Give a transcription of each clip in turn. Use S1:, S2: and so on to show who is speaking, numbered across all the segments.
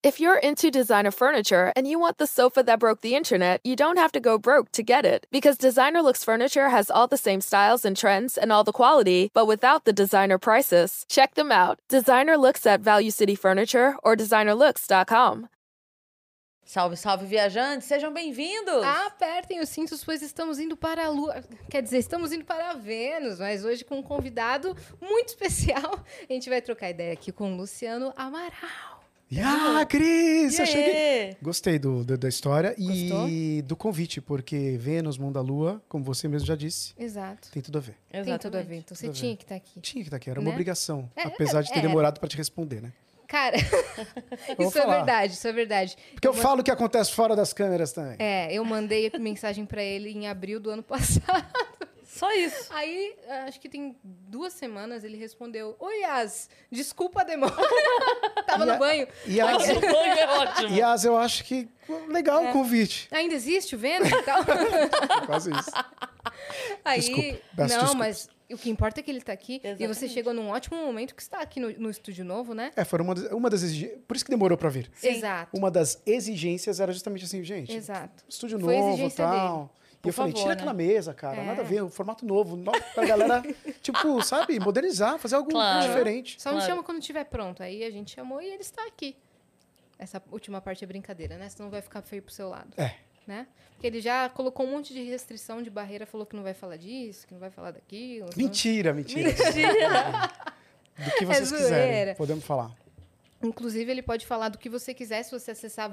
S1: If you're into designer furniture and you want the sofa that broke the internet, you don't have to go broke to get it. Because Designer Looks Furniture has all the same styles and trends and all the quality, but without the designer prices. Check them out. Designer Looks at Value City Furniture or designerlooks.com.
S2: Salve, salve, viajantes! Sejam bem-vindos!
S3: Ah, Apertem os cintos, pois estamos indo para a Lua. Quer dizer, estamos indo para a Vênus, mas hoje com um convidado muito especial. A gente vai trocar ideia aqui com o Luciano Amaral.
S4: Ah, Cris!
S2: E
S4: Achei que...
S2: aí?
S4: Gostei do, do- da história e do convite, porque Vênus, Mundo da Lua, como você mesmo já disse,
S3: Exato.
S4: tem tudo a ver.
S3: Tem tudo a ver,
S2: Exatamente.
S3: então você
S4: Tudo a ver.
S3: tinha que estar aqui.
S4: Tinha que estar aqui, era uma
S3: Né?
S4: obrigação.
S3: É,
S4: apesar de ter
S3: é.
S4: demorado pra te responder, né?
S3: Cara,
S4: vou
S3: isso é
S4: falar.
S3: verdade, isso é verdade.
S4: Porque eu falo o que acontece fora das câmeras também.
S3: É, eu mandei mensagem para ele em abril do ano passado.
S2: Só isso.
S3: Aí, acho que tem duas semanas, ele respondeu: Oi, Yas, desculpa a demora. Tava
S4: E
S3: no
S4: a-
S3: banho.
S4: E,
S2: Ah,
S4: as,
S2: o banho é ótimo.
S4: e as, eu acho que legal
S3: É.
S4: o convite. É
S3: Ainda existe o Vênus e tal?
S4: Quase isso.
S3: Aí,
S4: Desculpa, peço
S3: não,
S4: desculpas.
S3: mas o que importa é que ele tá aqui e você
S2: Exatamente.
S3: chegou num ótimo momento que está aqui no, no estúdio novo, né?
S4: É, foram uma das, uma das exigências. Por isso que demorou pra vir.
S2: Sim.
S3: Exato.
S4: Uma das exigências era justamente assim, gente.
S3: Exato.
S4: Estúdio
S3: Foi a
S4: novo e
S3: exigência
S4: tal.
S2: Por
S4: e eu falei,
S2: favor,
S4: tira
S2: né?
S4: aquela mesa, cara.
S3: É.
S4: Nada a ver, um formato novo. no- Pra galera, tipo, sabe, modernizar, fazer algo
S2: Claro.
S4: diferente.
S3: Só me
S2: Claro.
S3: chama quando estiver pronto. Aí a gente chamou e ele está aqui. Essa última parte é brincadeira, né? Senão vai ficar feio pro seu lado.
S4: É.
S3: Né? Porque ele já colocou um monte de restrição de barreira, falou que não vai falar disso, que não vai falar daquilo.
S4: Mentira, mentira.
S2: Mentira!
S4: Do que vocês
S3: É zoeira.
S4: quiserem, podemos falar.
S3: Inclusive, ele pode falar do que você quiser se você acessar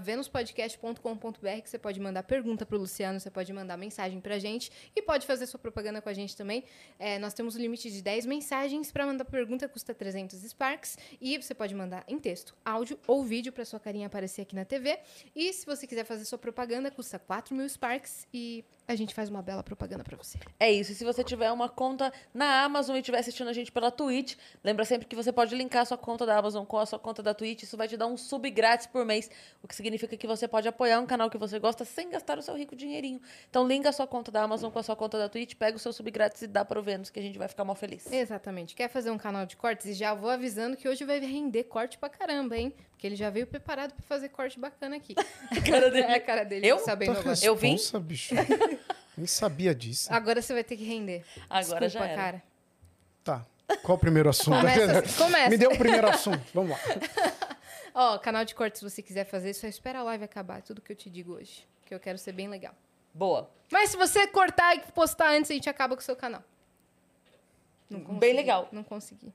S3: venuspodcast.com.br, que você pode mandar pergunta para o Luciano, você pode mandar mensagem para gente e pode fazer sua propaganda com a gente também. É, nós temos o limite de 10 mensagens. Para mandar pergunta, custa 300 Sparks. E você pode mandar em texto, áudio ou vídeo para sua carinha aparecer aqui na TV. E se você quiser fazer sua propaganda, custa 4 mil Sparks e a gente faz uma bela propaganda para você.
S2: É isso. E se você tiver uma conta na Amazon e estiver assistindo a gente pela Twitch, lembra sempre que você pode linkar a sua conta da Amazon com a sua conta da Twitch. Isso vai te dar um sub grátis por mês, o que significa que você pode apoiar um canal que você gosta sem gastar o seu rico dinheirinho. Então, linka a sua conta da Amazon com a sua conta da Twitch, pega o seu sub grátis e dá para o Vênus, que a gente vai ficar mal feliz.
S3: É, Exatamente. Quer fazer um canal de cortes? E já vou avisando que hoje vai render corte pra caramba, hein? Porque ele já veio preparado pra fazer corte bacana aqui.
S2: A cara dele.
S3: É a cara dele,
S2: Eu?
S3: sabendo
S4: Tá
S3: agora.
S2: Eu vim?
S4: responsa, bicho. Nem sabia disso.
S3: Agora você vai ter que render.
S2: Agora
S3: Desculpa,
S2: já era.
S3: cara.
S4: Tá. Qual o primeiro assunto?
S3: Começa, começa.
S4: Me deu o primeiro assunto. Vamos lá.
S3: Ó, canal de cortes, se você quiser fazer, só espera a live acabar. É Tudo que eu te digo hoje. Que eu quero ser bem legal.
S2: Boa.
S3: Mas se você cortar e postar antes, a gente acaba com o seu canal. Não
S2: Bem
S3: consegui,
S2: legal.
S3: Não consegui.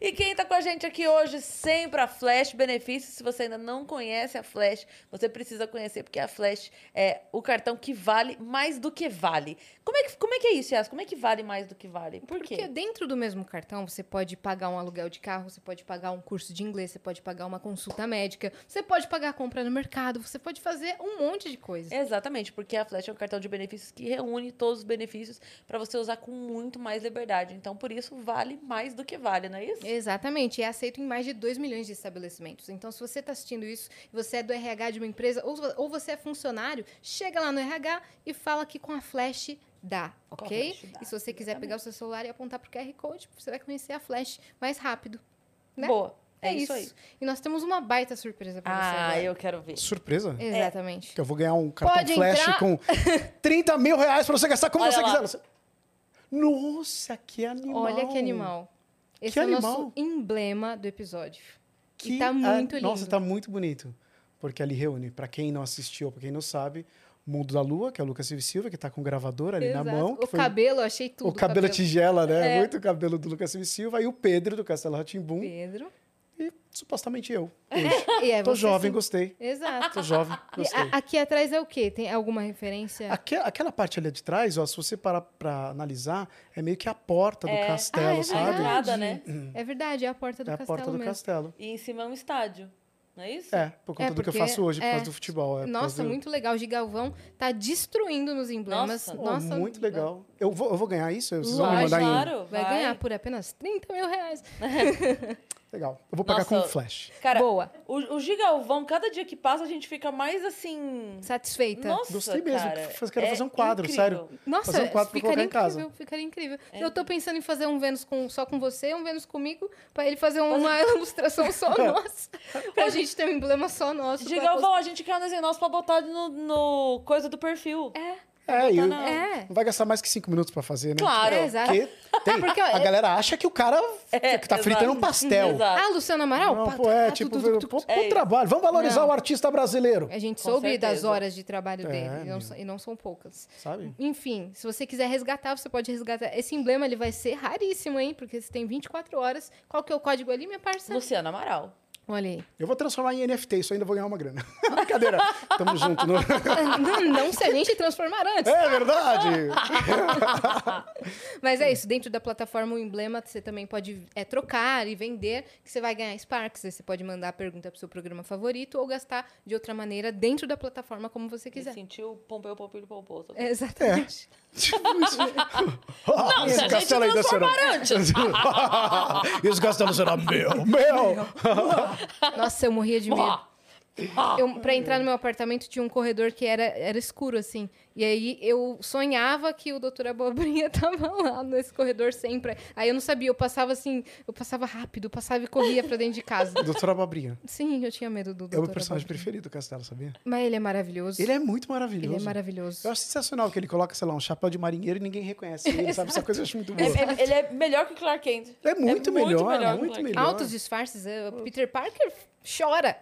S2: E quem tá com a gente aqui hoje, sempre a Flash Benefícios. Se você ainda não conhece a Flash, você precisa conhecer, porque a Flash é o cartão que vale mais do que vale. Como é que, como é, que é isso, Yas? Como é que vale mais do que vale? Por
S3: Porque
S2: quê?
S3: dentro do mesmo cartão, você pode pagar um aluguel de carro, você pode pagar um curso de inglês, você pode pagar uma consulta médica, você pode pagar a compra no mercado, você pode fazer um monte de coisa.
S2: Exatamente, porque a Flash é um cartão de benefícios que reúne todos os benefícios para você usar com muito mais liberdade. Então, por isso, vale mais do que vale, não é isso?
S3: Exatamente, é aceito em mais de 2 milhões de estabelecimentos. Então, se você está assistindo isso, você é do RH de uma empresa ou, ou você é funcionário, chega lá no RH e fala que com a Flash dá,
S2: Com a
S3: ok?
S2: Flash dá,
S3: e se você quiser pegar o seu celular e apontar para o QR Code, você vai conhecer a Flash mais rápido. Né?
S2: Boa. É, isso aí.
S3: E nós temos uma baita surpresa para você
S2: Ah,
S3: agora.
S2: eu É, quero ver.
S4: Surpresa.
S3: Exatamente.
S4: Que eu vou ganhar um cartão
S3: Pode
S4: flash
S3: entrar.
S4: com 30 mil reais pra você gastar como
S2: Olha
S4: você
S2: lá.
S4: quiser. Você- Nossa, que animal.
S3: Olha que animal. Esse é o nosso
S4: animal.
S3: emblema do episódio.
S4: Que
S3: e tá
S4: a-
S3: muito lindo.
S4: Nossa, tá muito bonito. Porque ali reúne, pra quem não assistiu, pra quem não sabe, Mundo da Lua, que é o Lucas Silva e Silva, que tá com o gravador ali na
S3: Exato.
S4: mão. que
S3: O
S4: foi
S3: cabelo, eu achei tudo.
S4: o cabelo tigela, né?
S3: É.
S4: Muito cabelo do Lucas Silva e Silva. E o Pedro, do Castelo Ratimbum.
S3: Pedro.
S4: E supostamente eu. hoje.
S3: E é
S4: Tô
S3: você
S4: jovem,
S3: sim.
S4: gostei.
S3: Exato.
S4: Tô jovem,
S3: E
S4: gostei. Ah,
S3: a- aqui atrás é o quê? Tem alguma referência?
S4: Aquela, aquela parte ali de trás, ó, se você parar pra analisar, é meio que a porta do castelo,
S2: ah, é
S4: sabe?
S3: verdade.
S2: Nada, né?
S3: É verdade, é a porta do
S4: É a
S3: castelo
S4: porta do
S3: mesmo.
S4: castelo.
S2: E em cima é um estádio, não é isso?
S4: É, por conta do que eu
S3: porque-
S4: faço hoje, por
S3: é.
S4: causa do futebol. é, por
S3: Nossa,
S4: causa do-
S3: muito legal. O Gigalvão tá destruindo nos emblemas.
S2: Nossa.
S4: Pô, muito legal. Eu vou, eu vou ganhar isso? Vocês vão
S2: Vai,
S4: me mandar em...
S2: claro,
S3: Vai ganhar por apenas 30 mil reais.
S4: Legal. Eu vou pagar
S2: Nossa.
S4: com flash.
S2: Cara,
S3: Boa.
S2: o, o Gigalvão, cada dia que passa, a gente fica mais assim.
S3: Satisfeita.
S2: Nossa,
S4: Gostei mesmo.
S2: cara,
S4: Faz- Quero
S2: é
S4: fazer um quadro,
S2: incrível.
S4: sério.
S3: Nossa,
S4: Fazer um quadro pra
S3: ficaria
S4: colocar em casa.
S3: incrível, ficaria incrível.
S2: É.
S3: Eu tô pensando em fazer um Vênus com, só com você, um Vênus comigo, pra ele fazer uma ilustração só nossa. pra gente ter um emblema só nosso. pra
S2: Gigalvão, a gente quer um desenho nosso pra botar no, no coisa do perfil.
S3: postar. É,
S4: É, e
S2: Não,
S4: eu-
S2: não.
S3: é.
S4: não vai gastar mais que cinco minutos pra fazer, né?
S2: Claro. É,
S3: É, exato.
S4: Porque tem-
S3: porque, ó,
S4: a
S3: é-
S4: galera acha que o cara que tá
S2: exato.
S4: fritando um pastel.
S2: Exato.
S3: Ah, Luciano Amaral?
S4: Não,
S3: Pá,
S4: pô, é,
S3: tá,
S4: tipo,
S3: tu, tu, tu, tu,
S4: pô, pô,
S2: É isso.
S4: trabalho. Vamos valorizar
S3: Não. É.
S4: o artista brasileiro,
S3: A gente
S2: Com
S3: soube das
S2: certeza.
S3: horas de trabalho
S4: É,
S3: dele, e não
S4: meu.
S3: são- e não são poucas.
S4: sabe?
S3: Enfim, se você quiser resgatar, você pode resgatar. Esse emblema ele vai ser raríssimo, hein? Porque você tem 24 horas. Qual que é o código ali, minha parça?
S2: Luciano Amaral.
S3: Olha aí.
S4: Eu vou transformar em NFT, isso ainda vou ganhar uma grana. Brincadeira. Tamo junto. não-
S3: não, não se a gente transformar antes.
S4: É verdade. Ah,
S3: Mas é isso, dentro da plataforma o emblema você também pode é, trocar e vender, que você vai ganhar Sparks. Aí Você pode mandar a pergunta pro seu programa favorito ou gastar de outra maneira dentro da plataforma como você
S2: Que
S3: quiser.
S2: sentiu Pompeu, Pompeu, Pompeu. Pompeu.
S3: É, exatamente.
S4: Não,
S2: se a gente transformar
S4: Esse castelo será meu, meu.
S3: Nossa, eu morria de medo. Eu, pra entrar no meu apartamento tinha um corredor que era, era escuro, assim. E aí eu sonhava que o doutor Abobrinha tava lá nesse corredor sempre. Aí eu não sabia, eu passava assim, eu passava rápido, passava e corria pra dentro de casa.
S4: Doutora Babrinha.
S3: Sim, eu tinha medo do doutor.
S4: É o meu personagem
S3: Abobrinha.
S4: preferido do castelo, sabia?
S3: Mas ele é maravilhoso.
S4: Ele é muito
S3: Ele
S4: maravilhoso.
S3: é maravilhoso.
S4: Eu acho sensacional que ele coloca, sei lá, um chapéu de marinheiro e ninguém reconhece ele, sabe? Essa coisa eu acho muito boa.
S2: Ele, ele- ele é melhor que o Clark Kent.
S4: É muito melhor, muito
S2: que o Clark Kent.
S4: melhor.
S3: Altos disfarces. é, o Peter Parker chora.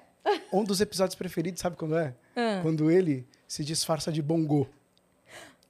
S4: Um dos episódios preferidos, sabe quando é? Quando ele se disfarça de bongo.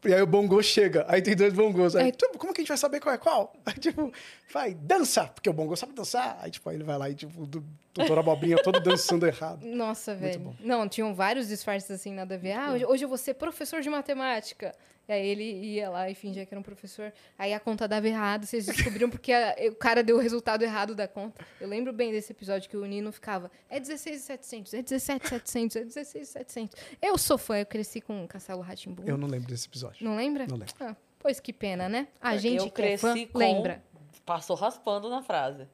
S4: E aí o bongo chega, aí tem dois bongos. Aí,
S3: É.
S4: tipo, como que a gente vai saber qual é qual? Aí, tipo, vai, dança, porque o bongo sabe dançar. Aí, tipo, aí ele vai lá e, tipo, do, doutor Abobrinha todo dançando errado.
S3: Nossa, velho. Não, tinham vários disfarces assim, nada a ver. Ah, hoje, hoje eu vou ser professor de matemática. E aí ele ia lá e fingia que era um professor. Aí a conta dava errado, vocês descobriam porque a- o cara deu o resultado errado da conta. Eu lembro bem desse episódio que o Nino ficava, é 16,700, é 17,700, é 16,700. Eu sou fã, eu cresci com o Castelo Ratimbu.
S4: Eu não lembro desse episódio.
S3: Não lembra?
S4: Não lembro.
S3: Ah, pois que pena, né? A gente
S2: eu
S3: que é fã
S2: cresci com.
S3: lembra.
S2: Passou raspando na frase. Eu,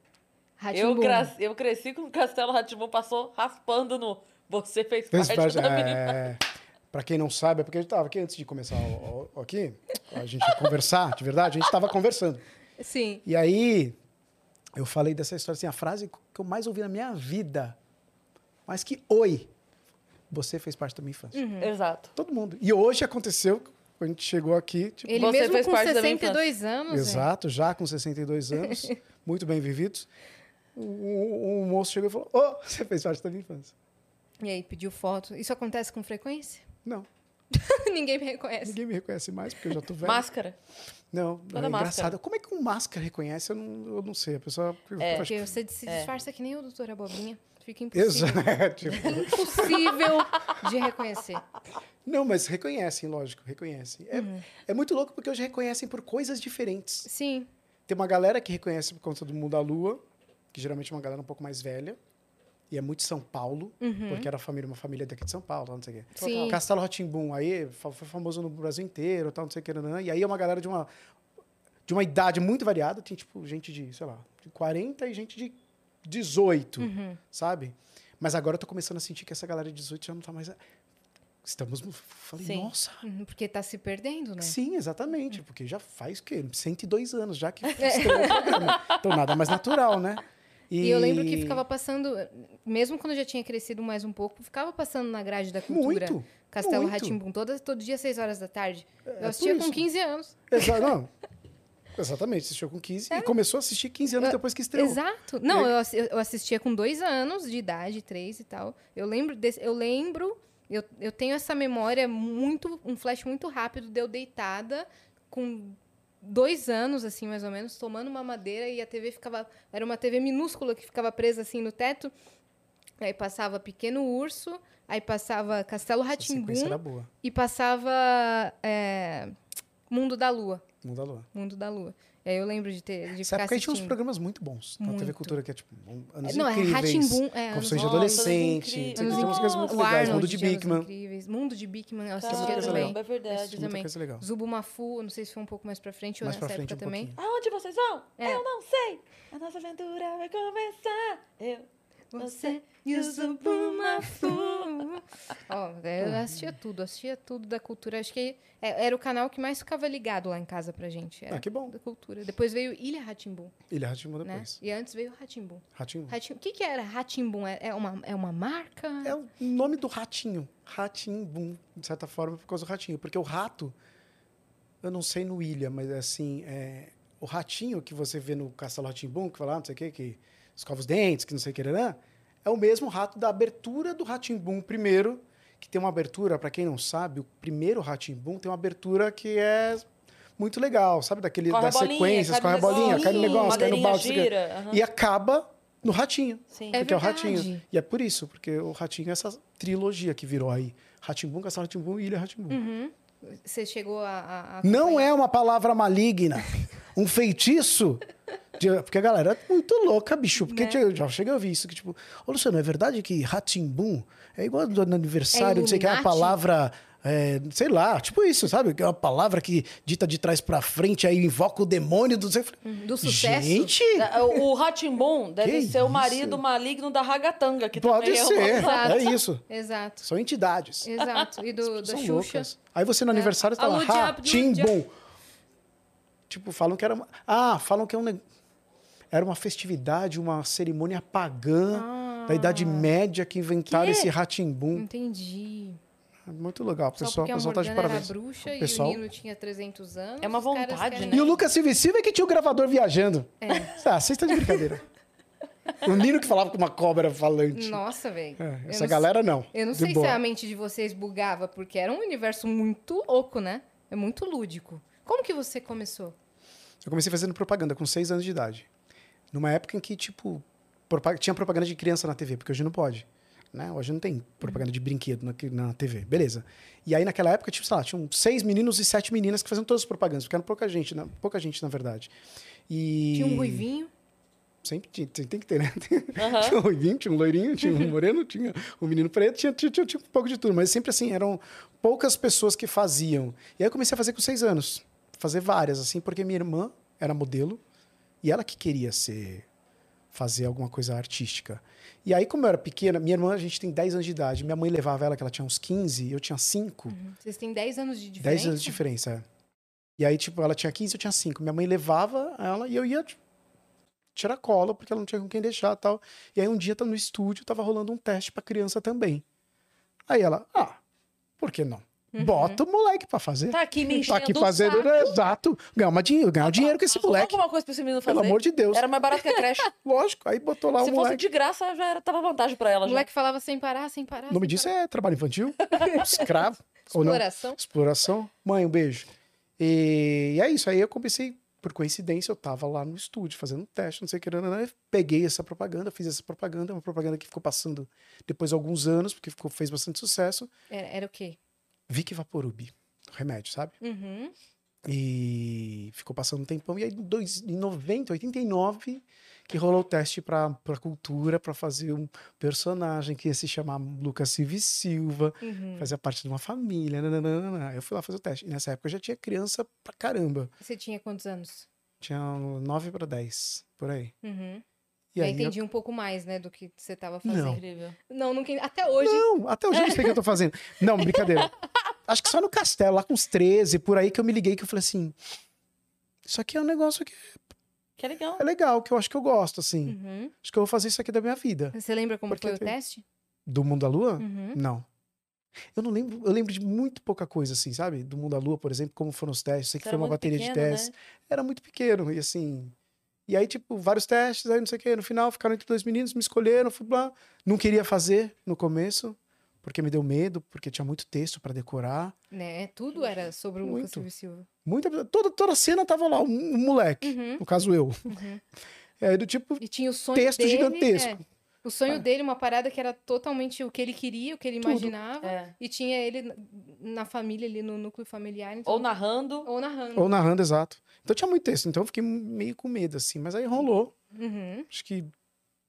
S3: Rá-Tim-Bum.
S2: cras- eu cresci com o Castelo Ratimbu, passou raspando no. Você fez
S4: Fez
S2: parte,
S4: parte-
S2: da minha.
S4: é, pra quem não sabe, é porque a gente tava aqui antes de começar o- o- aqui, a gente conversar, de verdade, a gente tava conversando.
S3: Sim.
S4: E aí, eu falei dessa história assim, a frase que eu mais ouvi na minha vida, mas que oi, você fez parte da minha infância.
S2: Uhum. Exato.
S4: Todo mundo. E hoje aconteceu, a gente chegou aqui, tipo,
S3: Ele
S2: Você
S3: mesmo
S2: fez
S3: com
S2: parte da minha
S3: 62 anos. velho.
S4: exato, já com 62 anos, muito bem vividos, um, um moço chegou e falou, ô, você fez parte da minha infância.
S3: E aí, pediu foto. Isso acontece com frequência?
S4: Não,
S3: Ninguém me reconhece.
S4: ninguém me reconhece mais, porque eu já tô velho.
S2: Máscara.
S4: Não, é
S2: da
S4: engraçado.
S2: máscara.
S4: Como é que um máscara reconhece? Eu não, eu não sei. A pessoa. É,
S3: Porque você se disfarça que nem o doutor Abobrinha. Fica impossível.
S4: Exato. é, tipo,
S3: Impossível de reconhecer.
S4: Não, mas reconhecem, lógico, reconhecem. É, é muito louco porque hoje reconhecem por coisas diferentes.
S3: Sim.
S4: Tem uma galera que reconhece por conta do Mundo à Lua, que geralmente é uma galera um pouco mais velha. E é muito São Paulo, porque era a família, uma família daqui de São Paulo, não sei o quê.
S3: Sim.
S4: Castelo Rotimbum, aí fa- foi famoso no Brasil inteiro, tal, não sei o que, nananã. e aí é uma galera de uma, de uma idade muito variada, tem tipo gente de, sei lá, de 40 e gente de 18,
S3: Uhum.
S4: sabe? Mas agora eu tô começando a sentir que essa galera de 18 já não tá mais. a- Estamos. no- Falei,
S2: Sim.
S4: nossa!
S3: Uhum, Porque tá se perdendo, né?
S4: Sim, exatamente, porque já faz o quê? 102 anos já que estreou o programa. Então nada mais natural, né?
S3: E eu lembro que ficava passando, mesmo quando eu já tinha crescido mais um pouco, ficava passando na grade da cultura.
S4: Muito,
S3: Castelo
S4: muito.
S3: Ratimbum, todo, todo dia, 6 horas da tarde.
S4: é
S3: eu assistia
S4: por
S3: com
S4: isso.
S3: 15 anos.
S4: Exa não. Exatamente, assistiu com 15 e começou a assistir 15 anos depois que estreou.
S3: Exato. Não, eu, assi- eu assistia com dois anos de idade, três e tal. Eu lembro, desse- eu lembro, eu, eu tenho essa memória muito, um flash muito rápido de eu deitada com dois anos, assim, mais ou menos, tomando uma madeira e a TV ficava, era uma TV minúscula que ficava presa, assim, no teto. Aí passava Pequeno Urso, aí passava Castelo
S4: A sequência era
S3: Ratimbum
S4: boa.
S3: e passava é, Mundo da Lua.
S4: Mundo da Lua.
S3: Mundo da Lua. E aí eu lembro de ter de
S4: Nessa
S3: ficar
S4: época a gente tinha uns
S3: assistindo.
S4: programas muito bons. Na TV
S3: Muito.
S4: Cultura, que é tipo, um- anos
S3: Não, é
S4: incríveis.
S3: Ratimbum, é, anos
S4: Confissões de
S3: Nossa,
S4: adolescente.
S2: Anos
S4: Tem
S2: Incríveis.
S4: umas coisas muito
S3: O
S4: legais.
S3: Arnold
S4: Mundo de
S3: tinha Anos
S4: Bigman.
S3: Incríveis. Mundo de Bigman, eu
S2: Cara,
S3: assistia
S4: coisa
S2: eu
S3: também.
S4: legal.
S2: lembro, é verdade.
S3: Assisti
S4: Muita
S3: também.
S4: coisa legal.
S3: Zubumafu, não sei se foi um pouco mais pra frente ou
S4: Mais pra
S3: nessa
S4: frente
S3: época
S4: um
S3: também.
S4: pouquinho.
S2: Aonde vocês vão?
S3: É.
S2: Eu não sei. A nossa aventura vai começar. Eu.
S3: Você e o Zubumafu. Ó, é, eu assistia tudo, assistia tudo da cultura. Acho que é- era o canal que mais ficava ligado lá em casa pra gente. Era
S4: Ah, que bom.
S3: Da cultura. Depois veio Ilha Ratimbu,
S4: Ele é Ratimbu
S3: né?
S4: depois.
S3: E antes veio Ratimbu.
S4: Ratinho.
S3: Ratim... O que, que era Ratimbum? É é uma, é uma marca?
S4: É o nome do ratinho. Ratimbum, de certa forma, por causa do ratinho. Porque o rato, eu não sei no Ilha, mas assim, é, o ratinho que você vê no Castelo Ratimbum, que vai lá, não sei o quê, que escova os dentes, que não sei o que, né? é o mesmo rato da abertura do Ratimbum primeiro, que tem uma abertura, para quem não sabe, o primeiro Ratimbum tem uma abertura que é muito legal, sabe? Daquele,
S2: Corre a
S4: das
S2: bolinha,
S4: sequências,
S2: cai no
S4: corre a bolinha, cai no
S2: negocinho,
S4: negócio, cai no
S2: madeirinha
S4: balde. não sei o quê.
S2: gira, aham.
S4: E acaba no ratinho.
S2: Sim.
S3: É
S4: Porque é o
S3: verdade.
S4: Ratinho. E é por isso, porque o Ratinho é essa trilogia que virou aí. Ratimbum, Castelo Ratimbum e Ilha Ratimbum.
S3: Você chegou a. a- a
S4: um Não
S3: acompanhar?
S4: é uma palavra maligna. um feitiço. de- porque a galera é muito louca, bicho. Porque
S3: Né?
S4: tinha- já cheguei a ouvir isso, que tipo... Ô, Luciano, é verdade que Ratimbum é igual do no aniversário, não sei o que, é uma
S3: Illuminati?
S4: palavra... é, sei lá, tipo isso, sabe? Que É uma palavra que dita de trás pra frente, aí invoca o demônio do...
S3: Do Uhum. sucesso.
S4: é. Gente,
S2: É, O Ratimbum deve
S4: Que
S2: ser o
S4: isso?
S2: marido maligno da Ragatanga, que
S4: pode
S2: também é uma-
S4: ser.
S3: palavra.
S4: É isso.
S3: Exato.
S4: São entidades.
S3: Exato. E do, da
S4: São
S3: Xuxa. É.
S4: loucas. Aí você no aniversário tá lá,
S2: Alô,
S4: ha,
S2: diabo,
S4: timbum.
S2: diabo.
S4: Tipo, falam que era uma... Ah, falam que é um neg- era uma festividade, uma cerimônia pagã
S3: Ah.
S4: da Idade Média que inventaram
S2: Quê?
S4: esse ratimbum.
S3: Entendi.
S4: É Muito legal,
S3: Só
S4: pessoal.
S3: porque é a
S4: pessoal tá de
S3: Morgana era
S4: parabéns.
S3: bruxa
S4: Pessoal.
S3: e o Nino tinha 300 anos.
S2: É uma
S3: os caras
S2: vontade,
S3: querem-
S2: né?
S4: E o Lucas Silva e Silva é que tinha o gravador viajando.
S3: É.
S4: Ah, vocês estão de brincadeira. o Nino que falava com uma cobra falante.
S3: Nossa, velho.
S4: É,
S3: Eu
S4: essa
S3: não-
S4: galera não.
S3: Eu não
S4: De
S3: sei
S4: boa.
S3: se é a mente de vocês bugava, porque era um universo muito louco, né? É muito lúdico. Como que você começou?
S4: Eu comecei fazendo propaganda com seis anos de idade. Numa época em que, tipo, propa- tinha propaganda de criança na TV, porque hoje não pode. Né? Hoje não tem propaganda de brinquedo na, na TV. Beleza. E aí, naquela época, tipo, sei lá, tinham seis meninos e sete meninas que faziam todas as propagandas, porque era pouca gente, na, pouca gente, na verdade. E...
S3: Tinha um ruivinho?
S4: Sempre tinha, tem, tem que ter, né?
S2: Aham.
S4: Tinha um ruivinho, tinha um loirinho, tinha um moreno, tinha um menino preto, tinha, tinha, tinha, tinha um pouco de tudo. Mas sempre assim, eram poucas pessoas que faziam. E aí eu comecei a fazer com seis anos. Fazer várias, assim, porque minha irmã era modelo e ela que queria ser fazer alguma coisa artística. E aí, como eu era pequena, minha irmã, a gente tem 10 anos de idade. Minha mãe levava ela, que ela tinha uns 15, eu tinha 5.
S3: Vocês têm 10 anos de diferença?
S4: 10 anos de diferença, é. E aí, tipo, ela tinha 15, eu tinha 5. Minha mãe levava ela e eu ia tipo, tirar cola, porque ela não tinha com quem deixar e tal. E aí, um dia, tá no estúdio, tava rolando um teste pra criança também. Aí ela, ah, por que não? Bota o moleque pra fazer.
S2: Uhum. Tá aqui me
S4: Tá
S2: enchendo
S4: aqui
S2: o
S4: fazendo,
S2: saco.
S4: exato. Ganhar, uma dinheiro, ganhar um dinheiro com esse
S2: Arruma
S4: moleque.
S2: alguma coisa pra esse menino fazer.
S4: Pelo amor de Deus.
S2: Era mais barato que a creche.
S4: Lógico, aí botou lá
S2: Se
S4: o
S2: fosse
S4: moleque.
S2: de graça, já era, tava vantagem pra ela. já.
S3: O moleque falava sem parar, sem parar.
S4: O nome
S3: sem
S4: disso
S3: parar.
S4: é trabalho infantil, escravo, ou não?
S3: Exploração.
S4: Exploração. Mãe, um beijo. E, é isso. Aí eu comecei, por coincidência, eu tava lá no estúdio fazendo um teste, não sei o que, nananã, peguei essa propaganda, fiz essa propaganda, uma propaganda que ficou passando depois de alguns anos, porque ficou, fez bastante sucesso.
S3: Era, era o quê?
S4: Vic Vaporub, remédio, sabe?
S3: Uhum.
S4: E ficou passando um tempão. E aí, em dois- em 90, 89, que rolou o teste pra, pra cultura, pra fazer um personagem que ia se chamar Lucas Silva e Silva,
S3: uhum.
S4: fazia parte de uma família. nananana. Eu fui lá fazer o teste. E nessa época eu já tinha criança pra caramba.
S3: Você tinha quantos anos?
S4: Tinha 9 pra 10, por aí.
S3: Uhum.
S4: E
S3: Já
S4: aí eu-
S3: entendi um pouco mais, né, do que você tava
S4: Não.
S3: fazendo.
S2: Incrível.
S3: Não, nunca... até hoje.
S4: Não, até hoje eu não sei o que eu tô fazendo. Não, brincadeira. Acho que só no castelo, lá com os 13, por aí que eu me liguei que eu falei assim. Isso aqui é um negócio que
S2: Que legal.
S4: é legal, que eu acho que eu gosto, assim.
S3: Uhum.
S4: Acho que eu vou fazer isso aqui da minha vida.
S3: Você lembra como
S4: Porque
S3: foi o
S4: tem-
S3: teste?
S4: Do Mundo da Lua?
S2: Hum?
S3: Uhum.
S4: Não. Eu não lembro, eu lembro de muito pouca coisa, assim, sabe? Do Mundo da Lua, por exemplo, como foram os testes. Sei que
S2: Você
S4: foi
S2: era
S4: uma
S2: muito
S4: bateria de
S2: pequeno, né?
S4: testes. Era muito pequeno, e assim. E aí, tipo, vários testes, aí não sei o quê. No final, ficaram entre dois meninos, me escolheram, fui lá. Não queria fazer no começo, porque me deu medo, porque tinha muito texto pra decorar.
S3: Né? Tudo era sobre o Lucas
S4: Muito.
S3: Silva e Silva.
S4: Muita, toda, toda cena tava lá, um, um moleque,
S3: Uhum.
S4: no caso eu. É, do tipo,
S3: E tinha o sonho
S4: texto
S3: dele, é,
S4: gigantesco. Ah.
S3: O sonho dele, uma parada que era totalmente o que ele queria, o que ele
S4: Tudo.
S3: imaginava.
S2: É.
S3: E tinha ele na- na família, ali no núcleo familiar. então-
S2: Ou narrando.
S3: ou narrando.
S4: Ou narrando, exato. Então tinha muito texto, então eu fiquei meio com medo, assim. Mas aí rolou.
S2: Hum.
S3: Uhum.
S4: Acho que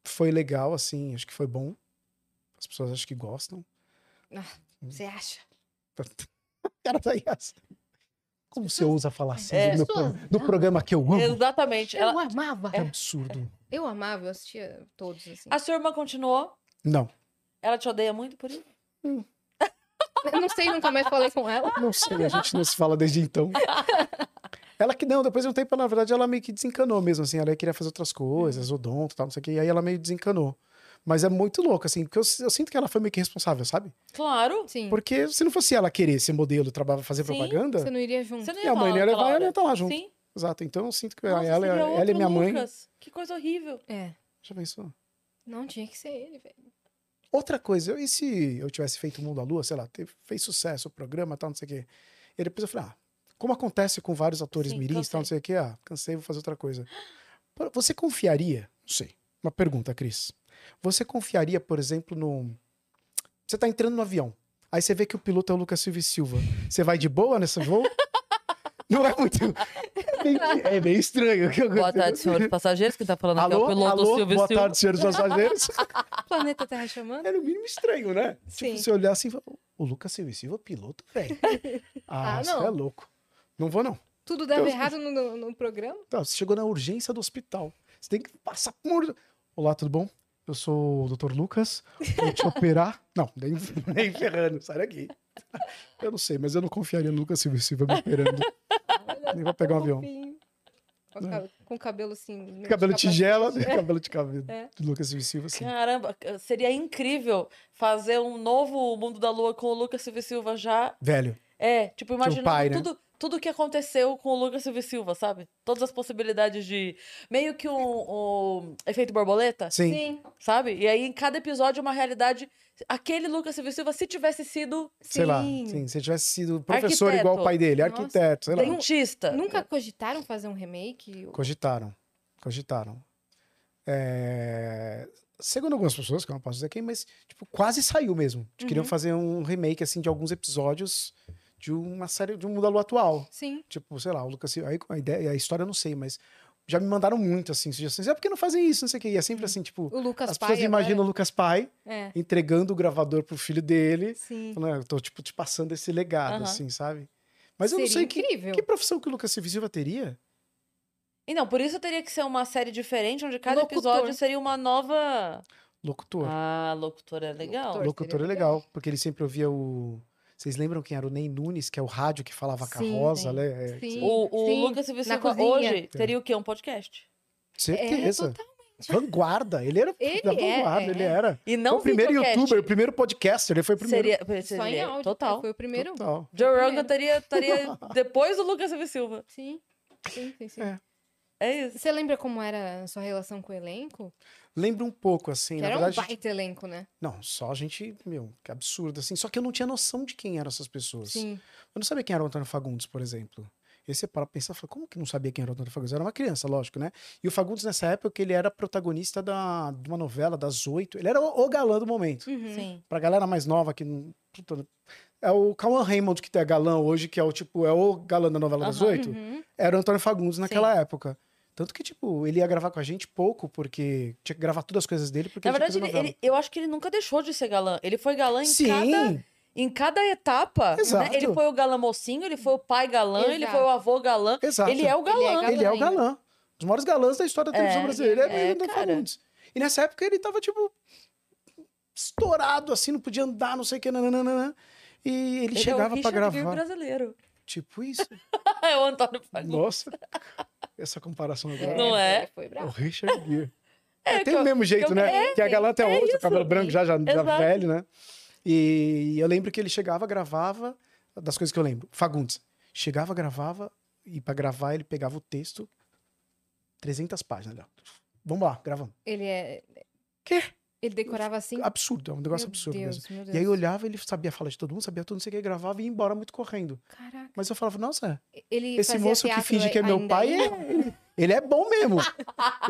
S4: foi legal, assim. Acho que foi bom. As pessoas acho que gostam.
S3: Você acha?
S4: Cara, tá aí, as- Como você ousa falar assim
S2: É.
S4: do, meu pro- do programa que eu amo?
S2: Exatamente. Ela...
S3: Eu amava.
S4: É absurdo.
S3: Eu amava, eu assistia todos, assim.
S2: A sua irmã continuou.
S4: Não,
S2: Ela te odeia muito por isso?
S3: Eu não sei, nunca mais falei com ela.
S4: não sei, a gente não se fala desde então. Ela que não, depois de um tempo, na verdade, ela meio que desencanou mesmo, assim. Ela queria fazer outras coisas, odonto, tal, não sei o quê. E aí ela meio desencanou. Mas é muito louco, assim, porque eu, eu sinto que ela foi meio que responsável, sabe?
S2: Claro.
S3: Sim.
S4: Porque se não fosse ela querer ser modelo, trabalhar, fazer
S2: Sim,
S4: propaganda,
S3: Você não iria junto.
S2: Você não
S4: e
S2: ia
S4: a mãe
S2: falar
S4: dela
S2: naquela
S4: vai, ela
S2: hora.
S4: ia tá lá junto.
S2: Sim.
S4: Exato, então eu sinto que
S2: Nossa,
S4: ela,
S2: seria
S4: ela e
S2: outro
S4: minha mãe.
S2: Lucas. Que coisa horrível.
S3: É.
S4: Já pensou?
S3: Não tinha que ser ele, velho.
S4: Outra coisa, eu- e se eu tivesse feito o Mundo à Lua, sei lá, teve- fez sucesso o programa, tal, não sei o quê. E depois eu falei, ah, como acontece com vários atores
S2: Sim,
S4: mirins, tal, não sei o quê, ah, cansei, vou fazer outra coisa. Por- Você confiaria, não sei, uma pergunta, Cris. Você confiaria, por exemplo, no... Você tá entrando no avião, aí você vê que o piloto é o Lucas Silva e Silva. Você vai de boa nesse voo? não é muito... É meio estranho.
S2: Boa tarde, senhores passageiros. Quem tá falando aqui é o piloto Silvio
S4: boa
S2: Silva.
S4: tarde, senhores passageiros.
S3: Planeta Terra chamando?
S4: Era o mínimo estranho, né?
S3: Sim.
S4: Tipo, você olhar assim e falar, o Lucas Silva e Silva, piloto, velho. Ah,
S3: Ah,
S4: isso
S3: não.
S4: é louco. Não vou, não.
S3: Tudo dava
S4: Deus
S3: errado no, no- no programa?
S4: Tá, você chegou na urgência do hospital. Você tem que passar por... um Olá, tudo bom? Eu sou o Dr. Lucas, vou te operar. Não, nem, nem ferrando, sai daqui. Eu não sei, mas eu não confiaria no Lucas Silva e Silva me operando. Nem vou pegar um avião.
S3: Fofinho. Com, o ca- com o cabelo assim. meio de
S4: Cabelo
S3: capacete.
S4: tigela, né? cabelo de cabelo.
S3: É.
S4: Lucas Silva e Silva, sim.
S2: Caramba, seria incrível fazer um novo Mundo da Lua com o Lucas Silva e Silva já.
S4: Velho,
S2: É, tipo, imaginando
S4: pai, né?
S2: tudo, tudo que aconteceu com o Lucas Silva e Silva, sabe? Todas as possibilidades de. Meio que um, um efeito borboleta,
S4: sim.
S3: Sim,
S2: sabe? E aí, em cada episódio, uma realidade. Aquele Lucas Silva e Silva, se tivesse sido
S4: Sei lá,
S3: sim.
S4: sim, se ele tivesse sido professor
S2: Arquiteto.
S4: igual o pai dele,
S3: Nossa.
S4: arquiteto, sei lá.
S3: Tem um-
S2: dentista.
S3: Nunca cogitaram fazer um remake?
S4: Cogitaram, cogitaram. É, Segundo algumas pessoas, que eu não posso dizer quem, mas tipo, quase saiu mesmo. De
S3: Uhum.
S4: Queriam fazer um remake assim de alguns episódios de uma série de um Mundo à Lua atual.
S3: Sim.
S4: Tipo, sei lá, o Lucas Silva. Aí a ideia, a história eu não sei, mas já me mandaram muito assim, sugestões. É porque não fazem isso, não sei o quê. E é sempre assim, tipo,
S3: O Uhum. Lucas
S4: as
S3: Pai
S4: pessoas
S3: agora-
S4: imaginam o Lucas Pai
S3: É,
S4: entregando o gravador pro filho dele.
S3: sim.
S4: Falando, "Ah, eu tô, tipo, te passando esse legado,
S2: Aham.
S4: assim, sabe? Mas eu não
S3: Seria
S4: sei que,
S3: incrível.
S4: que profissão que o Lucas Silva e Silva teria.
S2: E não, por isso teria que ser uma série diferente, onde cada
S3: Locutor.
S2: episódio seria uma nova.
S4: Locutor.
S2: Ah, locutora é legal.
S3: Locutor.
S4: Locutor é
S3: seria
S4: legal, porque ele sempre ouvia o. Vocês lembram quem era o Ney Nunes, que é o rádio que falava carrosa,
S3: sim.
S4: né? É,
S3: Sim.
S2: O, o
S3: sim,
S2: Lucas Silva e
S3: na
S2: Silva
S3: cozinha.
S2: hoje teria o quê? Um podcast.
S4: Certeza.
S3: totalmente.
S4: vanguarda. Ele era
S3: É, Ele
S4: da
S3: é,
S4: vanguarda, ele
S3: é.
S4: era.
S2: E
S4: Foi
S2: não
S4: o primeiro
S2: videocast.
S4: youtuber, o primeiro podcaster, ele foi o primeiro.
S2: Seria,
S3: Só em
S2: seria-
S3: áudio.
S2: total.
S3: Foi o primeiro?
S4: Total.
S2: Joe
S3: primeiro.
S2: Rogan teria, teria depois do Lucas Silva e Silva.
S3: Sim. Sim, sim, sim.
S4: É.
S2: É isso.
S3: Você lembra como era a sua relação com o elenco?
S4: Lembra um pouco, assim,
S3: Que
S4: na
S3: era
S4: verdade.
S3: um baita elenco, né?
S4: Não, só a gente, meu, que absurdo, assim. Só que eu não tinha noção de quem eram essas pessoas.
S3: Sim.
S4: Eu não sabia quem era o Antônio Fagundes, por exemplo. E aí você para pensar, fala, como que não sabia quem era o Antônio Fagundes? Eu era uma criança, lógico, né? E o Fagundes, nessa época, ele era protagonista da, de uma novela das oito. Ele era o, o galã do momento.
S3: Uhum.
S2: Sim.
S4: Pra galera mais nova que não. puta, É o Cauan Raymond que é galã hoje, que é o tipo, é o galã da novela das
S2: Aham.
S4: oito.
S3: Uhum.
S4: Era o Antônio Fagundes naquela época. Tanto que, tipo, ele ia gravar com a gente pouco, porque tinha que gravar todas as coisas dele, porque
S2: Na
S4: ele
S2: verdade,
S4: tinha que
S2: ele,
S4: fazer novela.
S2: ele- eu acho que ele nunca deixou de ser galã. Ele foi galã em cada
S4: Sim,
S2: em cada etapa. né?
S4: Exato.
S2: Ele foi o galã mocinho, ele foi o pai galã, ele
S3: Exato.
S2: foi o avô galã.
S4: exato.
S2: Ele é o galã.
S3: Ele é
S4: Ele é o
S3: ainda.
S4: galã. Um dos maiores galãs da história da
S2: É,
S4: televisão brasileira.
S2: é,
S4: É, o Antônio
S2: cara.
S4: Fagundes. E nessa época ele tava, tipo, estourado, assim, não podia andar, não sei o que, nananana. E ele,
S2: Ele
S4: chegava
S2: é o
S4: pra
S2: Richard Gere
S4: gravar.
S2: brasileiro.
S4: Tipo isso.
S2: é o Antônio Fagundes.
S4: Nossa. Essa comparação agora.
S2: Não é?
S3: Foi
S4: É O
S3: bravo.
S4: Richard Gere. É,
S2: que
S4: tem
S2: eu-
S4: o mesmo jeito,
S2: eu-
S4: né?
S2: é,
S4: que a galã até
S2: é
S4: hoje,
S2: isso.
S4: cabelo branco já, já, já
S2: Exato.
S4: velho, né? E eu lembro que ele chegava, gravava, das coisas que eu lembro, Fagundes. Chegava, gravava, e pra gravar ele pegava o texto, 300 páginas. Ele, ó, Vamos lá, gravamos.
S3: Ele é.
S4: Quê?
S3: Ele decorava assim.
S4: Absurdo, é um negócio
S3: Meu
S4: absurdo
S3: Deus,
S4: mesmo.
S3: meu Deus.
S4: E aí eu olhava, ele sabia falar de todo mundo, sabia tudo, não sei o que, gravava e ia embora muito correndo.
S3: Caraca.
S4: Mas eu falava, nossa,
S3: Ele
S4: esse
S3: fazia
S4: moço que
S3: teatro
S4: finge que é meu
S3: ainda
S4: pai,
S3: aí?
S4: é- ele é bom mesmo.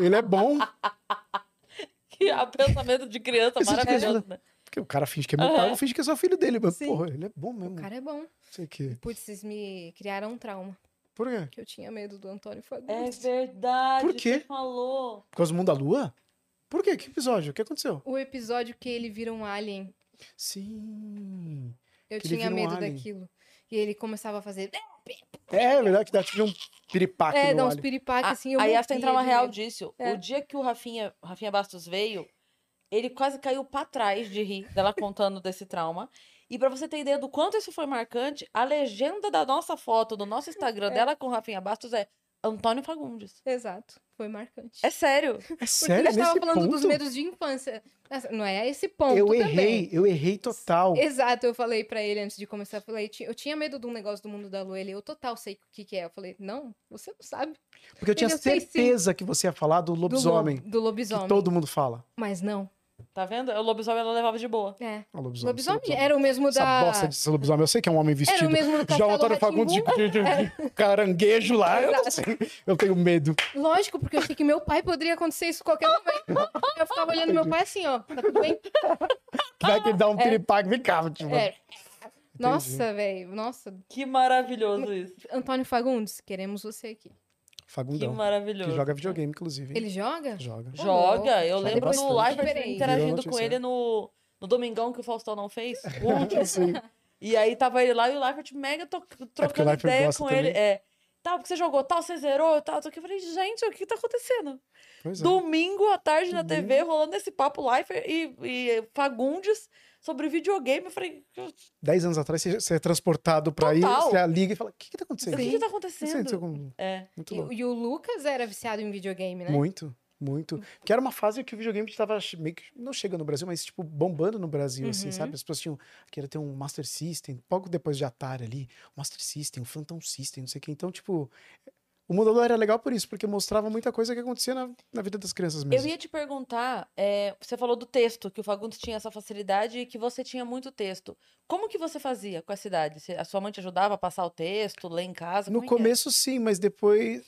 S4: Ele é bom.
S2: o pensamento de criança
S4: Isso tipo de
S2: maravilhoso,
S4: criança.
S2: né?
S4: Porque o cara finge que é meu pai, eu finge que é só filho dele. Mas, porra, ele é bom mesmo.
S3: O cara é bom.
S4: Sei que.
S3: Putz, vocês me criaram um trauma.
S4: Por quê?
S3: Que eu tinha medo do Antônio
S2: É
S3: Fagundes.
S2: verdade.
S4: Por quê?
S2: Você falou.
S4: Por causa do mundo da lua? Por quê? Que episódio? O que aconteceu?
S3: O episódio que ele vira um alien,
S4: Sim.
S3: eu
S4: Que ele
S3: tinha
S4: vira um
S3: medo
S4: alien.
S3: daquilo. E ele começava a fazer.
S4: É, é verdade que dá tipo um piripaque
S3: É,
S4: no
S3: dá uns
S4: alien. Ah,
S3: piripaque assim. Eu
S2: Ah, aí acho que
S3: morria
S2: tem trauma
S3: de
S2: real
S3: medo.
S2: disso.
S3: É.
S2: O dia que o Rafinha, Rafinha Bastos veio, ele quase caiu pra trás de rir dela contando desse trauma. E pra você ter ideia do quanto isso foi marcante, a legenda da nossa foto, do nosso Instagram
S3: É.
S2: dela com o Rafinha Bastos é Antônio Fagundes.
S3: Exato. Foi marcante.
S2: É sério.
S4: É
S3: Porque
S4: sério,
S3: nós
S4: nesse
S3: estava falando
S4: ponto?
S3: dos medos de infância. Nossa, Não é esse ponto
S4: eu
S3: também.
S4: errei, eu errei total.
S3: Exato, eu falei pra ele antes de começar, eu falei, "Ti- eu tinha medo de um negócio do mundo da lua, ele, eu total sei o que que é. Eu falei, não, você não sabe.
S4: Porque eu tinha
S3: Eu sei sim.
S4: certeza que você ia falar do
S3: Do lo-
S4: lobisomem.
S3: Do lobisomem.
S4: Que todo mundo fala.
S3: Mas não,
S2: Tá vendo? O lobisomem ela levava de boa.
S3: é.
S4: Ah, lobisomem.
S3: Lobisomem
S4: esse
S3: era o mesmo
S4: Essa
S3: da...
S4: bosta de ser lobisomem. Eu sei que é um homem
S3: Era
S4: vestido.
S3: o mesmo do
S4: Já o
S3: Castelo
S4: Antônio Fagundes de,
S3: Rá-Tim-Bum.
S4: de um caranguejo lá. Eu, não
S3: Exato.
S4: sei. eu tenho medo.
S3: Lógico, porque eu achei que meu pai poderia acontecer isso a qualquer momento. Eu ficava olhando meu pai assim, ó, tá tudo bem?
S4: Vai que ele dá um piripaque. Vem cá, tipo,
S3: Ah, É. Nossa, velho, nossa.
S2: Que maravilhoso isso.
S3: Antônio Fagundes, queremos você aqui.
S2: Que
S4: Fagundão.
S2: maravilhoso.
S4: Que joga videogame, inclusive. hein?
S3: Ele joga?
S4: Joga.
S2: Joga. Eu
S4: Joga
S2: lembro do
S4: bastante.
S2: live
S3: Diferente.
S2: interagindo
S4: Virou
S2: com
S4: notícia.
S2: ele no, no Domingão que o Faustão não fez. O último.
S4: Sim. É
S2: E aí tava ele lá e o Leifert mega to- trocando
S4: Leifert
S2: ideia
S4: gosta
S2: com ele.
S4: também.
S2: É. Tal, porque você jogou tal, você zerou tal. tal. Eu falei, gente, o que tá acontecendo?
S4: Pois é.
S2: Domingo à tarde na TV, rolando esse papo Leifert e, e Fagundes sobre videogame. Eu falei,
S4: Dez anos atrás, você você é transportado pra aí,
S2: Total.
S4: você liga e fala, o que que tá
S2: o
S4: acontecendo?
S2: que, que tá
S4: Não sei, não sei
S2: acontecendo?
S4: como-
S2: É.
S4: Muito louco.
S3: E, e o Lucas era viciado em videogame, né?
S4: Muito, muito. Porque era uma fase que o videogame estava che- meio que não chega no Brasil, mas tipo bombando no Brasil, assim,
S3: Uhum.
S4: sabe? As pessoas tinham queria ter um Master System, pouco depois de Atari ali, o Master System, o Phantom System, não sei o que. Então, tipo, o Mundo da Lua era legal por isso, porque mostrava muita coisa que acontecia na, na vida das crianças
S2: Eu
S4: mesmo.
S2: ia te perguntar, é, você falou do texto, que o Fagundes tinha essa facilidade e que você tinha muito texto. Como que você fazia com a cidade? Você- A sua mãe te ajudava a passar o texto, ler em casa?
S4: No
S2: Como é que era?
S4: começo, sim, mas depois.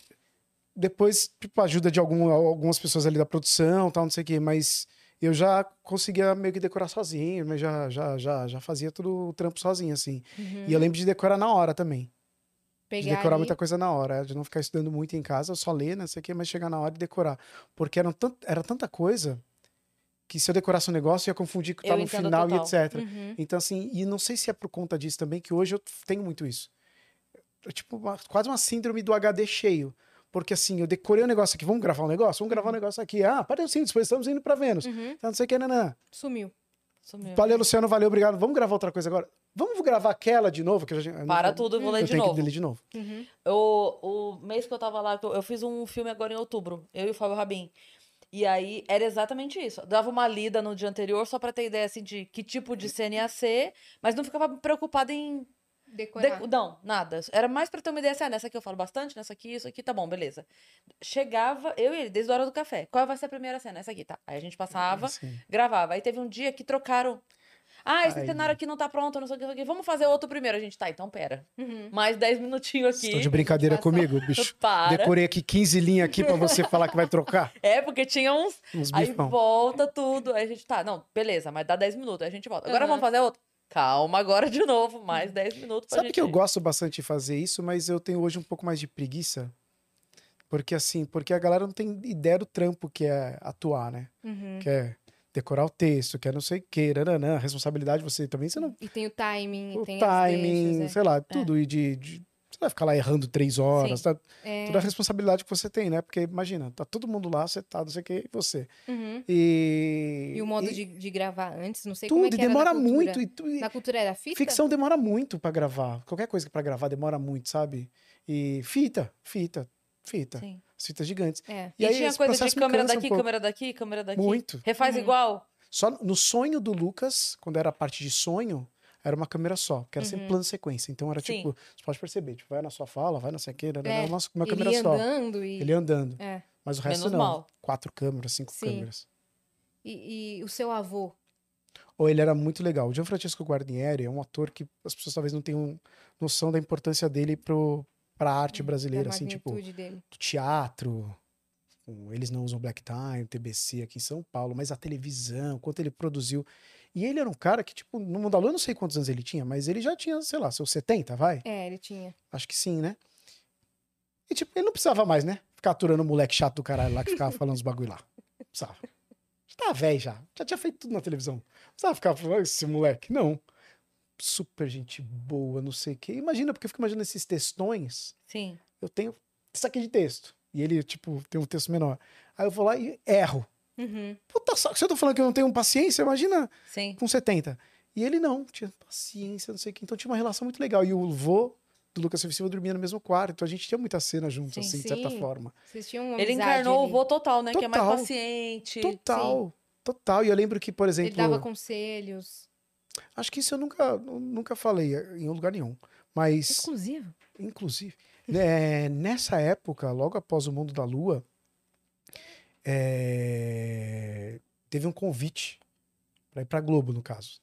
S4: Depois, tipo, ajuda de algum- algumas pessoas ali da produção, tal, não sei o quê, mas eu já conseguia meio que decorar sozinho, mas já, já, já, já fazia todo o trampo sozinho, assim.
S3: Uhum.
S4: E eu lembro de decorar na hora também. de
S3: Pegar
S4: decorar
S3: ali.
S4: muita coisa na hora, de não ficar estudando muito em casa, só ler, não sei o quê, mas chegar na hora e decorar. Porque eram tant- era tanta coisa que se eu decorasse um negócio, eu ia confundir que
S2: Eu
S4: tá no
S2: entendo
S4: final
S2: total.
S4: e etc.
S3: Uhum.
S4: Então, assim, e não sei se é por conta disso também, que hoje eu tenho muito isso. É tipo, uma- quase uma síndrome do HD cheio. Porque assim, eu decorei um negócio aqui, vamos gravar um negócio? Vamos
S2: Uhum.
S4: gravar um negócio aqui. Ah, parei o cinto, depois estamos indo pra Vênus.
S3: Uhum.
S4: Tá, não sei o que, nanã.
S3: Sumiu.
S2: Sumiu.
S4: Valeu, Luciano, valeu, obrigado. Vamos gravar outra coisa agora? Vamos gravar aquela de novo? Que eu já, eu não
S2: Para
S4: vou-
S2: tudo, eu vou ler
S4: Eu
S2: de
S4: tenho
S2: novo.
S4: que ler de novo.
S3: Uhum.
S2: O, o mês que eu tava lá, que eu eu fiz um filme agora em outubro, eu e o Fábio Rabin. E aí era exatamente isso. Eu dava uma lida no dia anterior só pra ter ideia assim de que tipo de cena ia ser, mas não ficava preocupada em.
S3: Decorar.
S2: deco- Não, nada. Era mais pra ter uma ideia assim, ah, nessa aqui eu falo bastante, nessa aqui, isso aqui, tá bom, beleza. Chegava, eu e ele, desde a hora do café. Qual vai ser a primeira cena? Essa aqui, tá. Aí a gente passava,
S4: Assim.
S2: gravava. Aí teve um dia que trocaram. Ah, esse
S4: Aí.
S2: cenário aqui não tá pronto, não sei o que, não sei o que. Vamos fazer outro primeiro. A gente tá, então pera.
S3: Uhum.
S2: Mais 10 minutinhos
S4: Estão
S2: aqui.
S4: de brincadeira
S3: Passa-
S4: comigo, bicho.
S2: Para.
S4: Decorei aqui 15 linhas aqui pra você falar que vai trocar
S2: É, porque tinha uns.
S4: uns
S2: Aí
S4: bifão.
S2: volta tudo. Aí a gente tá, não, beleza, mas dá 10 minutos. Aí a gente volta. Agora
S3: Aham.
S2: vamos fazer outro. Calma, agora de novo, mais 10 minutos pra
S4: Hum. Sabe
S2: gente.
S4: que eu
S2: ir.
S4: gosto bastante de fazer isso, mas eu tenho hoje um pouco mais de preguiça. Porque assim, porque a galera não tem ideia do trampo que é atuar, né?
S3: Uhum.
S4: Que é decorar o texto, que é não sei o que, nananã, responsabilidade você também, você não
S3: E tem o timing.
S4: o
S3: tem as
S4: timing,
S3: deixas, é.
S4: sei lá, tudo. E de, de- Você vai ficar lá errando três horas,
S2: Sim.
S4: tá?
S3: é.
S4: Toda a responsabilidade que você tem, né? Porque imagina, tá todo mundo lá, você tá, não sei o que, e você.
S3: É. Uhum.
S4: E.
S3: E o modo de, de gravar antes, não sei
S4: Tudo,
S3: como é que
S4: e
S3: era
S4: demora
S3: na cultura.
S4: muito. E, tu- e
S3: Na cultura era fita?
S4: ficção demora muito pra gravar. Qualquer coisa pra gravar demora muito, sabe? E fita, fita, fita.
S2: Sim.
S4: As Fitas gigantes.
S3: É.
S2: E,
S4: aí
S2: tinha
S4: esse
S2: coisa de
S4: processo me
S2: câmera
S4: cansa um
S2: daqui,
S4: pouco.
S2: câmera daqui, câmera daqui.
S4: Muito.
S2: Refaz
S3: Uhum.
S2: igual.
S4: Só no sonho do Lucas, quando era a parte de sonho, era uma câmera só, porque era sempre plano sequência. Então era
S2: Uhum. Sim.
S4: tipo, você pode perceber, tipo, vai na sua fala, vai na sei o quê, né, nananã,
S3: É,
S4: uma, uma
S3: Ele
S4: câmera
S3: ia
S4: só.
S3: andando e...
S4: Ele andando.
S3: É.
S4: Mas o resto
S2: Menos
S4: não.
S2: mal.
S4: Quatro câmeras, cinco
S3: Sim.
S4: câmeras.
S3: E, e o seu avô? é
S4: Ou ele era muito legal. O Gianfrancesco Guarnieri é um ator que as pessoas talvez não tenham noção da importância dele pro, pra arte
S3: da
S4: brasileira, assim, tipo,
S3: magnitude dele.
S4: do teatro, um- eles não usam black time, TBC aqui em São Paulo, mas a televisão, quanto ele produziu. E ele era um cara que, tipo, no mundo da lua, eu não sei quantos anos ele tinha, mas ele já tinha, sei lá, seus 70, vai?
S3: É, ele tinha.
S4: Acho que sim, né? E, tipo, ele não precisava mais, né? Ficar aturando o moleque chato do caralho lá que ficava falando os bagulho lá. Não precisava. Já tava velho já. Já tinha feito tudo na televisão. Não precisava ficar falando "Ah, esse moleque. Não. Super gente boa, não sei o quê. Imagina, porque eu fico imaginando esses textões
S2: Sim.
S4: eu tenho isso aqui de texto. E ele, tipo, tem um texto menor. Aí eu vou lá e erro.
S3: Uhum.
S4: Puta saco, se eu tô falando que eu não tenho paciência, imagina
S2: Sim.
S4: com 70. E ele não, tinha paciência, não sei o que. Então tinha uma relação muito legal. E o vô do Lucas Silva dormia no mesmo quarto. Então a gente tinha muita cena junto,
S2: Sim.
S4: assim, de certa
S3: Sim.
S4: forma.
S3: Vocês tinham uma
S2: Ele
S3: amizade
S2: encarnou
S3: ali.
S2: o vô total, né? Que é mais
S4: Total.
S2: paciente.
S4: Total, total. E eu lembro que, por
S3: Ele
S4: exemplo.
S3: dava conselhos.
S4: Acho que isso eu nunca, nu- nunca falei eh, em lugar nenhum. Mas.
S3: Exclusivo.
S4: Inclusive, né, nessa época, logo após o Mundo da Lua, é, teve um convite para ir para Globo, no caso.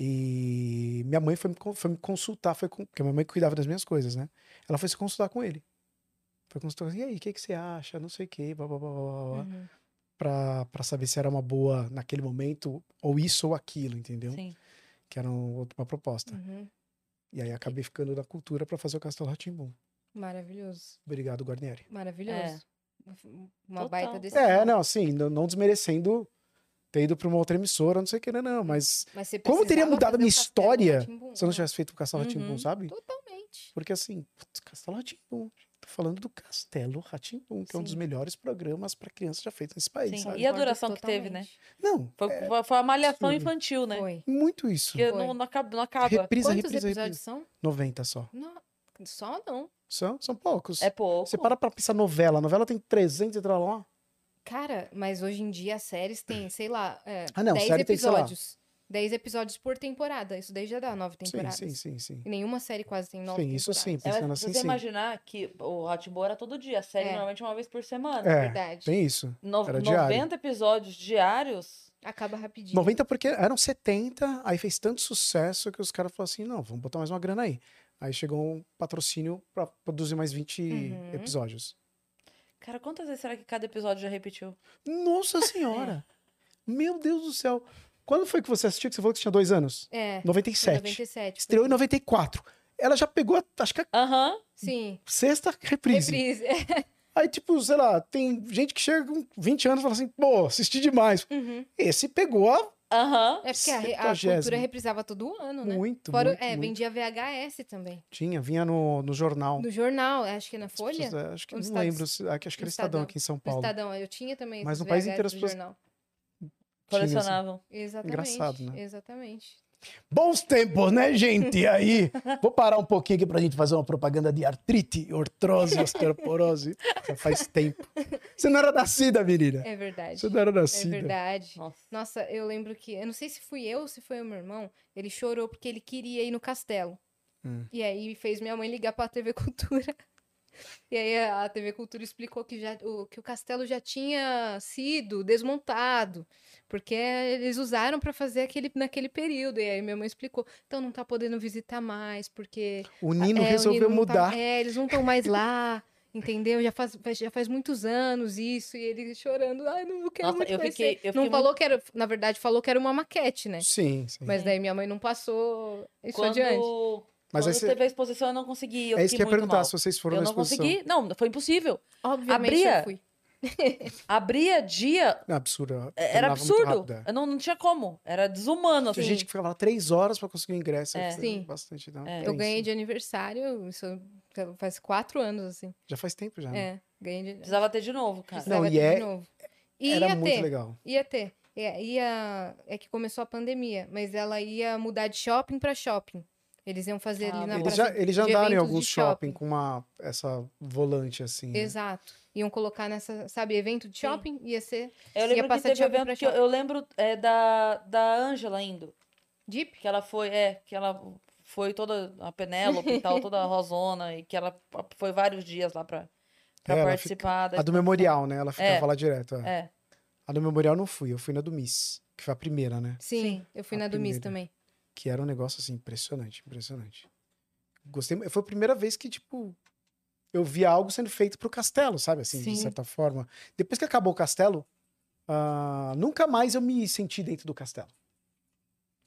S4: E minha mãe foi me, con- foi me consultar, foi com, porque minha mãe cuidava das minhas coisas, né? Ela foi se consultar com ele. Foi consultar, e aí, o que, que você acha? Não sei o quê, blá, blá, blá, blá, blá, blá,
S3: Uhum.
S4: pra, pra saber se era uma boa naquele momento, ou isso ou aquilo, entendeu?
S2: Sim.
S4: Que era um- uma proposta.
S3: Uhum.
S4: E aí acabei ficando na cultura para fazer o Castelo Rá-Tim-Bum.
S3: Maravilhoso.
S4: Obrigado, Guarnieri.
S3: Maravilhoso. Uma
S2: É. Total.
S3: baita decisão.
S4: É, não, assim, não, não desmerecendo ter ido pra uma outra emissora, não sei o que, não, não, mas
S3: Mas você
S4: Como teria
S3: precisava
S4: mudado a
S3: fazer
S4: minha
S3: o Castelo
S4: história
S3: Rá-Tim-Bum,
S4: se eu não
S3: né?
S4: tivesse feito o Castelo
S2: Uhum.
S4: Ratimbum, sabe?
S3: Totalmente.
S4: Porque assim, putz, Castelo Ratimbum, tô falando do Castelo Ratimbum, que é um dos
S3: Sim.
S4: melhores programas pra criança já feito nesse país,
S2: Sim,
S4: sabe?
S2: E a
S3: Concordo
S2: duração que teve, né?
S3: totalmente.
S4: Não,
S2: Foi, foi a malhação
S4: absurdo.
S2: infantil, né?
S3: Foi.
S4: muito isso.
S2: Porque
S3: Foi.
S2: não, não acaba. Não acaba.
S4: Reprisa,
S3: Quantos
S4: reprisa,
S3: episódios são?
S4: reprisa. 90 só.
S3: Não, só não.
S4: São, são poucos.
S2: É pouco.
S4: Você para pra pensar novela, a novela tem 300 e tal lá.
S3: Cara, mas hoje em dia as séries têm, sei lá, é,
S4: Ah, não,
S3: 10
S4: série tem, sei lá.
S3: episódios. 10 episódios por temporada. Isso daí já dá nove
S4: Sim,
S3: temporadas.
S4: sim, sim, sim.
S3: E nenhuma série quase tem nove
S4: Sim,
S3: temporadas.
S4: isso sim,
S2: É, mas
S4: pensando
S2: se
S4: assim,
S2: você
S4: sim.
S2: imaginar que o Hotboy era todo dia, a série
S3: É.
S2: normalmente uma vez por semana.
S4: É,
S3: Verdade.
S4: tem isso.
S2: No-
S4: era
S2: 90
S4: diário.
S2: episódios diários.
S3: Acaba rapidinho.
S4: 90 porque eram 70, aí fez tanto sucesso que os caras falaram assim, não, vamos botar mais uma grana aí. Aí chegou um patrocínio pra produzir mais 20
S3: Uhum.
S4: episódios.
S2: Cara, quantas vezes será que cada episódio já repetiu?
S3: É.
S4: Nossa senhora! Meu Deus do céu! Quando foi que você assistiu que você falou que você tinha dois anos?
S3: É.
S4: 97.
S3: 97.
S4: Estreou em 94. Ela já pegou, a- acho que a
S2: Aham.
S3: Sim.
S4: sexta reprise.
S3: Reprise. É,
S4: Aí, tipo, sei lá, tem gente que chega com 20 anos e fala assim, pô, assisti demais.
S3: Uhum.
S4: Esse pegou a
S2: Aham.
S3: É porque a, re- a cultura
S4: Septuagésima.
S3: reprisava todo ano, né?
S4: muito,
S3: Fora-
S4: muito,
S3: é,
S4: muito.
S3: vendia VHS também.
S4: Tinha, vinha no, no jornal.
S3: No jornal, acho que na
S4: As
S3: Folha.
S4: pessoas, é, acho que
S3: Ou
S4: não
S3: no Estado-
S4: lembro, se- aqui- acho que
S3: no
S4: era Estadão
S3: Estadão.
S4: aqui em São
S3: No
S4: Paulo.
S3: Estadão, eu tinha também
S4: Mas
S3: esses
S4: no país
S3: VHS
S4: inteiro as
S3: do
S4: pessoas-
S3: jornal.
S4: Tinha, assim.
S2: Colecionavam.
S3: Exatamente.
S4: Engraçado, né?
S3: Exatamente.
S4: Bons tempos, né, gente? Aí, vou parar um pouquinho aqui pra gente fazer uma propaganda de artrite, ortrose, osteoporose. Já faz tempo. Você não era nascida, menina.
S3: É verdade.
S4: Você não era
S3: É
S4: nascida.
S3: verdade.
S2: Nossa.
S3: Nossa, eu lembro que. Eu não sei se fui eu ou se foi o meu irmão. Ele chorou porque ele queria ir no castelo.
S4: Hum.
S3: E aí fez minha mãe ligar pra TV Cultura. E aí a a TV Cultura explicou que, já, o, que o castelo já tinha sido desmontado. Porque eles usaram pra fazer aquele, naquele período. E aí minha mãe explicou. Então não tá podendo visitar mais, porque.
S4: O Nino
S3: é, o
S4: resolveu
S3: Nino não tá-
S4: mudar.
S3: é, eles não estão mais lá. Entendeu? Já faz, faz- já faz muitos anos isso, e ele chorando, ai, não eu quero
S2: Nossa,
S3: muito
S2: eu
S3: conhecer."
S2: fiquei- eu
S3: não
S2: fiquei
S3: falou que era, na verdade, falou que era uma maquete, né?
S4: Sim, sim. Mas,
S3: Mas daí minha mãe não passou isso
S2: Quando,
S3: adiante.
S4: aí
S2: quando
S4: você-
S2: teve a exposição, eu não consegui. Eu
S4: é isso que
S2: fiquei
S4: eu ia
S2: muito
S4: perguntar,
S2: mal.
S4: se vocês foram
S2: Eu
S4: na
S2: não
S4: exposição.
S2: consegui. Não, foi impossível.
S3: Obviamente
S2: Abria?
S3: eu fui.
S2: Abria dia,
S4: Não, absurdo. ela
S2: era
S4: terminava muito
S2: absurdo.
S4: rápido, é.
S2: Eu não, não tinha como. Era desumano,
S4: Tinha
S2: assim.
S4: gente que ficava lá três horas pra conseguir o ingresso.
S2: É.
S4: isso
S3: Sim.
S4: Bastante. Não,
S2: É.
S4: é
S3: Eu ganhei
S4: isso.
S3: de aniversário, isso faz quatro anos, assim.
S4: Já faz tempo já. né?
S3: É, ganhei de.
S2: Precisava ter de novo, cara.
S3: precisava
S4: Não, e
S3: ter
S4: é-
S3: de novo. E
S4: Era
S3: ia
S4: muito
S3: ter,
S4: legal.
S3: ia ter. É, ia... é que começou a pandemia, mas ela ia mudar de shopping pra shopping. Eles iam fazer
S2: Ah,
S3: ali na
S2: bom.
S4: Eles
S3: praça
S4: já, eles já
S3: de
S4: andaram em
S3: eventos de
S4: alguns shopping, com uma, essa volante assim. né?
S3: Exato. Iam colocar nessa, sabe, evento de
S2: Sim.
S3: shopping, ia ser
S2: Eu
S3: Ia
S2: lembro que
S3: passar
S2: teve
S3: de shopping
S2: evento
S3: pra
S2: que eu,
S3: shopping.
S2: eu lembro é, da, da Angela indo.
S3: Jeep.
S2: Que ela foi, é, que ela foi toda a Penélope e tal, toda a Rosona, e que ela foi vários dias lá pra, pra
S4: É, ela
S2: participar. da
S4: A do memorial, né? Ela ficava
S2: É.
S4: lá direto. é.
S2: É.
S4: A do memorial eu não fui, eu fui na do Miss, que foi a primeira, né?
S3: Sim, eu fui
S4: a
S3: na do Miss
S4: primeira.
S3: também.
S4: Que era um negócio assim impressionante, impressionante. Gostei, mu- foi a primeira vez que tipo eu via algo sendo feito pro castelo, sabe? Assim,
S3: Sim.
S4: de certa forma. Depois que acabou o castelo, ah, nunca mais eu me senti dentro do castelo.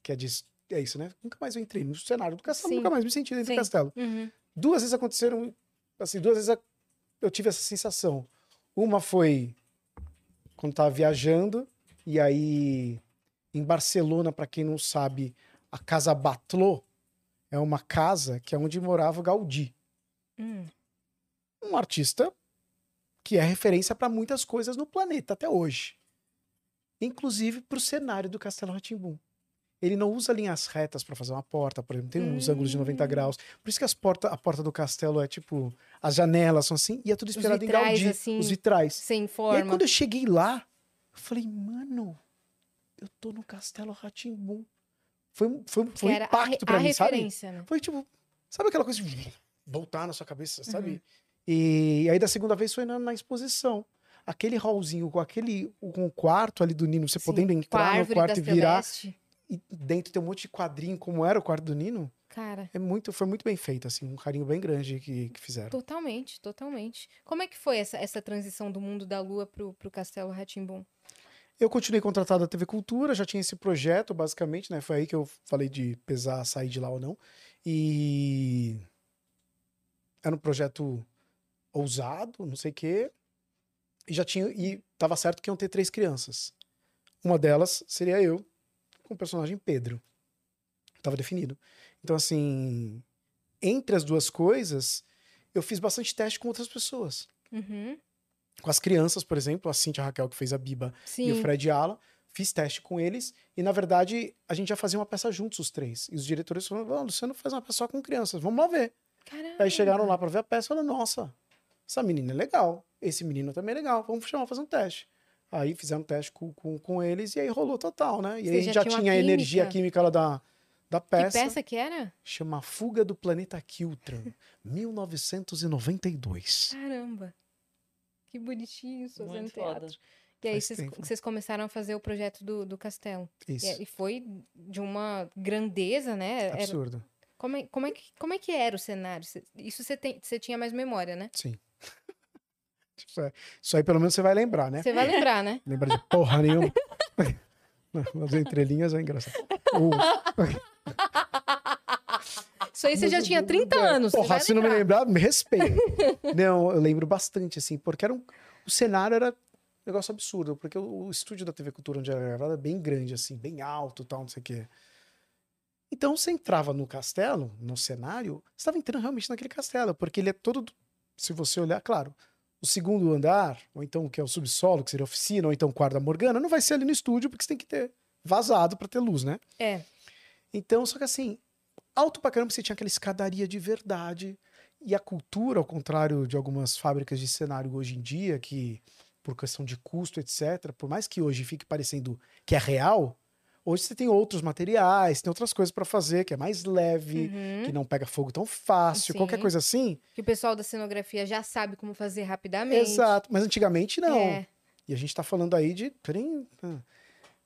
S4: Que é, disso, é isso, né? Nunca mais eu entrei no cenário do castelo,
S3: Sim.
S4: nunca mais me senti dentro
S2: Sim.
S4: do castelo
S3: Uhum.
S4: duas vezes aconteceram, assim, duas vezes a- eu tive essa sensação. Uma foi quando tava viajando e aí em Barcelona, para quem não sabe, a casa Batló é uma casa que é onde morava Gaudí,
S3: Hum.
S4: um artista que é referência para muitas coisas no planeta até hoje, inclusive para o cenário do Castelo Ratimbum. Ele não usa linhas retas para fazer uma porta, por exemplo, tem uns
S3: Hum.
S4: ângulos de 90 graus. Por isso que as porta, a porta do castelo é tipo. As janelas são assim, e é tudo
S3: Os
S4: inspirado em
S3: vitrais,
S4: Gaudí,
S3: assim,
S4: os vitrais.
S3: Sem
S4: E aí,
S3: forma.
S4: quando eu cheguei lá, eu falei, mano, eu tô no Castelo Ratimbum. Foi, um- foi, um-
S3: que
S4: foi um
S3: era a
S4: impacto
S3: re-
S4: pra
S3: a
S4: mim, sabe?
S3: referência, né?
S4: Foi tipo, sabe aquela coisa de voltar na sua cabeça, sabe?
S3: Uhum.
S4: E aí da segunda vez foi na, na exposição. Aquele hallzinho com aquele com o quarto ali do Nino, você
S3: Sim,
S4: podendo
S3: Com a
S4: entrar no
S3: árvore
S4: quarto e
S3: da
S4: virar
S3: Celeste.
S4: e dentro tem um monte de quadrinho como era o quarto do Nino,
S3: Cara,
S4: é muito foi muito bem feito assim, um carinho bem grande que, que fizeram.
S3: totalmente, totalmente. Como é que foi essa, essa transição do mundo da lua pro, pro Castelo Ratimbum?
S4: Eu continuei contratado à TV Cultura, já tinha esse projeto, basicamente, né? Foi aí que eu falei de pesar sair de lá ou não. E era um projeto ousado, não sei o quê. E já tinha e tava certo que iam ter três crianças. Uma delas seria eu, com o personagem Pedro. Tava definido. Então assim, entre as duas coisas, eu fiz bastante teste com outras pessoas.
S3: Uhum.
S4: Com as crianças, por exemplo, a Cintia Raquel que fez a Biba, e
S3: Sim.
S4: o Fred Ala. Fiz teste com eles e, na verdade, a gente já fazia uma peça juntos, os três. E os diretores falaram: "Ah, Luciano faz uma peça só com crianças, vamos lá ver.
S3: Caramba.
S4: Aí chegaram lá para ver a peça e falaram: Nossa, essa menina é legal, esse menino também é legal, vamos chamar pra fazer um teste. Aí fizeram um teste com, com, com eles e aí rolou total, né? E aí
S3: Vocês
S4: a gente
S3: já
S4: já
S3: tinham a
S4: tinha a
S3: química?
S4: energia química lá da, da
S3: Que
S4: peça.
S3: peça que era?
S4: Chama A Fuga do Planeta Kiltran, 1992.
S3: Caramba. Que bonitinho isso, fazendo
S2: é Muito foda.
S3: teatro. E aí
S4: Faz
S3: vocês,
S4: tempo. né?
S3: vocês começaram a fazer o projeto do, do castelo. E,
S4: Isso,
S3: É, e foi de uma grandeza, né? Era-
S4: absurdo.
S3: como, é, como, é que, como é que era o cenário? Cê- Isso você tem- você tinha mais memória, né?
S4: Sim. Tipo, Isso aí- Isso aí pelo menos você vai lembrar, né?
S3: Você vai lembrar, né?
S4: Lembra de porra nenhuma. Não, As entrelinhas é engraçado. O- Ah,
S3: Isso aí você já tinha 30 anos. você
S4: Porra,
S3: vai
S4: se não me
S3: lembrar.
S4: lembrar, me respeita. não, eu lembro bastante, assim, porque era um, o cenário era um negócio absurdo, porque o, o estúdio da TV Cultura, onde era gravado, é bem grande, assim, bem alto tal, não sei o quê. Então, você entrava no castelo, no cenário, você estava entrando realmente naquele castelo, porque ele é todo. do- Se você olhar, claro, o segundo andar, ou então o que é o subsolo, que seria a oficina, ou então o quarto da Morgana, não vai ser ali no estúdio, porque você tem que ter vazado para ter luz, né?
S3: É.
S4: Então, só que assim, alto pra caramba, você tinha aquela escadaria de verdade. E a cultura, ao contrário de algumas fábricas de cenário hoje em dia, que por questão de custo, etc., por mais que hoje fique parecendo que é real, hoje você tem outros materiais, tem outras coisas pra fazer, que é mais leve,
S3: Uhum.
S4: que não pega fogo tão fácil, qualquer
S3: Sim.
S4: coisa assim.
S3: Que o pessoal da cenografia já sabe como fazer rapidamente.
S4: Exato, mas antigamente não.
S3: É.
S4: E a gente tá falando aí de 30,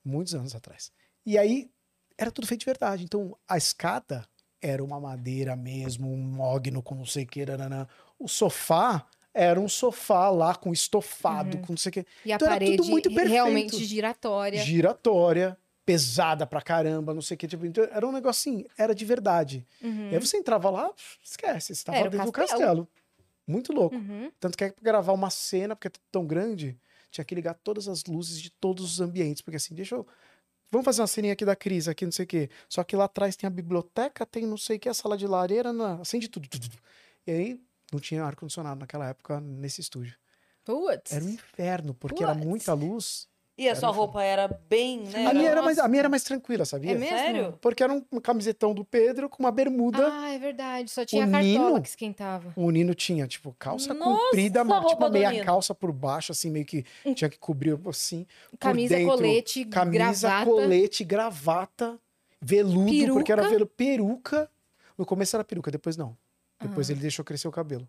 S4: muitos anos atrás. E aí era tudo feito de verdade. Então a escada era uma madeira mesmo, um mogno com não sei o que. nananã. O sofá era um sofá lá com
S3: Uhum.
S4: estofado, com não sei o que.
S3: E a
S4: Então era tudo
S3: parede
S4: muito perfeito.
S3: realmente giratória.
S4: Giratória, pesada pra caramba, não sei o que. Tipo, então, era um negocinho, era de verdade.
S3: Uhum.
S4: E aí é você entrava lá, esquece, você tava
S3: Era o
S4: dentro
S3: castelo.
S4: do castelo. Muito louco.
S3: Uhum.
S4: Tanto que aí, pra gravar uma cena, porque é tudo tão grande, tinha que ligar todas as luzes de todos os ambientes. Porque assim, deixa eu. Vamos fazer uma ceninha aqui da Cris, aqui não sei o quê. Só que lá atrás tem a biblioteca, tem não sei o quê, a sala de lareira, na... acende tudo, tudo, tudo. E aí não tinha ar-condicionado naquela época nesse estúdio.
S3: Putz.
S4: Era um inferno, porque era
S3: Putz.
S4: muita luz.
S2: E a
S4: Era
S2: sua
S4: foda.
S2: roupa era bem, né?
S4: A minha era,
S2: Nossa.
S4: mais, a minha era mais tranquila, sabia?
S3: É mesmo?
S2: Sério?
S4: Porque era um, um camisetão do Pedro com uma bermuda.
S3: Ah, é verdade. Só tinha a
S4: O
S3: cartola
S4: Nino-
S3: que esquentava.
S4: O Nino tinha, tipo, calça
S2: Nossa,
S4: comprida,
S2: a
S4: mas, tipo,
S2: roupa
S4: uma
S2: do
S4: meia
S2: Nino.
S4: calça por baixo, assim, meio que tinha que cobrir, assim. por
S3: Camisa,
S4: dentro,
S3: colete,
S4: Camisa,
S3: gravata.
S4: colete, gravata, veludo, porque era
S3: Peruca.
S4: velo, peruca. No começo era peruca, depois não. Depois
S3: Ah.
S4: ele deixou crescer o cabelo.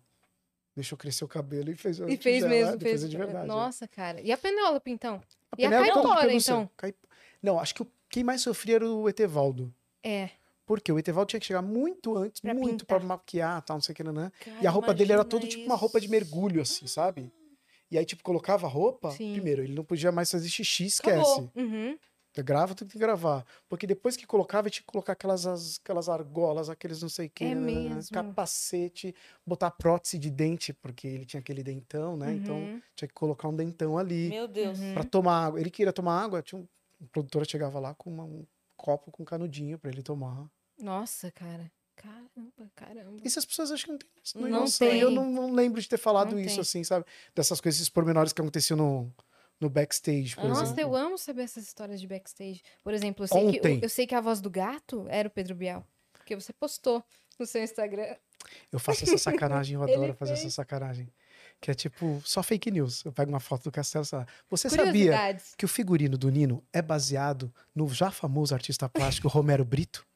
S4: Deixou crescer o cabelo e fez.
S3: E fez
S4: é,
S3: mesmo.
S4: Depois
S3: Fez...
S4: é de verdade. é.
S3: Nossa, cara. E a Penélope, então? e a
S4: Penélope, todo mundo
S3: Caipora,
S4: pelúcia.
S3: então?
S4: Caip- Não, acho que o- quem mais sofria era o Etevaldo.
S3: É.
S4: Porque o Etevaldo tinha que chegar muito antes,
S3: Pra
S4: muito
S3: pintar.
S4: pra maquiar, tal, não sei o que, né?
S2: Cara,
S4: E a roupa dele era
S2: imagina
S4: toda tipo uma roupa de
S2: isso.
S4: mergulho, assim, sabe? E aí, tipo, colocava a roupa.
S3: Sim.
S4: Primeiro, ele não podia mais fazer xixi, esquece.
S2: Acabou.
S3: Uhum.
S4: Grava, tem que gravar. Porque depois que colocava, tinha que colocar aquelas, as- aquelas argolas, aqueles não sei o que,
S3: É mesmo.
S4: capacete, botar prótese de dente, porque ele tinha aquele dentão, né? Então
S3: uhum.
S4: tinha que colocar um dentão ali
S2: Meu Deus.
S4: pra tomar água. Ele queria tomar água, tinha um, a produtora chegava lá com uma- um copo com canudinho pra ele tomar.
S3: Nossa, cara. Caramba, caramba.
S4: Isso as pessoas acham que não tem. isso
S3: Não
S4: noção. Eu
S3: tem.
S4: não, não lembro de ter falado
S3: Não
S4: isso,
S3: tem.
S4: assim, sabe? Dessas coisas, esses pormenores que aconteciam no, no backstage, por
S2: Nossa,
S4: exemplo.
S3: Nossa, eu amo saber essas histórias de backstage. Por exemplo, eu sei,
S4: Ontem.
S3: que, eu sei que a voz do gato era o Pedro Bial. Porque você postou no seu Instagram.
S4: Eu faço essa sacanagem, eu
S3: Ele
S4: adoro fazer essa
S3: fez.
S4: sacanagem. Que é tipo, só fake news. Eu pego uma foto do Castelo e falo, você sabia
S3: Curiosidades.
S4: que o figurino do Nino é baseado no já famoso artista plástico Romero Brito?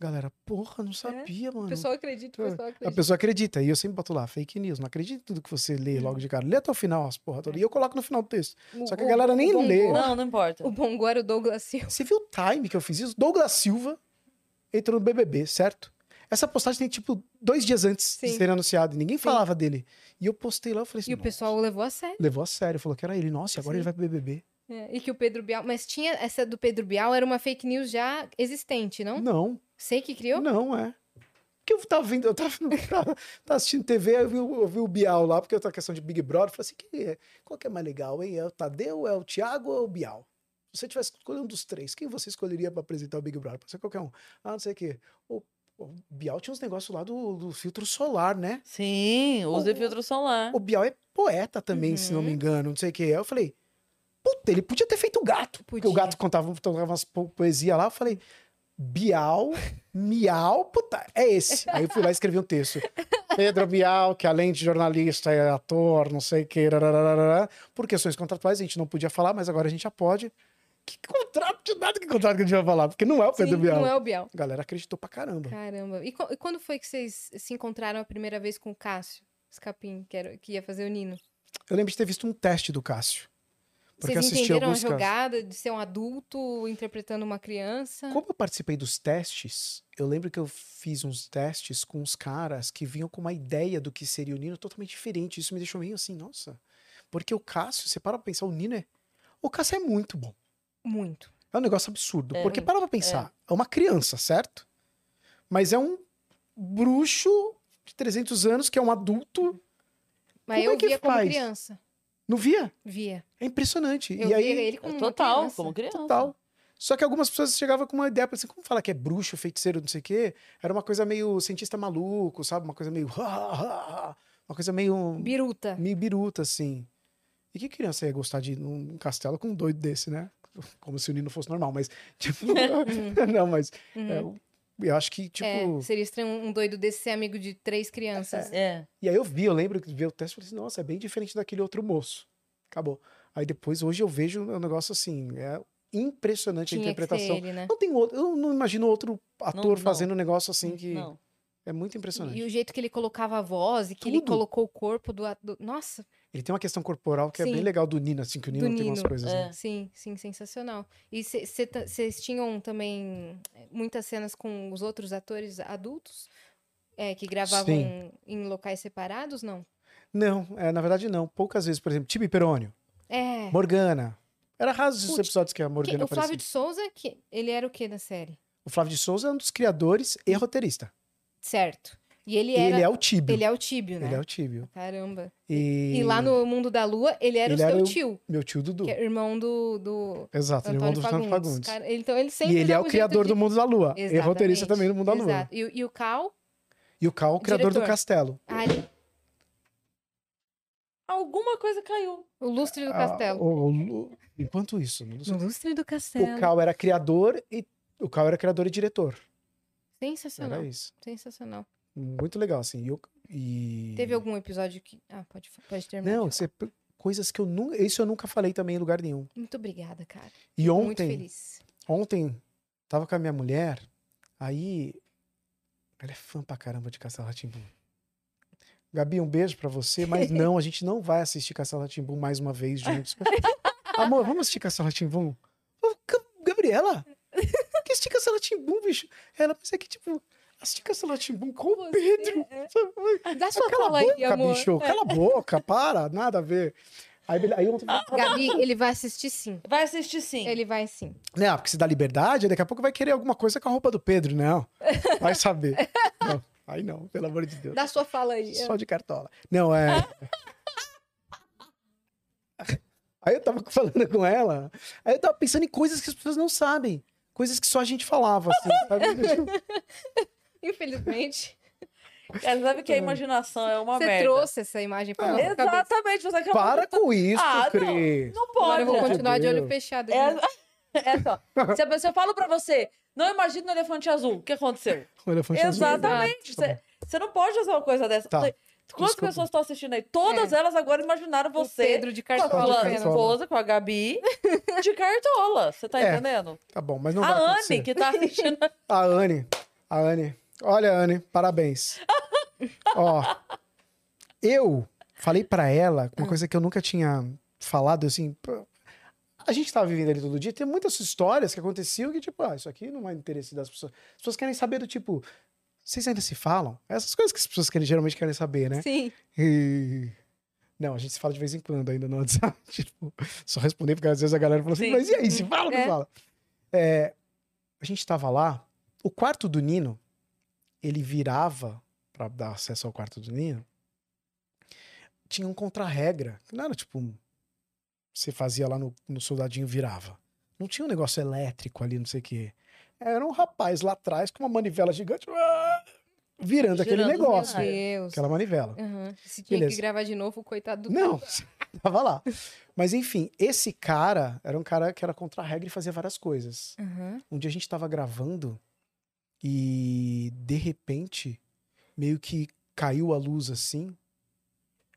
S4: Galera, porra, não sabia,
S3: O
S4: mano.
S3: pessoal acredita, o pessoal
S4: A
S3: É. acredita.
S4: pessoa acredita, e eu sempre boto lá, fake news, não acredito em tudo que você lê
S3: Uhum.
S4: logo de cara. Lê até o final, as porra toda. E eu coloco no final do texto. Só que a
S3: O-
S4: galera
S3: o
S4: nem
S3: Bongo-
S4: lê.
S2: Não, não importa.
S3: O Bongo era o Douglas Silva.
S4: Você viu o time que eu fiz isso? Douglas Silva entrou no BBB, certo? Essa postagem tem, tipo, dois dias antes de
S3: Sim.
S4: ser anunciado. E ninguém falava dele. E eu postei lá, eu falei assim...
S3: E o
S4: "Nossa."
S3: pessoal levou a sério.
S4: Levou a sério, falou que era ele. Nossa, e agora
S3: Sim.
S4: ele vai pro BBB.
S3: É, E que o Pedro Bial. Mas tinha essa do Pedro Bial, era uma fake news já existente, não?
S4: Não,
S3: Sei que criou?
S4: não, é. Porque eu tava vendo, eu tava, tava- tava assistindo TV, aí eu vi, o- eu vi o Bial lá, porque eu tava questão de Big Brother. Eu falei assim, que é? qual que é mais legal, hein? É o Tadeu, é o Thiago ou é o Bial? Se você tivesse escolhido um dos três, quem você escolheria pra apresentar o Big Brother? Pode ser qualquer um. Ah, não sei o quê. O, o Bial tinha uns negócios lá do- do filtro solar, né?
S2: Sim, use
S4: O-
S2: filtro solar.
S4: O Bial é poeta também, se não me
S3: Uhum.
S4: engano, não sei o quê. Aí eu falei, puta, ele podia ter feito o gato. Porque o
S3: Podia.
S4: gato contava, contava umas po- poesia lá. Eu falei, Bial, Miau, puta, é esse. Aí eu fui lá e escrevi um texto. Pedro Bial, que além de jornalista é ator, não sei o quê, rarararara, por questões contratuais a gente não podia falar, mas agora a gente já pode. Que contrato de nada que contrato que a gente vai falar, porque não é o Pedro
S3: Sim,
S4: Bial.
S3: não é o Bial.
S4: A galera acreditou pra caramba.
S3: Caramba. E, co- e quando foi que vocês se encontraram a primeira vez com o Cássio? Escapim, que, era- que ia fazer o Nino.
S4: Eu lembro de ter visto um teste do Cássio. Porque eu
S3: Vocês
S4: assisti
S3: entenderam a
S4: alguns casos.
S3: jogada de ser um adulto interpretando uma criança?
S4: Como eu participei dos testes, eu lembro que eu fiz uns testes com uns caras que vinham com uma ideia do que seria o Nino totalmente diferente. Isso me deixou meio assim, nossa. Porque o Cássio, você para pra pensar, o Nino é. O Cássio é muito bom.
S3: Muito.
S4: É um negócio absurdo.
S2: É.
S4: porque para pra pensar, é. uma criança, certo? Mas é um bruxo de 300 anos que é um adulto.
S3: Mas
S4: Como
S3: eu
S4: é que
S3: via como
S4: faz?
S3: criança.
S4: Não via?
S3: Via.
S4: É impressionante.
S3: Eu
S4: e aí.
S3: via ele como uma
S2: É Total,
S3: criança.
S2: como criança.
S3: assim.
S4: Total. Só que algumas pessoas chegavam com uma ideia, assim, como falar que é bruxo, feiticeiro, não sei o quê? Era uma coisa meio cientista maluco, sabe? Uma coisa meio. Uma coisa meio.
S3: Biruta.
S4: meio biruta, assim. E que criança ia gostar de ir num castelo com um doido desse, né? Como se o Nino fosse normal, mas. Tipo. não, mas.
S3: Uhum.
S4: é, eu acho que, tipo.
S3: É, seria estranho um doido desse ser amigo de três crianças.
S2: É.
S4: E aí eu vi, eu lembro de ver o teste e falei assim, nossa, é bem diferente daquele outro moço. Acabou. Aí depois, hoje eu vejo um negócio assim. É impressionante
S3: Tinha
S4: a interpretação.
S3: que ser ele, né?
S4: Não é um tem outro, eu não imagino outro ator
S2: não.
S4: fazendo um negócio assim que
S2: Não.
S4: é muito impressionante.
S3: E o jeito que ele colocava a voz e que ele
S4: Tudo.
S3: colocou o corpo do, a- do- Nossa,
S4: Ele tem uma questão corporal que é bem
S3: Sim.
S4: legal do Nino, assim, que o Nino
S3: Do
S4: tem umas
S3: Nino,
S4: coisas.
S2: é.
S4: né?
S3: sim, sim, sensacional. E vocês tinham também eh, muitas cenas com os outros atores adultos eh, que gravavam
S4: Sim.
S3: em locais separados, não?
S4: Não, é, na verdade não. Poucas vezes, por exemplo, Tibi Perônio,
S3: É.
S4: Morgana. Era raso os
S3: Putz,
S4: episódios que a
S3: que-
S4: Morgana
S3: o Flávio
S4: aparecia.
S3: de Souza, que ele era o que na série?
S4: O Flávio de Souza é um dos criadores e roteirista.
S3: Certo. E ele
S4: E
S3: era.
S4: ele é o Tíbio.
S3: ele é o Tíbio, né?
S4: Ele é o Tíbio.
S3: Caramba.
S4: E,
S3: E lá no Mundo da Lua, ele era
S4: Ele
S3: o seu
S4: era o-
S3: tio,
S4: Meu tio Dudu.
S3: que é irmão do, do
S4: Exato, ele é o irmão
S3: Antônio
S4: do Fernando
S3: Fagundes.
S4: Fagundes.
S3: Cara, então ele sempre
S4: E ele
S3: dá
S4: é
S3: um
S4: o
S3: jeito
S4: criador
S3: de-
S4: do Mundo da Lua. E é
S3: Exatamente,
S4: roteirista também do Mundo da Lua.
S3: exato. E, o- e o Cal,
S4: E o Cal, o criador do
S3: Diretor.
S4: Castelo.
S3: ah, ele-
S2: Alguma coisa caiu.
S3: o lustre do
S4: Ah,
S3: castelo.
S4: o- o- enquanto isso, no
S3: o lustre do castelo.
S4: O Cal era criador e o Cal era criador e diretor.
S3: Sensacional,
S4: Era isso.
S3: sensacional.
S4: Muito legal, assim. E eu- e-
S3: Teve algum episódio que... Ah, pode, pode terminar.
S4: Não, isso é p- coisas que eu nunca. Isso eu nunca falei também em lugar nenhum.
S3: Muito obrigada, cara.
S4: E
S3: Muito
S4: ontem,
S3: feliz.
S4: ontem, tava com a minha mulher, aí. Ela é fã pra caramba de Castelo Ratimbu. Gabi, um beijo pra você, mas não, a gente não vai assistir Castelo Ratimbu mais uma vez juntos. Amor, vamos assistir Castelo Ratimbu? Gabriela, que Tica Salatimbum, bicho. Ela, mas é que, tipo, as Tica Salatimbum com o Pedro.
S3: Dá sua
S4: Cala
S3: é.
S4: a
S3: fala aí,
S4: boca,
S3: amor.
S4: bicho. Cala a boca, para. Nada a ver. Aí, beleza. aí ontem...
S3: Gabi, ele vai assistir sim.
S2: Vai assistir sim.
S3: Ele vai sim.
S4: Não, Né, ah, porque se dá liberdade, daqui a pouco vai querer alguma coisa com a roupa do Pedro. Não, vai saber. Não, aí não, pelo amor de Deus.
S3: Dá sua fala aí.
S4: Só de cartola. Não, é. Aí eu tava falando com ela, aí eu tava pensando em coisas que as pessoas não sabem. Coisas que só a gente falava, assim, sabe?
S3: Infelizmente,
S2: Cara, sabe que a imaginação é uma
S3: você
S2: merda.
S3: trouxe essa imagem
S4: É,
S3: pra nossa cabeça.
S2: Exatamente. Você acabou...
S4: Ah, Para com isso,
S2: Ah,
S4: Cris.
S2: não, não
S3: Agora
S2: pode.
S3: eu vou continuar de
S4: Meu
S3: olho
S4: Deus.
S3: fechado. aqui.
S2: É, é só. Se a pessoa fala pra você, não imagina um elefante azul, o que aconteceu?
S4: O elefante azul.
S2: Exatamente. Você, você não pode fazer uma coisa dessa.
S4: Tá.
S2: Quantas
S4: Desculpa.
S2: pessoas estão assistindo aí? Todas elas agora imaginaram
S3: É. O
S2: você
S3: Pedro tá de
S2: com a
S3: cartola.
S2: sua
S4: apenas.
S2: esposa, com a Gabi, de cartola. Você tá
S4: É.
S2: entendendo?
S4: Tá bom, mas não
S2: a
S4: vai acontecer.
S2: Anne, que tá assistindo.
S4: A Anne. A Anne. Olha, Anne, parabéns. Ó, eu falei pra ela uma coisa que eu nunca tinha falado, assim... pô, A gente tava vivendo ali todo dia, tem muitas histórias que aconteciam que, tipo, ah, isso aqui não é interesse das pessoas. As pessoas querem saber do tipo... Vocês ainda se falam? Essas coisas que as pessoas querem, geralmente querem saber, né?
S3: Sim.
S4: E- Não, a gente se fala de vez em quando ainda no WhatsApp. Tipo, só responder, porque às vezes a galera fala assim,
S2: Sim.
S4: mas e aí, se fala ou não
S3: É.
S4: fala? É, a gente tava lá, o quarto do Nino, ele virava pra dar acesso ao quarto do Nino, tinha um contra-regra. que Não era tipo, um- você fazia lá no, no soldadinho virava. Não tinha um negócio elétrico ali, não sei o quê. Era um rapaz lá atrás com uma manivela gigante ah, virando aquele
S2: Girando,
S4: negócio,
S2: Ai,
S3: Deus.
S4: aquela manivela.
S3: Aham. Se tinha
S4: Beleza.
S3: que gravar de novo, o coitado do.
S4: Não, tava lá. Mas enfim, esse cara era um cara que era contra a regra e fazia várias coisas.
S3: Aham.
S4: Um dia a gente tava gravando e de repente meio que caiu a luz assim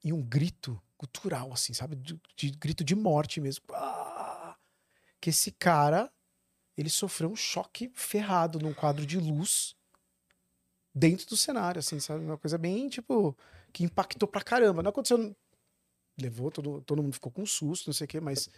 S4: e um grito cultural assim, sabe? De, de- grito de morte mesmo. Ah! Que esse cara ele sofreu um choque ferrado num quadro de luz dentro do cenário, assim, sabe? Uma coisa bem, tipo, que impactou pra caramba. Não aconteceu. Levou, todo, todo mundo ficou com um susto, não sei o quê, mas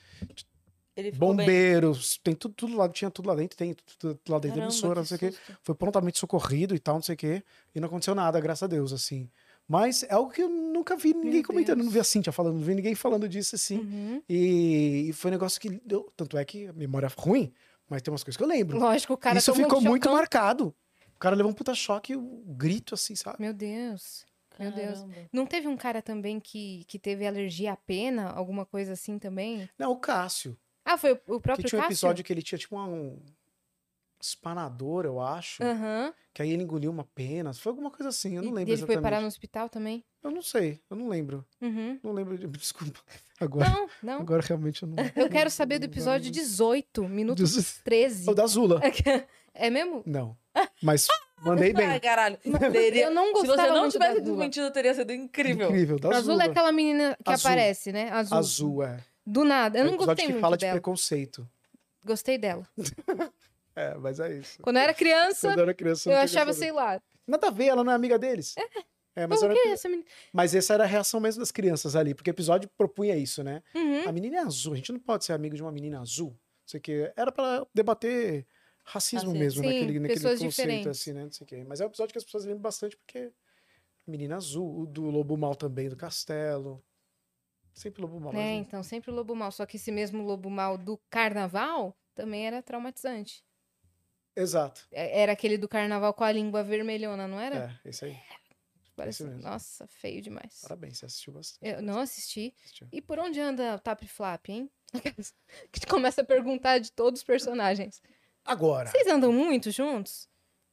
S2: Ele ficou bem.
S4: bombeiros, tem tudo, tudo lá, tinha tudo lá dentro, tem tudo, tudo lá dentro da
S2: Caramba,
S4: emissora, não
S2: que
S4: sei o quê.
S2: susto.
S4: Foi prontamente socorrido e tal, não sei o quê. E não aconteceu nada, graças a Deus, assim. Mas é algo que eu nunca vi ninguém comentando,
S3: Deus.
S4: não vi a Cintia falando, não vi ninguém falando disso, assim.
S3: Uhum.
S4: E, e foi um negócio que. deu- tanto é que a memória é ruim, mas tem umas coisas que eu lembro.
S3: Lógico, o cara
S4: Isso
S3: tomou um
S4: ficou muito
S3: chocão.
S4: marcado. O cara levou um puta choque, um grito, assim, sabe?
S3: Meu Deus. Meu Deus.
S2: Caramba.
S3: Não teve um cara também que, que teve alergia à pena, alguma coisa assim também?
S4: Não, o Cássio.
S3: Ah, foi o, o próprio
S4: que tinha um
S3: Cássio?
S4: episódio que ele tinha tipo uma- um espanador, eu acho,
S3: Aham.
S4: que aí ele engoliu uma pena, foi alguma coisa assim, eu não
S3: E
S4: lembro
S3: ele foi
S4: exatamente.
S3: parar no hospital também?
S4: Eu não sei, eu não lembro,
S3: Uhum.
S4: não lembro, de- desculpa. Agora,
S3: Não, não.
S4: agora realmente eu não.
S3: Eu quero saber do episódio 18, minuto
S4: Dos-
S3: 13.
S4: O da Zula.
S3: É mesmo?
S4: Não, mas mandei
S2: Ai,
S3: Ah,
S4: bem.
S2: caralho.
S3: Eu
S2: Teria-
S3: não
S2: Se
S3: gostava
S2: você não
S3: muito
S2: tivesse
S3: da Zula.
S2: desmentido, teria sido incrível.
S4: Incrível, da
S3: A Zula
S4: Zula.
S3: é aquela menina que
S4: Azul.
S3: aparece, né? Azul.
S4: Azul, é.
S3: Do nada. Eu
S4: É um
S3: não
S4: episódio
S3: gostei
S4: que
S3: muito
S4: fala de
S3: dela.
S4: preconceito.
S3: Gostei dela.
S4: É, mas é isso.
S3: Quando eu era criança,
S4: Quando eu era criança,
S3: eu
S4: não tinha
S3: achava,
S4: essa-
S3: sei lá,
S4: Nada a ver, ela não é amiga deles. É, mas,
S3: "Pô,
S4: era-
S3: o que é essa menina?
S4: mas essa era a reação mesmo das crianças ali, porque o episódio propunha isso, né?
S3: Uhum.
S4: A menina é azul, a gente não pode ser amigo de uma menina azul. Não sei o quê. Era pra debater racismo
S2: Racismo.
S4: mesmo
S3: Sim,
S4: naquele, naquele
S3: pessoas
S4: conceito,
S3: diferentes.
S4: assim, né? Não sei o quê. Mas é um episódio que as pessoas lembram bastante, porque menina azul, o do Lobo Mal também, do Castelo. Sempre Lobo Mal.
S3: É,
S4: né?
S3: então, sempre o lobo mal. Só que esse mesmo lobo mal do carnaval também era traumatizante.
S4: Exato.
S3: É- Era aquele do carnaval com a língua vermelhona, não era? Tipo,
S4: É, esse aí.
S3: Parece...
S4: mesmo.
S3: Nossa, feio demais.
S4: Parabéns, você assistiu bastante.
S3: Eu não assisti.
S4: Assistiu.
S3: E por onde anda o Tap Flap, hein? Aquelas Que te começa a perguntar de todos os personagens.
S4: Agora,
S3: Vocês andam muito juntos?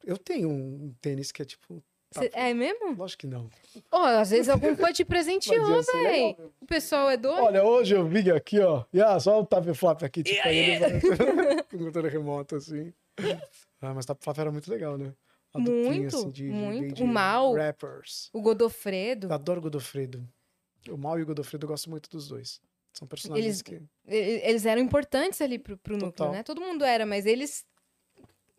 S4: eu tenho um tênis que é tipo. Tá,
S3: Cê- É mesmo?
S4: Lógico que não.
S3: Ó, às vezes algum fã te
S4: Mas é
S3: presenteou,
S4: ia ser
S3: véi.
S4: legal.
S3: O pessoal é doido?
S4: Olha, hoje eu vim aqui, ó. E ah, só o Tap Flap aqui, tipo, aí ele vai com o controle remoto, assim. Ah, mas Tap Flap era muito legal, né? A duplinha,
S3: Muito,
S4: assim, de, de-
S3: muito.
S4: De,
S3: O Mal.
S4: Rappers.
S3: O
S4: Eu
S3: Godofredo.
S4: adoro o Godofredo. O Mal e o Godofredo, eu gosto muito dos dois. São personagens
S3: Eles-
S4: que.
S3: e- Eles eram importantes ali pro, pro núcleo,
S4: Total.
S3: né? Todo mundo era, mas eles.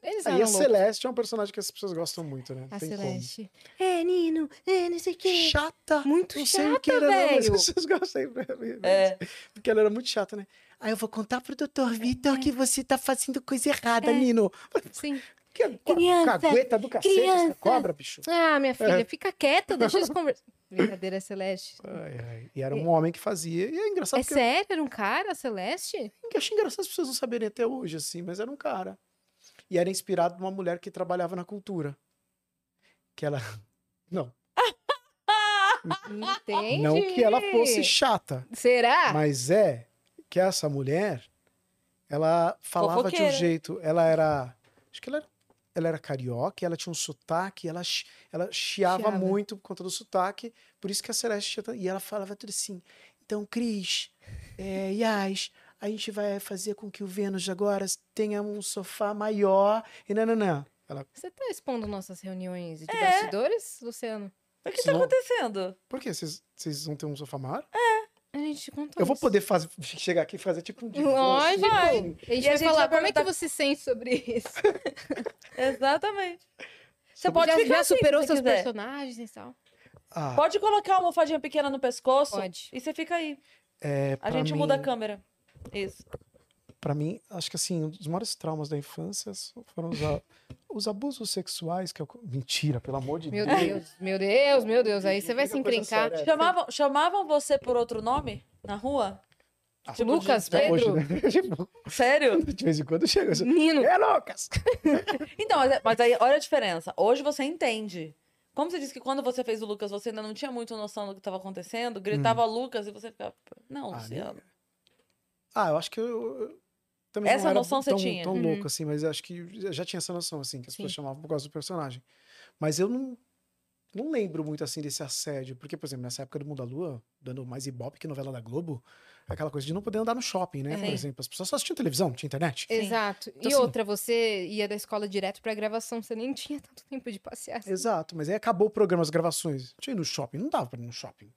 S3: Eles
S4: Ah,
S3: eram
S4: e a
S3: loucos.
S4: Celeste é um personagem que as pessoas gostam muito, né?
S3: A
S4: Tem
S3: Celeste. Ah, É, Nino, é, não sei o
S4: Como.
S3: quê.
S4: Chata!
S3: Muito
S4: né, não sei o
S3: chata,
S4: que era, não, mas
S3: velho.
S4: vocês gostam aí pra mim.
S2: É.
S4: Porque ela era muito chata, né? Aí eu vou contar pro doutor Vitor que você tá fazendo coisa
S3: É.
S4: errada, Nino.
S3: Sim.
S4: Que é
S3: Criança,
S4: cagueta do cacete
S3: criança.
S4: essa cobra, bicho.
S3: Ah, minha filha, fica quieta, deixa eles conversar. Brincadeira, é Celeste.
S4: Ai, ai. E era um homem que fazia. E é engraçado
S3: é
S4: É. porque
S3: sério? Era um cara, Celeste?
S4: eu acho engraçado as pessoas não saberem até hoje, assim, mas era um cara. E era inspirado numa mulher que trabalhava na cultura. Que ela. Não.
S3: Entendi.
S4: Não que ela fosse chata.
S3: Será?
S4: Mas é que essa mulher, ela falava
S2: Fofoqueira.
S4: de um jeito. Ela era. Acho que ela era, ela era carioca, ela tinha um sotaque, ela, chi- ela chiava,
S3: Chiava.
S4: muito por conta do sotaque. Por isso que a Celeste tinha. tan- E ela falava tudo assim. Então, Cris, é, Yas, a gente vai fazer com que o Vênus agora tenha um sofá maior. E nananã. Ela,
S3: Você tá expondo nossas reuniões de bastidores, Luciano?
S2: O que tá
S4: Senão-
S2: acontecendo?
S4: por que vocês vocês vão ter um sofá maior?
S3: A gente contou
S4: Eu vou
S3: É isso.
S4: poder fazer, chegar aqui e fazer tipo um divórcio.
S3: Lógico. A
S4: assim.
S3: gente vai
S2: a gente
S3: falar,
S2: vai
S3: como é que
S2: perguntar-
S3: você sente sobre isso?
S2: Exatamente. Você pode
S3: já,
S2: ficar
S3: já
S2: assim,
S3: superou
S2: se você
S3: seus
S2: quiser.
S3: personagens e tal?
S4: Ah,
S2: Pode colocar uma almofadinha pequena no pescoço
S3: Pode.
S2: e você fica aí.
S4: é,
S2: A
S4: pra
S2: gente
S4: mim-
S2: muda a câmera. Isso.
S4: Pra mim, acho que assim, um dos maiores traumas da infância foram os, a- os abusos sexuais que eu... Mentira, pelo amor de
S3: Meu
S4: Deus.
S3: Deus, meu Deus, meu Deus. Aí você vai se
S4: Diga coisa
S3: encrencar.
S4: séria.
S2: Chamavam, chamavam você por outro nome na rua?
S4: Ah,
S2: Tipo,
S3: Lucas,
S4: até hoje,
S3: Pedro,
S4: né? Tipo,
S2: Sério?
S4: de vez em quando chega assim,
S3: Nino.
S4: é Lucas!
S2: Então, mas- mas aí olha a diferença. Hoje você entende. Como você disse que quando você fez o Lucas, você ainda não tinha muito noção do que estava acontecendo, gritava Lucas e você ficava. Não,
S4: Ah,
S2: Luciano.
S4: Ah, eu acho que eu... eu Também
S2: Essa
S4: não era
S2: noção você
S4: tão,
S2: tinha. Hum.
S4: tão
S3: Uhum.
S4: louco assim, mas acho que já- já tinha essa noção, assim, que as pessoas
S3: Sim.
S4: chamavam por causa do personagem. Mas eu não, não lembro muito, assim, desse assédio. Porque, por exemplo, nessa época do Mundo da Lua, dando mais ibope que novela da Globo, é aquela coisa de não poder andar no shopping, né? Por
S2: Sim.
S4: exemplo, as pessoas só assistiam televisão, não tinha internet.
S3: Exato.
S4: Então,
S3: e
S4: assim-
S3: outra, você ia da escola direto pra gravação, você nem tinha tanto tempo de passear. assim.
S4: Exato, mas aí acabou o programa, as gravações. Tinha ir no shopping, não dava pra ir no shopping.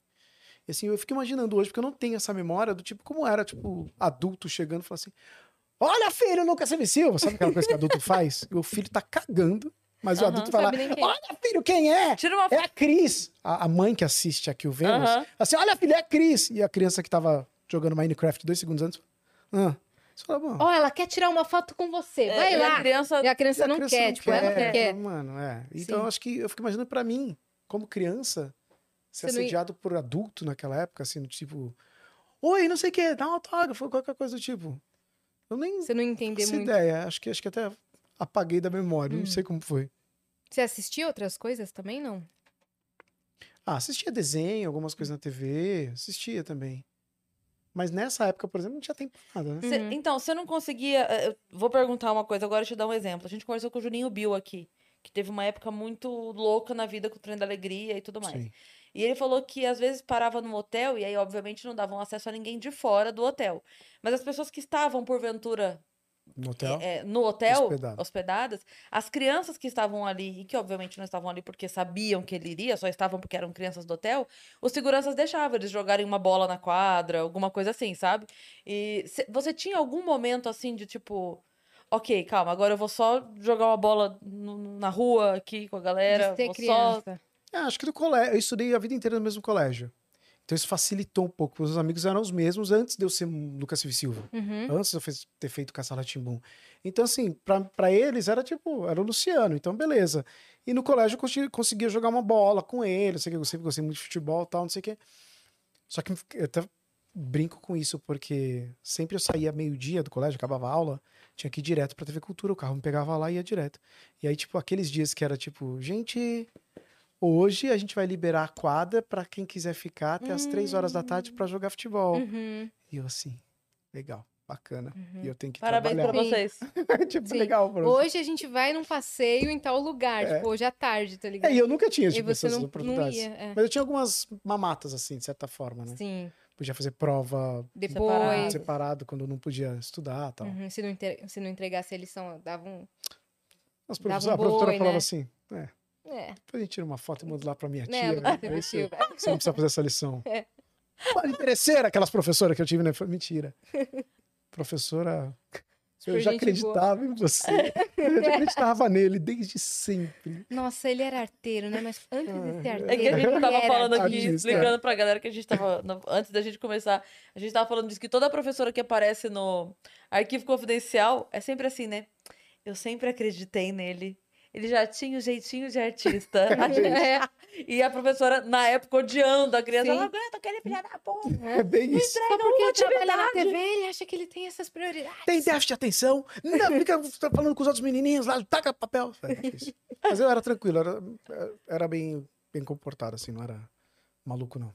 S4: E assim, eu fico imaginando hoje, porque eu não tenho essa memória do tipo, como era, tipo, adulto chegando e falando assim: Olha, filho, Lucas M. Silva, sabe aquela coisa que adulto faz? E o filho tá cagando, mas o
S2: Aham,
S4: adulto vai
S3: Não
S4: lá:
S3: sabe nem quem.
S4: Olha, filho, quem é?
S2: Tira uma
S4: É
S2: foto.
S4: a Cris. A, a mãe que assiste aqui o Vênus,
S2: Aham.
S4: assim: Olha, filho, é a Cris. E a criança que tava jogando Minecraft dois segundos antes, ah, você fala, bom.
S3: Ó, ela quer tirar uma foto com você. Vai
S2: É, e a
S3: lá.
S2: criança
S3: E a
S4: E
S3: criança
S4: a
S3: não
S4: criança
S3: quer, tipo, ela que quer.
S4: Mano, é.
S3: Sim.
S4: Então, eu acho que eu fico imaginando pra mim, como criança, ser
S3: Você não ia-
S4: assediado por adulto naquela época, assim, do tipo, oi, não sei o quê, dá um autógrafo, qualquer coisa do tipo. Eu nem
S3: Você não entender
S4: essa
S3: muito.
S4: ideia. Acho que, acho que até apaguei da memória,
S3: Hum.
S4: não sei como foi.
S3: Você assistia outras coisas também, não?
S4: Ah, assistia desenho, algumas coisas na TV, assistia também. Mas nessa época, por exemplo, não tinha tempo pra nada, né?
S2: Cê-
S3: Uhum.
S2: Então, você não conseguia. eh, eu vou perguntar uma coisa agora, e te dar um exemplo. A gente conversou com o Juninho Bill aqui, que teve uma época muito louca na vida com o trem da alegria e tudo mais.
S4: Sim.
S2: E ele falou que às vezes parava num hotel e aí, obviamente, não davam acesso a ninguém de fora do hotel. Mas as pessoas que estavam, porventura,
S4: No
S3: É,
S4: hotel.
S2: eh, eh, no hotel,
S4: Hospedado.
S2: hospedadas, as crianças que estavam ali, e que obviamente não estavam ali porque sabiam que ele iria, só estavam porque eram crianças do hotel, os seguranças deixavam eles jogarem uma bola na quadra, alguma coisa assim, sabe? E cê- você tinha algum momento assim de tipo. Ok, calma, agora eu vou só jogar uma bola no- no- na rua aqui com a galera.
S3: de ser
S2: vou só...
S3: criança.
S4: É, acho que do colégio. Eu estudei a vida inteira no mesmo colégio. Então isso facilitou um pouco. Os amigos eram os mesmos antes de eu ser um Lucas Silva e Silva.
S3: Uhum.
S4: Antes de eu fez- ter feito Caçala Timbum. Então, assim, pra, pra eles era tipo, era o Luciano, então beleza. E no colégio eu consi- conseguia jogar uma bola com ele, não sei o que, eu sempre gostei muito de futebol e tal, não sei o que. Só que eu até brinco com isso, porque sempre eu saía meio-dia do colégio, acabava a aula, tinha que ir direto pra TV Cultura, o carro me pegava lá e ia direto. E aí, tipo, aqueles dias que era tipo, gente, hoje a gente vai liberar a quadra pra quem quiser ficar até as três horas da tarde pra jogar futebol.
S3: Uhum.
S4: E eu assim, legal, bacana. E eu tenho que
S2: Parabéns pra
S4: trabalhar.
S3: Sim.
S2: vocês.
S4: tipo,
S3: Sim.
S4: legal, pra você.
S3: Hoje a gente vai num passeio em tal lugar, tipo, hoje à tarde, tá ligado?
S4: É, e eu nunca tinha,
S3: e
S4: tipo,
S3: você
S4: essas
S3: não, não
S4: oportunidades. né?
S3: ia. é.
S4: Mas eu tinha algumas mamatas, assim, de certa forma, né?
S3: Sim.
S4: Podia fazer prova
S3: Depois,
S2: Separado.
S4: separado quando eu não podia estudar e tal.
S3: uhum, se, não entre- se não entregasse a lição, dava um.
S4: Mas a
S3: Dava um
S4: professora, a professora
S3: boi,
S4: falava
S3: né?
S4: assim, é,
S3: É,
S4: depois a gente tira uma foto e manda lá pra minha tia.
S3: né?
S4: né?
S3: Lucas
S4: É isso,
S3: Silva.
S4: Você não precisa fazer essa lição.
S3: É.
S4: Pode interesseira, aquelas professoras que eu tive, né? Foi mentira. Professora
S3: Super
S4: eu já
S3: gente boa.
S4: acreditava em você. Eu já acreditava nele desde sempre.
S3: Nossa, ele era arteiro, né? Mas antes de ser arteiro.
S2: É que a gente
S3: ele
S2: tava
S3: era
S2: falando
S3: arteiro.
S2: aqui,
S4: artista.
S2: explicando pra galera que a gente tava. na- antes da gente começar, a gente tava falando disso que toda professora que aparece no arquivo confidencial é sempre assim, né? Eu sempre acreditei nele. Ele já tinha o jeitinho de artista.
S3: É,
S2: A gente- e a professora, na época, odiando a criança.
S3: Sim.
S2: Ela aguenta aquele filho da puta.
S4: É bem isso.
S3: Só porque ele trabalha na
S2: atividade.
S3: TV, ele acha que ele tem essas prioridades.
S4: Tem déficit de atenção. Não, fica falando com os outros menininhos lá, taca papel. É difícil. Mas eu era tranquilo, era, era bem, bem comportado, assim, não era maluco, não.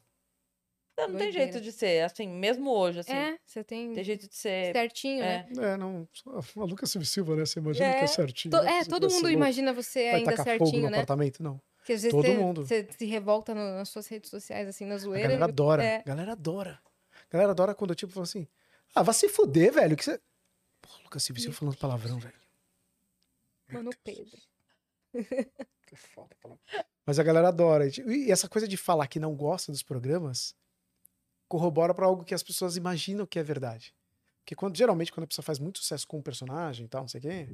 S2: Então, Não, não tem
S3: Doideira.
S2: jeito de ser, assim, mesmo hoje, assim.
S3: É, você tem
S2: Tem jeito de ser.
S3: certinho,
S2: é.
S3: né?
S4: É, não. Maluco é Silva, né? Você imagina que
S2: É,
S4: é certinho.
S3: To-
S4: né?
S3: É,
S4: Você
S3: todo
S4: vai ser
S3: mundo
S4: louco,
S3: imagina você
S4: vai
S3: ainda
S4: tacar fogo no
S3: certinho, né?
S4: apartamento, não.
S3: Porque às vezes
S4: Todo
S3: você,
S4: mundo.
S3: você se revolta no- nas suas redes sociais, assim, na
S4: A
S3: zoeira.
S4: galera
S3: e-
S4: adora.
S3: É.
S4: A galera adora. A galera adora quando eu, tipo, falo assim: ah, vai se fuder, velho. Que você... Pô, Lucas Silva Silva falando palavrão, velho.
S3: Mano, Pedro.
S4: Que é foda falar. Mas a galera adora. E essa coisa de falar que não gosta dos programas corrobora pra algo que as pessoas imaginam que é verdade. Porque quando, geralmente, quando a pessoa faz muito sucesso com um personagem e tal, não sei o quê,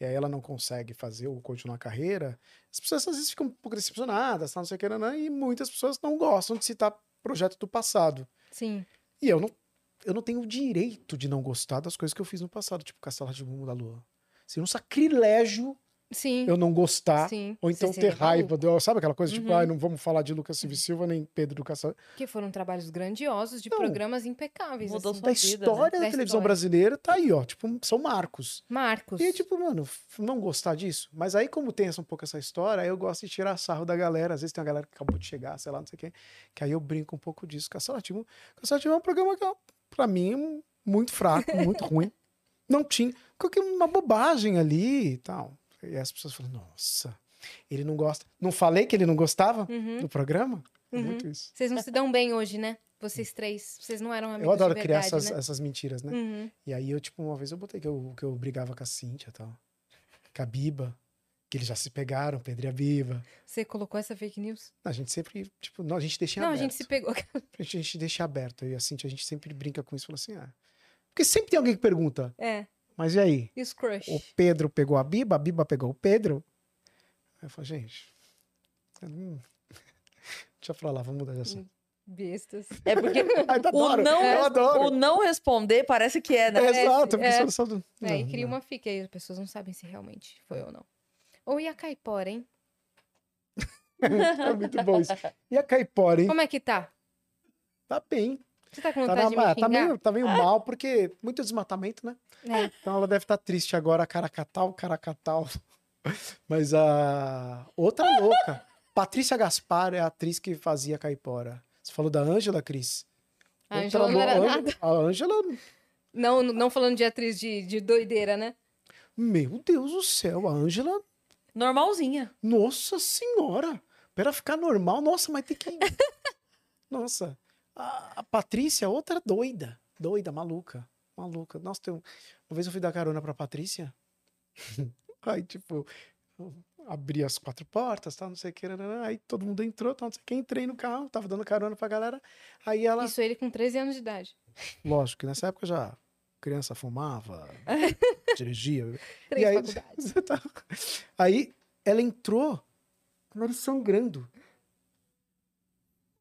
S4: e aí ela não consegue fazer ou continuar a carreira, as pessoas às vezes ficam um pouco decepcionadas, tal, não sei o quê, nanã, e muitas pessoas não gostam de citar projeto do passado.
S3: Sim.
S4: E eu não, eu não tenho o direito de não gostar das coisas que eu fiz no passado, tipo Castelo de Mundo da Lua. Seria um sacrilégio
S3: Sim.
S4: eu não gostar
S3: Sim.
S4: ou então
S3: Você
S4: ter
S3: seria
S4: raiva,
S3: maluco.
S4: do, sabe aquela coisa tipo,
S3: Uhum.
S4: ai, não vamos falar de Lucas Silva e Silva nem Pedro do Caçador.
S3: Que foram trabalhos grandiosos de
S4: Não.
S3: programas impecáveis.
S2: Mudou
S3: assim.
S2: sua
S4: Da
S2: vida, né?
S4: história da,
S3: Da
S4: televisão
S3: história.
S4: brasileira, tá aí, ó, tipo, são marcos.
S3: Marcos.
S4: E tipo, mano, f- não gostar disso. Mas aí, como tem essa- um pouco essa história, aí eu gosto de tirar sarro da galera. Às vezes tem uma galera que acabou de chegar, sei lá, não sei quem. Que aí eu brinco um pouco disso. Caçalatinho Caçalatinho é um programa que, ó, pra mim, um- muito fraco, muito ruim. Não tinha. Qualquer uma bobagem ali e tal. E as pessoas falam, nossa, ele não gosta. Não falei que ele não gostava
S3: Uhum.
S4: do programa? É
S3: Uhum.
S4: muito isso.
S3: Vocês não se dão bem hoje, né? Vocês três. Vocês não eram amigos
S4: Eu adoro
S3: de
S4: criar
S3: verdade,
S4: essas,
S3: né?
S4: essas mentiras, né?
S3: Uhum.
S4: E aí eu, tipo, uma vez eu botei que eu, que eu brigava com a Cíntia e tal. Com a Biba. Que eles já se pegaram, Pedro e a Biba.
S3: Você colocou essa fake news?
S4: A gente sempre, tipo, não, a gente deixa em
S3: não,
S4: aberto.
S3: a gente se pegou.
S4: a gente deixa aberto. Eu E a Cíntia, a gente sempre brinca com isso. Fala assim, ah... Porque sempre tem alguém que pergunta,
S3: É.
S4: mas e aí?
S3: E os crush?
S4: O Pedro pegou a Biba, a Biba pegou o Pedro? Aí eu falo, gente... hum, Deixa pra lá, vamos mudar de assunto.
S3: Uhum. Bestas.
S2: É porque
S4: Ai, eu
S2: o
S4: adoro,
S2: não,
S4: eu adoro.
S2: o não responder parece que é, né?
S4: É, Exato, porque
S3: é.
S4: é. só... só-
S3: É, e
S4: não,
S3: cria
S4: não.
S3: uma fica aí. As pessoas não sabem se realmente foi ou não. Ou e a caipora, hein?
S4: É muito bom isso. E a Caipora, hein?
S3: Como é que tá?
S4: Tá bem.
S3: Você tá com
S4: Tá,
S3: vontade
S4: na-
S3: de
S4: ah,
S3: me
S4: tá
S3: xingar?
S4: meio, tá meio mal, porque muito desmatamento, né?
S3: É.
S4: Então ela deve estar triste agora, caracatal, caracatal. Mas a outra é louca, Patrícia Gaspar é a atriz que fazia Caipora. Você falou da Ângela, Cris?
S3: A Ângela
S4: Outra
S3: Ah, não era
S4: lou- Ângela-
S3: nada.
S4: A Ângela,
S3: Não, não falando de atriz de, de doideira, né?
S4: meu Deus do céu, a Ângela,
S2: Normalzinha.
S4: nossa senhora. Pra ela ficar normal, nossa, mas tem que... Nossa. A, a Patrícia, outra doida. Doida, maluca. Maluca. Nossa, tem um... uma vez eu fui dar carona pra Patrícia. aí, tipo, eu abri as quatro portas, tal, não sei o que. nananã, Aí todo mundo entrou, tal, não sei o que. Entrei no carro, tava dando carona pra galera. Aí ela.
S3: Isso ele com 13 anos de idade.
S4: Lógico que nessa época eu já criança fumava, dirigia.
S3: Três
S4: aí-
S3: faculdades.
S4: Você tá- Aí ela entrou com o nariz sangrando.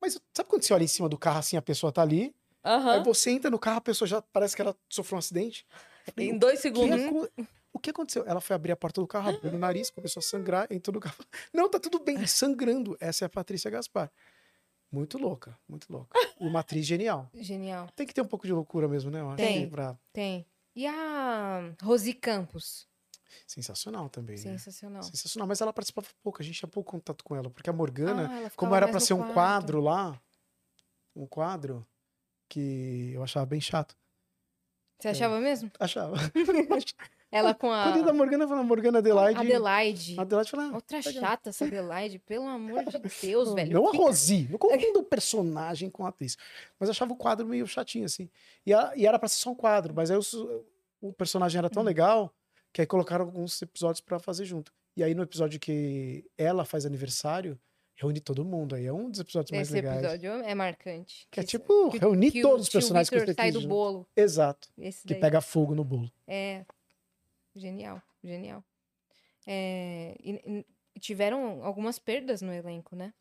S4: Mas sabe quando você olha em cima do carro assim, a pessoa tá ali? Aí
S3: É
S2: Aham.
S4: você entra no carro, a pessoa já parece que ela sofreu um acidente. Falei,
S2: Em dois
S4: o, que
S2: segundos.
S3: é
S4: acon- o que aconteceu? Ela foi abrir a porta do carro, abriu o nariz, começou a sangrar, entrou no carro. Não, tá tudo bem, sangrando. Essa é a Patrícia Gaspar. Muito louca, muito louca. E uma atriz genial.
S3: Genial.
S4: Tem que ter um pouco de loucura mesmo, né? Eu acho
S3: Tem.
S4: que pra-
S3: Tem. E a Rosi Campos?
S4: Sensacional também. né?
S3: Sensacional.
S4: Sensacional. Mas ela participava pouco, a gente tinha pouco contato com ela, porque a Morgana,
S3: Ah, ela
S4: né? como
S3: ficava
S4: era
S3: mais
S4: pra
S3: no
S4: ser
S3: quarto.
S4: um quadro lá, um quadro que eu achava bem chato.
S3: Você
S4: É.
S3: achava mesmo?
S4: Achava.
S3: Ela com a
S4: Quando ia da Morgana, falando Morgana Adelaide.
S3: Adelaide.
S4: Adelaide fala, "Ah,
S3: Outra
S4: tá legal."
S3: chata essa Adelaide, pelo amor de Deus, velho.
S4: Não a
S3: Fica-
S4: Rosi. Não confunda o personagem com a atriz. Mas eu achava o quadro meio chatinho, assim. E, a- e era pra ser só um quadro, mas aí o, su- o personagem era tão
S3: Uhum.
S4: legal que aí colocaram alguns episódios pra fazer junto. E aí no episódio que ela faz aniversário, reúne todo mundo. Aí é um dos episódios mais
S3: Esse
S4: legais.
S3: episódio é marcante.
S4: Que é tipo reunir
S3: que o
S4: todos os
S3: tio
S4: personagens que
S3: Victor
S4: você
S3: sai
S4: tem
S3: do
S4: junto.
S3: bolo.
S4: Exato.
S3: Esse
S4: Que
S3: daí.
S4: pega fogo no bolo.
S3: É. Genial, genial. É, e- e tiveram algumas perdas no elenco, né?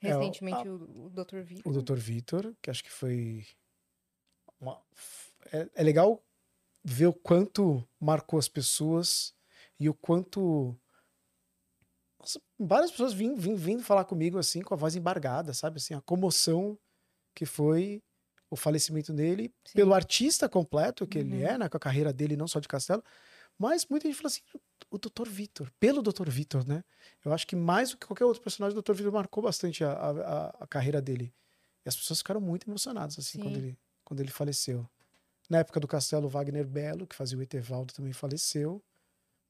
S4: É, o- a-
S3: Recentemente o, o Dr. Vitor.
S4: O Dr. Vitor, que acho que foi. uma- É, é legal ver o quanto marcou as pessoas e o quanto. Nossa, várias pessoas vim, vim- vindo falar comigo assim, com a voz embargada, sabe? Assim, a comoção que foi o falecimento dele,
S3: Sim.
S4: pelo artista completo que ele
S3: Uhum.
S4: é, né, com a carreira dele, não só de Castelo, mas muita gente falou assim: o Dr. Vitor, pelo Dr. Vitor, né? Eu acho que mais do que qualquer outro personagem, o Dr. Vitor marcou bastante a, a, a- a carreira dele. E as pessoas ficaram muito emocionadas, assim, quando
S3: Sim.
S4: ele, quando ele faleceu. Na época do Castelo, o Wagner Belo, que fazia o Etevaldo, também faleceu.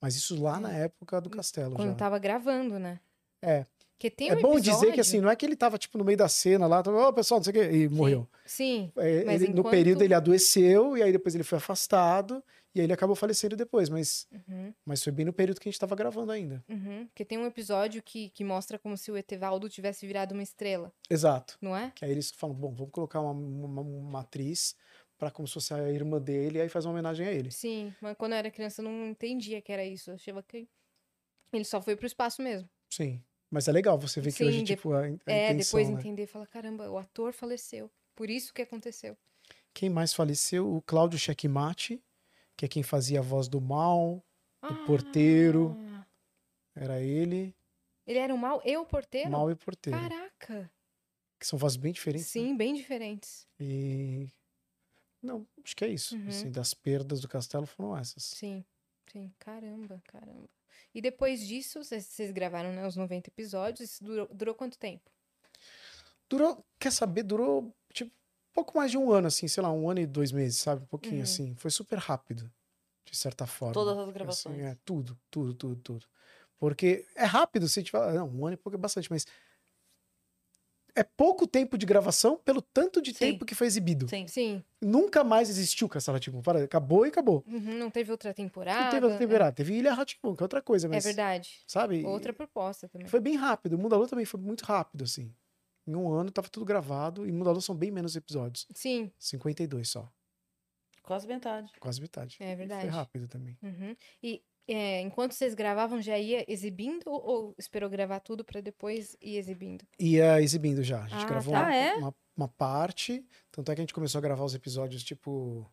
S4: Mas isso lá na época do Castelo
S3: É. Quando
S4: já.
S3: tava gravando, né?
S4: É.
S3: Porque tem
S4: É
S3: um
S4: bom dizer que,
S3: episódio-
S4: assim, não é que ele tava, tipo, no meio da cena lá, ô, pessoal, não sei o quê, e morreu.
S3: Sim,
S4: É,
S3: Mas
S4: ele- No
S3: enquanto-
S4: período ele adoeceu, e aí depois ele foi afastado, e aí ele acabou falecendo depois. Mas,
S3: Uhum.
S4: mas foi bem no período que a gente tava gravando ainda.
S3: uhum. Porque tem um episódio que, que mostra como se o Etevaldo tivesse virado uma estrela,
S4: Exato.
S3: não é?
S4: Que aí eles falam, bom, vamos colocar uma, uma, uma atriz para como se fosse a irmã dele, e aí faz uma homenagem a ele.
S3: Sim, mas quando eu era criança eu não entendia que era isso. Eu achava que ele só foi pro espaço mesmo.
S4: Sim. Mas é legal você ver que hoje,
S3: Sim, de-
S4: tipo, a, in- a
S3: é,
S4: intenção,
S3: depois
S4: né?
S3: entender, falar, caramba, o ator faleceu. Por isso que aconteceu.
S4: Quem mais faleceu? O Cláudio Checkmate, que é quem fazia a voz do mal, O porteiro.
S3: Ah,
S4: era ele,
S3: Ele era o mal e o porteiro?
S4: mal e porteiro.
S3: Caraca.
S4: Que são vozes bem diferentes. né?
S3: Sim, bem diferentes.
S4: E... Não, acho que é isso.
S3: Uhum.
S4: Assim, das perdas do castelo foram essas.
S3: Sim, sim. Caramba, caramba. E depois disso, vocês- vocês gravaram né, os 90 episódios. Isso durou, durou quanto tempo?
S4: Durou, quer saber, durou, tipo, pouco mais de um ano, assim, sei lá, um ano e dois meses, sabe? Um pouquinho,
S3: Uhum.
S4: assim. Foi super rápido, de certa forma.
S2: Todas as
S4: Assim,
S2: gravações.
S4: é, tudo, tudo, tudo, tudo. Porque é rápido, se a gente fala, não, um ano e pouco é bastante, mas é pouco tempo de gravação pelo tanto de
S2: Sim.
S4: tempo que foi exibido.
S2: Sim.
S3: Sim.
S4: Nunca mais existiu Castelo Timbu. Para, acabou e acabou.
S3: uhum, não teve outra temporada.
S4: Não teve outra
S3: é-
S4: temporada. Teve Ilha Ratimbu, que é outra coisa,
S3: É,
S4: mas.
S3: verdade.
S4: Sabe? E
S3: Outra proposta também.
S4: Foi bem rápido. O Mundalô também foi muito rápido, assim. Em um ano tava tudo gravado, e Mundalô são bem menos episódios.
S3: Sim,
S4: 52 só.
S2: Quase metade.
S4: Quase metade.
S3: é verdade.
S4: Foi rápido também.
S3: Uhum. E é, enquanto vocês gravavam, já ia exibindo ou, ou esperou gravar tudo pra depois ir exibindo?
S4: Ia é exibindo já. A gente
S3: Ah,
S4: gravou
S2: tá.
S4: uma,
S2: Ah, é?
S4: uma, uma parte. Tanto é que a gente começou a gravar os episódios, tipo,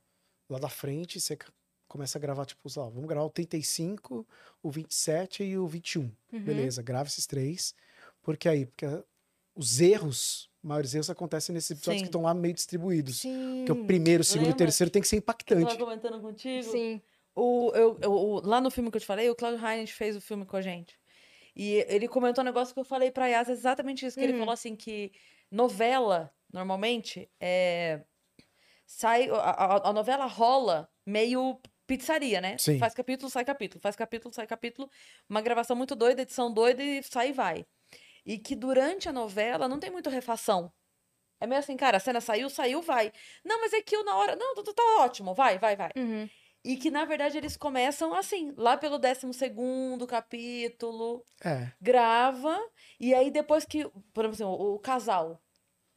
S4: lá da frente. Você c- começa a gravar, tipo, sei lá, vamos gravar o 35, o 27 e o 21.
S3: Uhum.
S4: Beleza, grava esses três. Porque aí, porque os erros, maiores erros acontecem nesses episódios
S2: Sim.
S4: que estão lá meio distribuídos.
S3: Sim.
S4: Porque o primeiro, o segundo e o
S2: Lembra?
S4: terceiro tem que ser
S2: Eu tava
S4: impactante.
S2: comentando contigo.
S3: Sim.
S2: O, eu, eu- o- lá no filme que eu te falei, o Claudio Heinrich fez o filme com a gente. E ele comentou um negócio que eu falei pra Yas, exatamente isso, que ele
S3: Hum.
S2: falou assim, que novela, normalmente, é, sai, a, a- a novela rola meio pizzaria, né?
S4: Sim.
S2: Faz capítulo, sai capítulo, faz capítulo, sai capítulo. Uma gravação muito doida, edição doida e sai e vai. E que durante a novela não tem muita refação. É meio assim, cara, a cena saiu, saiu, vai. Não, mas é que eu na hora... Não, tá- tá tá ótimo, vai, vai, vai.
S3: Uhum.
S2: E que, na verdade, eles começam assim, lá pelo 12º capítulo,
S4: É,
S2: grava, e aí depois que, por exemplo, assim, o, o casal,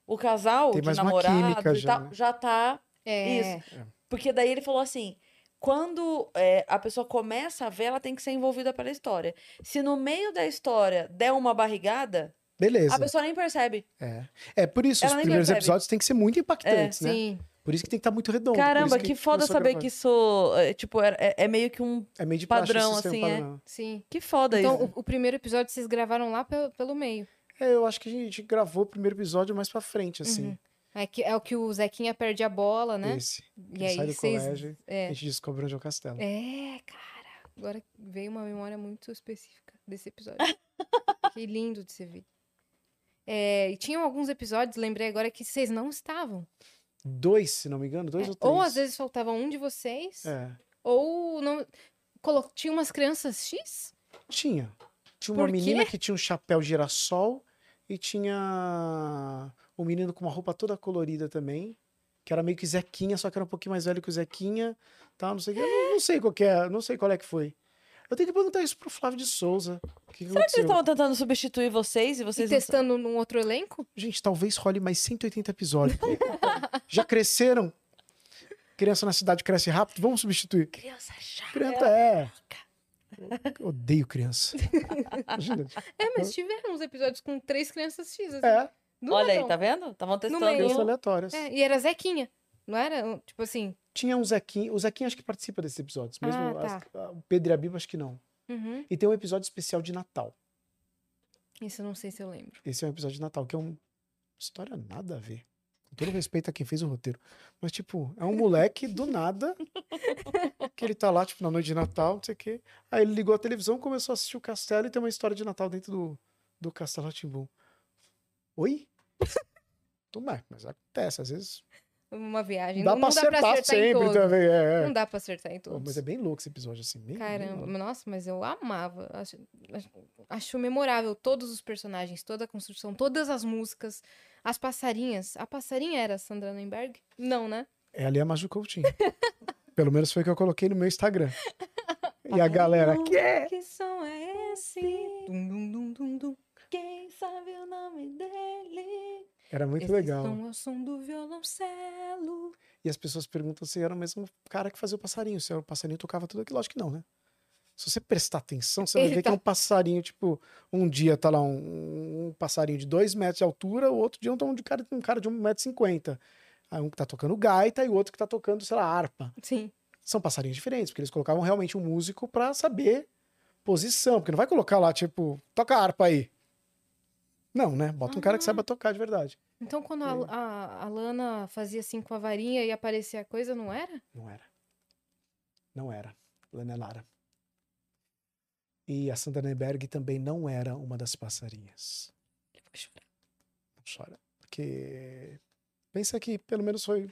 S2: o casal
S4: Tem
S2: de
S4: mais uma
S2: namorado
S4: química
S2: e
S4: já,
S2: tal,
S4: né?
S2: já tá...
S3: É,
S2: Isso. Porque daí ele falou assim, quando é, a pessoa começa a ver, ela tem que ser envolvida pela história. Se no meio da história der uma barrigada,
S4: beleza.
S2: a pessoa nem percebe.
S4: É. é, por isso,
S2: Ela
S4: os
S2: nem
S4: primeiros
S2: percebe.
S4: episódios têm que ser muito impactantes, né?
S3: É, Sim.
S4: Por isso que tem que estar muito redondo. por
S2: Caramba,
S4: isso
S2: que,
S4: a gente
S2: foda
S4: começou a
S2: saber
S4: gravar.
S2: que isso, é, tipo, é, é- é meio que um...
S4: É meio de
S2: padrão,
S4: praxe, sistema
S2: assim, é.
S4: padrão.
S3: Sim.
S2: Que foda
S3: Então,
S2: isso.
S3: o, o primeiro episódio vocês gravaram lá pelo, pelo meio.
S4: É, eu acho que a gente gravou o primeiro episódio mais pra frente, assim.
S3: Uhum. É, que, é o que o Zequinha perde a bola, né?
S4: Esse.
S3: E
S4: Ele
S3: aí
S4: sai do
S3: vocês.
S4: colégio,
S3: é.
S4: a gente descobre onde é o castelo.
S3: É, cara. Agora veio uma memória muito específica desse episódio. que lindo de se ver. É, e tinham alguns episódios, lembrei agora, que vocês não estavam.
S4: Dois, se não me engano, dois
S3: É,
S4: ou três.
S3: às vezes faltava um de vocês,
S4: É.
S3: ou não. colo- Tinha umas crianças X?
S4: Tinha. Tinha uma
S3: Por quê?
S4: menina que tinha um chapéu girassol e tinha um menino com uma roupa toda colorida também, que era meio que Zequinha, só que era um pouquinho mais velho que o Zequinha, tal, não sei o quê. Eu não, não sei qual que é, não sei qual é que foi. Eu tenho que perguntar isso pro Flávio de Souza. O
S2: Será que
S4: que, que
S2: eles
S4: aconteceu?
S2: estavam tentando substituir vocês e
S3: E
S2: vocês não
S3: testando num outro elenco?
S4: Gente, talvez role mais 180 episódios. Já cresceram? criança na cidade cresce rápido, vamos substituir.
S2: Criança chata.
S4: Criança é. Odeio criança. Imagina.
S3: É, mas tiveram uns episódios com três crianças X, assim.
S4: É, assim.
S3: do
S2: Olha aí,
S3: ladrão.
S2: tá vendo? Estavam testando.
S3: meio.
S4: crianças
S2: um.
S4: aleatórias.
S3: É, e era Zequinha. Não era, tipo assim...
S4: Tinha um Zequinha. O Zequinha acho que participa desses episódios. Mesmo
S3: Ah, tá.
S4: as- a- o Pedro e a Biba, acho que não.
S3: uhum.
S4: E tem um episódio especial de Natal.
S3: Isso eu não sei se eu lembro.
S4: Esse é um episódio de Natal, que é uma história nada a ver. Com todo respeito a quem fez o roteiro. Mas, tipo, é um moleque do nada. que ele tá lá, tipo, na noite de Natal, não sei o quê. Aí ele ligou a televisão, começou a assistir o castelo e tem uma história de Natal dentro do, do Castelo Timbum. Oi? Tudo bem, mas acontece. Às vezes
S3: Uma viagem. não,
S4: dá pra
S3: não
S4: acertar,
S3: dá pra acertar em
S4: sempre
S3: todos.
S4: também. é, é.
S3: Não dá pra acertar em todos.
S4: Mas é bem louco esse episódio, assim. Bem, bem
S3: Caramba,
S4: louco.
S3: nossa, mas eu amava. Acho, acho- acho memorável todos os personagens, toda a construção, todas as músicas, as passarinhas. A passarinha era a Sandra Nenberg? Não, né?
S4: É ali a Maju Coutinho. Pelo menos foi o que eu coloquei no meu Instagram. E a galera, que?
S3: Que som é esse? Dum, dum, dum, dum, dum. Quem sabe o nome dele?
S4: Era muito
S3: Esse
S4: legal.
S3: Som é o som do violoncelo.
S4: E as pessoas perguntam se era o mesmo cara que fazia o passarinho, se era o passarinho que tocava tudo aquilo. Lógico que não, né? Se você prestar atenção, você vai
S3: Ele
S4: ver
S3: tá-
S4: que é um passarinho, tipo, um dia tá lá um, um passarinho de dois metros de altura, o outro dia um, tá um de cara, um cara de 1,50m. Aí um que tá tocando gaita e o outro que tá tocando, sei lá, harpa.
S3: Sim.
S4: são passarinhos diferentes, porque eles colocavam realmente um músico pra saber posição, porque não vai colocar lá, tipo, toca harpa aí. Não, né? Bota um cara que saiba tocar de verdade.
S3: Então, quando a,
S4: Sim.
S3: a, a Lana fazia assim com a varinha e aparecia a coisa, não era?
S4: Não era. Não era. Lana Lara. E a Sandra Neberg também não era uma das passarinhas. Não chora. Porque pensa que pelo menos foi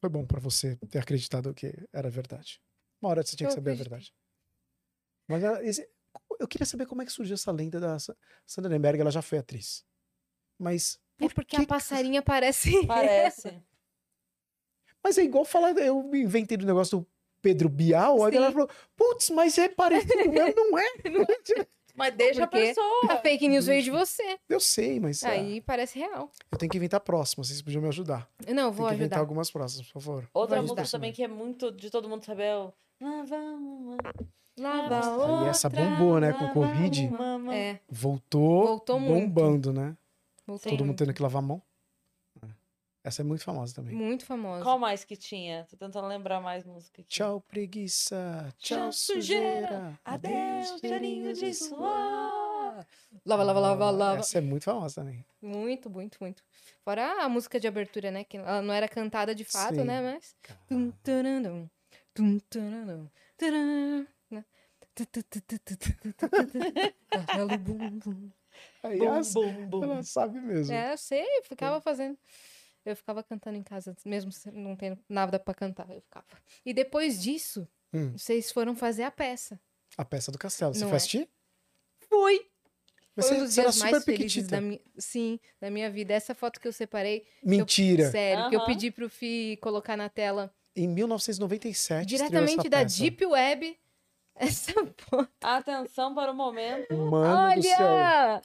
S4: foi bom pra você ter acreditado que era verdade. Uma hora você tinha que
S3: Eu
S4: saber a
S3: acreditei.
S4: verdade. Mas ela- esse- eu queria saber como é que surgiu essa lenda da Sa- Sandra Neberg, ela já foi atriz. Mas
S3: É
S4: por
S3: porque
S4: que
S3: a
S4: que-
S3: passarinha parece.
S2: Parece.
S4: Mas é igual falar, eu me inventei do negócio do Pedro Bial, aí
S3: Sim.
S4: ela falou, putz, mas é parecido mesmo, não é?
S2: Mas deixa a
S3: Porque-
S2: pessoa.
S3: A fake news veio de você.
S4: Eu sei, mas ah,
S3: Aí parece real.
S4: eu tenho que inventar próximas, vocês podiam me ajudar.
S3: Não, eu
S4: Tem que
S3: vou
S4: inventar
S3: ajudar.
S4: algumas próximas, por favor.
S2: Outra
S3: Vai
S2: música
S4: ajudar.
S2: também que é muito de todo mundo saber. é o Lava uma,
S3: Lava
S4: Nossa, aí essa
S3: outra,
S4: bombou, né, com o
S2: lava
S4: Covid.
S2: uma, mão.
S3: É,
S4: Voltou,
S3: Voltou muito.
S4: bombando, né?
S3: voltou
S4: Todo mundo
S3: muito.
S4: tendo que lavar a mão. É. Essa é muito famosa também.
S3: Muito famosa.
S2: Qual mais que tinha? Tô tentando lembrar mais música. aqui.
S4: Tchau, preguiça. Tchau,
S2: Tchau,
S4: sujeira.
S2: sujeira. Adeus, cheirinho de suor.
S3: Lava, lava, lava, lava.
S4: Essa é muito famosa também.
S3: Muito, muito, muito. Fora a música de abertura, né? Que ela não era cantada de fato,
S4: Sim.
S3: né? Mas. Tum, tarandum, tum, tarandum, taran, né? Tu, tu, tu, tu, tu, tu, tu, tu, tu, tu. Castelo bum, bum.
S4: Aí
S2: Bum,
S4: essa-
S2: bum, bum.
S4: ela sabe mesmo.
S3: É, eu sei, eu ficava fazendo. Eu ficava cantando em casa, mesmo se- não tendo nada pra cantar, eu ficava. E depois disso,
S4: Hum.
S3: vocês foram fazer a peça.
S4: A peça do castelo. Você
S3: Não
S4: foi
S3: é.
S4: assistir?
S3: Fui!
S4: Você,
S3: foi um dos
S4: você era
S3: dias
S4: super
S3: mais felizes
S4: piquitita.
S3: da minha, sim, da minha vida. Essa foto que eu separei,
S4: Mentira.
S3: sério, que eu
S2: Aham.
S3: pedi pro Fi colocar na tela,
S4: Em 1997, estreou
S3: diretamente
S4: Né? essa
S3: da
S4: peça.
S3: Deep Web. Essa foto.
S2: Atenção para o momento.
S4: Mano do céu.
S3: Olha!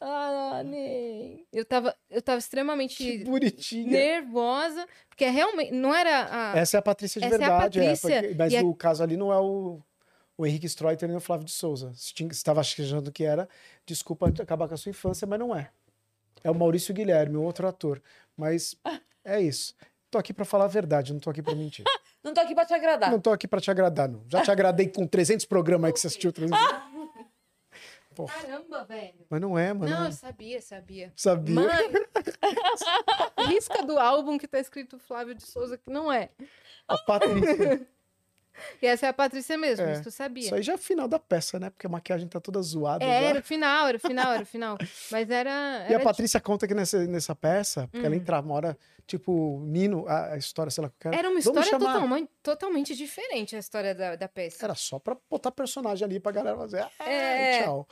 S3: Ah, nem. Eu tava, eu tava
S4: Que
S3: extremamente
S4: bonitinha.
S3: nervosa, porque realmente não era a
S4: Essa é a Patrícia de
S3: Essa é a
S4: verdade.
S3: Patrícia,
S4: porque- mas
S3: e a-
S4: o caso ali não é o, o Henrique Streuter nem o Flávio de Souza. Se tinha- se estava achando que era, desculpa acabar com a sua infância, mas não é. É o Maurício Guilherme, o outro ator. Mas é isso. Tô aqui pra falar a verdade, não tô aqui pra mentir.
S2: Não tô aqui pra te
S3: Tá.
S2: agradar.
S4: Não tô aqui pra te agradar, não. Já te agradei com 300 programas aí que você assistiu. 300... Porra.
S3: Caramba, velho.
S4: Mas não é, mano.
S3: Não, eu sabia, sabia.
S4: Sabia.
S3: Mãe, risca do álbum que tá escrito Flávio de Souza, que não é.
S4: A Patrícia.
S3: E essa é a Patrícia mesmo,
S4: É,
S3: isso tu sabia.
S4: Isso aí já é final da peça, né? Porque a maquiagem tá toda zoada.
S3: É,
S4: já.
S3: era o final, era o final, era o final. Mas era.
S4: E a
S3: era
S4: Patrícia conta que nessa, nessa peça, porque ela
S3: Hum.
S4: entrava uma hora, tipo, Nino, a, a história, sei lá, que
S3: Era uma
S4: Vamos
S3: história
S4: chamar-
S3: totalmente, totalmente diferente a história da, da peça.
S4: Era só pra botar personagem ali pra galera fazer. "Ah,
S3: É.
S4: tchau.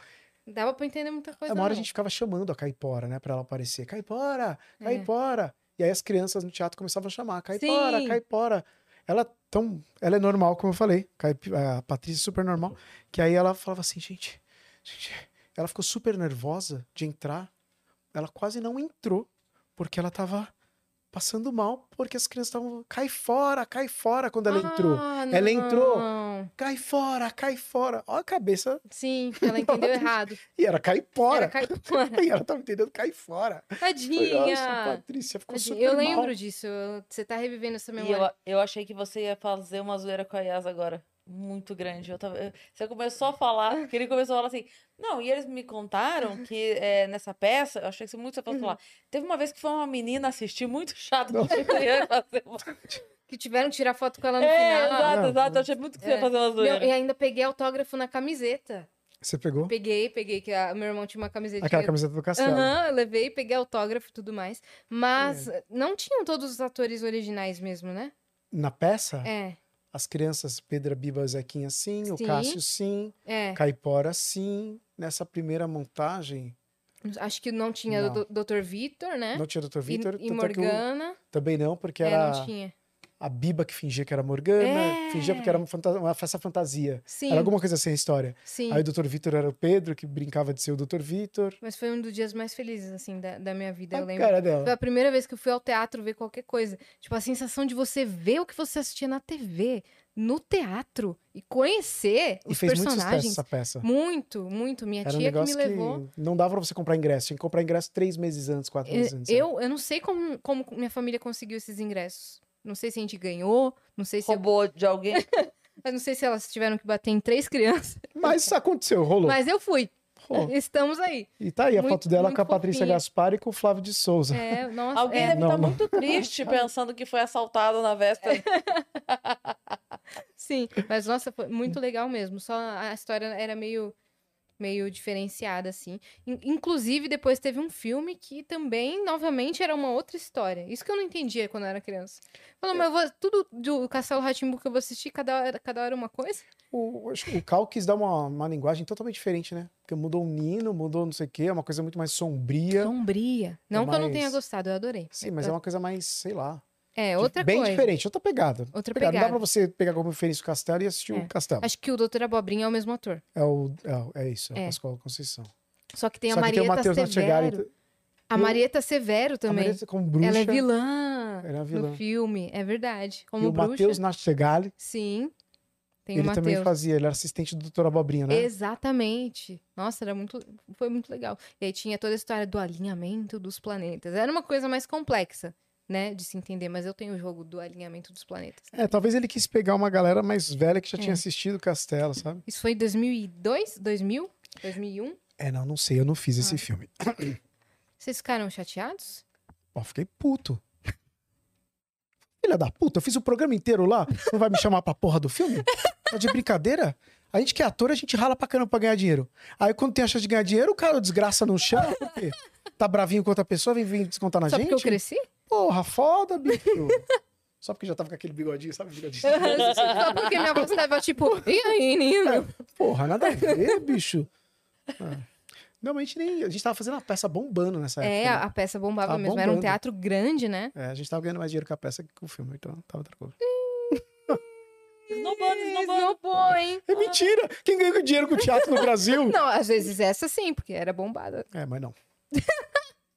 S3: Dava pra entender muita
S4: Aí
S3: coisa.
S4: uma hora
S3: não.
S4: a gente ficava chamando a Caipora, né? Pra ela aparecer. Caipora!
S3: É.
S4: Caipora! E aí as crianças no teatro começavam a chamar. Caipora!
S3: Sim.
S4: Caipora! Ela é tão. Ela é normal, como eu falei. Caip- A Patrícia é super normal. Que aí ela falava assim, gente, gente. Ela ficou super nervosa de entrar. Ela quase não entrou, porque ela tava passando mal porque as crianças estavam. Cai fora, cai fora quando ela entrou.
S3: Ah,
S4: Ela entrou.
S3: não.
S4: Cai fora, cai fora. Olha a cabeça.
S3: Sim, ela entendeu errado.
S4: E era cai
S3: Era
S4: fora.
S3: caipora.
S4: E ela tava entendendo cai fora. Falei, Nossa,
S3: Tadinha.
S4: Patrícia, ficou
S3: Tadinha. Assim,
S4: super
S3: Eu
S4: mal.
S3: lembro disso. eu- Você tá revivendo essa
S2: E eu,
S3: memória.
S2: eu achei que você ia fazer uma zoeira com a Yas agora. Muito grande. Eu tava- eu- você começou a falar, porque ele começou a falar assim. Não, e eles me contaram que é, nessa peça, eu achei que você muito você fosse
S3: Uhum.
S2: falar. Teve uma vez que foi uma menina assistir muito chato tipo, eu achei que você ia fazer uma-
S3: Que tiveram que tirar foto com ela Tá no
S2: É,
S3: final.
S2: exato,
S4: Não,
S2: exato. Eu achei muito que você ia
S3: é.
S2: fazer uma
S3: Meu,
S2: zoeira.
S3: e ainda peguei autógrafo na camiseta.
S4: Você pegou?
S3: Peguei, peguei, que a, meu irmão tinha uma camiseta.
S4: Aquela camiseta do castelo.
S3: Aham, eu levei, peguei autógrafo e tudo mais. Mas
S4: É.
S3: não tinham todos os atores originais mesmo, né?
S4: Na peça,
S3: É,
S4: as crianças, Pedra, Biba, Zequinha, sim. O
S3: Sim.
S4: Cássio, sim.
S3: é.
S4: Caipora, sim. Nessa primeira montagem,
S3: Acho que não tinha
S4: Não.
S3: o do- Dr. Vitor, né?
S4: não tinha Dr.
S3: E-
S4: Vitor.
S3: e,
S4: tanto é que o-
S3: Morgana.
S4: Também não, porque
S3: É,
S4: era
S3: não tinha.
S4: a Biba que fingia que era Morgana.
S3: É.
S4: Fingia porque era uma, fanta- uma festa fantasia.
S3: Sim,
S4: Era alguma coisa assim a história.
S3: sim.
S4: Aí o Dr. Vitor era o Pedro, que brincava de ser o Dr. Vitor.
S3: Mas foi um dos dias mais felizes, assim, da, da minha vida, eu
S4: A
S3: lembro.
S4: cara
S3: Foi
S4: dela.
S3: a primeira vez que eu fui ao teatro ver qualquer coisa. Tipo, a sensação de você ver o que você assistia na TV, no teatro, e conhecer
S4: E
S3: os
S4: fez muito sucesso
S3: personagens.
S4: essa peça.
S3: Muito, muito. Minha
S4: Era um
S3: tia que me
S4: negócio que,
S3: levou.
S4: não dava pra você comprar ingresso. Tinha que comprar ingresso três meses antes, quatro
S3: Eu-
S4: meses antes. sabe?
S3: Eu, eu não sei como, como minha família conseguiu esses ingressos. Não sei se a gente ganhou, não sei se, eu-
S2: Roubou de alguém.
S3: eu não sei se elas tiveram que bater em três crianças,
S4: Mas isso aconteceu, rolou.
S3: mas eu fui.
S4: Rolou.
S3: Estamos aí.
S4: E tá aí a
S3: Muito-
S4: foto dela
S3: muito
S4: com a Patrícia
S3: fofinha.
S4: Gaspar e com o Flávio de Souza.
S3: É, nossa,
S2: Alguém
S3: é,
S2: deve
S4: Não,
S2: estar
S4: não.
S2: muito triste pensando que foi assaltado na véspera.
S3: sim. Mas nossa, foi muito legal mesmo. Só a história era meio meio diferenciada assim. In- Inclusive depois teve um filme que também novamente era uma outra história. Isso que eu não entendia quando eu era criança. Falou, mas eu vou tudo do Castelo Ratimbu que eu vou assistir cada hora, cada hora uma coisa.
S4: O, acho que o Cal quis dar uma, uma linguagem totalmente diferente, né? Porque mudou o Nino, mudou não sei o quê, é uma coisa muito mais
S3: Então,
S4: sombria.
S3: Sombria. Não que eu não tenha
S4: É mais-
S3: gostado, eu adorei.
S4: Sim, mas é uma coisa mais, sei lá.
S3: É,
S4: dif-
S3: outra
S4: bem
S3: coisa.
S4: diferente, outra pegada.
S3: Outra
S4: Não dá
S3: pegada.
S4: pra você pegar como referência o Castelo e assistir
S3: É.
S4: o Castelo.
S3: Acho que o Doutor Abobrinha é o mesmo ator.
S4: É, o, é, é isso, é, o
S3: É.
S4: Pascoal Conceição.
S3: Só que tem
S4: Só
S3: a
S4: que tem o
S3: Marieta
S4: Matheus Natchegari
S3: Severo.
S4: t-
S3: A
S4: Eu-
S3: Marieta Severo
S4: a
S3: também.
S4: Marieta como bruxa.
S3: Ela é vilã
S4: Ela é uma
S3: no
S4: vilã.
S3: filme, é verdade.
S4: e
S3: Como
S4: o
S3: bruxa.
S4: Matheus Natchegali,
S3: Sim. Tem
S4: ele
S3: o
S4: também
S3: Matheus.
S4: fazia, ele era assistente do Dr. Abobrinha, né?
S3: Exatamente. Nossa, era muito, foi muito legal. E aí tinha toda a história do alinhamento dos planetas. Era uma coisa mais complexa, né, de se entender, mas eu tenho o jogo do alinhamento dos planetas.
S4: É, talvez ele quis pegar uma galera mais velha que já
S3: É.
S4: tinha assistido o Castelo, sabe?
S3: Isso foi em 2002, 2000, 2001.
S4: É, não, não sei, eu não fiz esse
S3: Ah.
S4: filme.
S3: um? Vocês ficaram chateados?
S4: Ó, fiquei puto. Filha da puta, eu fiz o programa inteiro lá, não vai me chamar pra porra do filme? Tá de brincadeira? A gente que é ator, a gente rala pra caramba pra ganhar dinheiro. Aí quando tem a chance de ganhar dinheiro, o cara desgraça não chama, porque tá bravinho com outra pessoa, vem, vem descontar na
S3: Só
S4: gente.
S3: porque eu cresci?
S4: Porra, foda, bicho. Só porque já tava com aquele bigodinho, sabe? Bigodinho.
S3: Só porque minha voz tava tipo, e aí, menino?
S4: Porra, nada a ver, bicho. Ah. Não, mas a gente nem. A gente tava fazendo a peça bombando nessa
S3: É,
S4: época. né?
S3: a peça bombava
S4: Tá
S3: mesmo. Era um
S4: bombando.
S3: teatro grande, né?
S4: É, a gente tava ganhando mais dinheiro com a peça que com o filme, então tava tranquilo.
S2: Snowball, snowball.
S3: Snowball, hein?
S4: É mentira! Quem ganhou dinheiro com o teatro no Brasil?
S3: Não, às vezes essa sim, porque era bombada.
S4: É, mas não.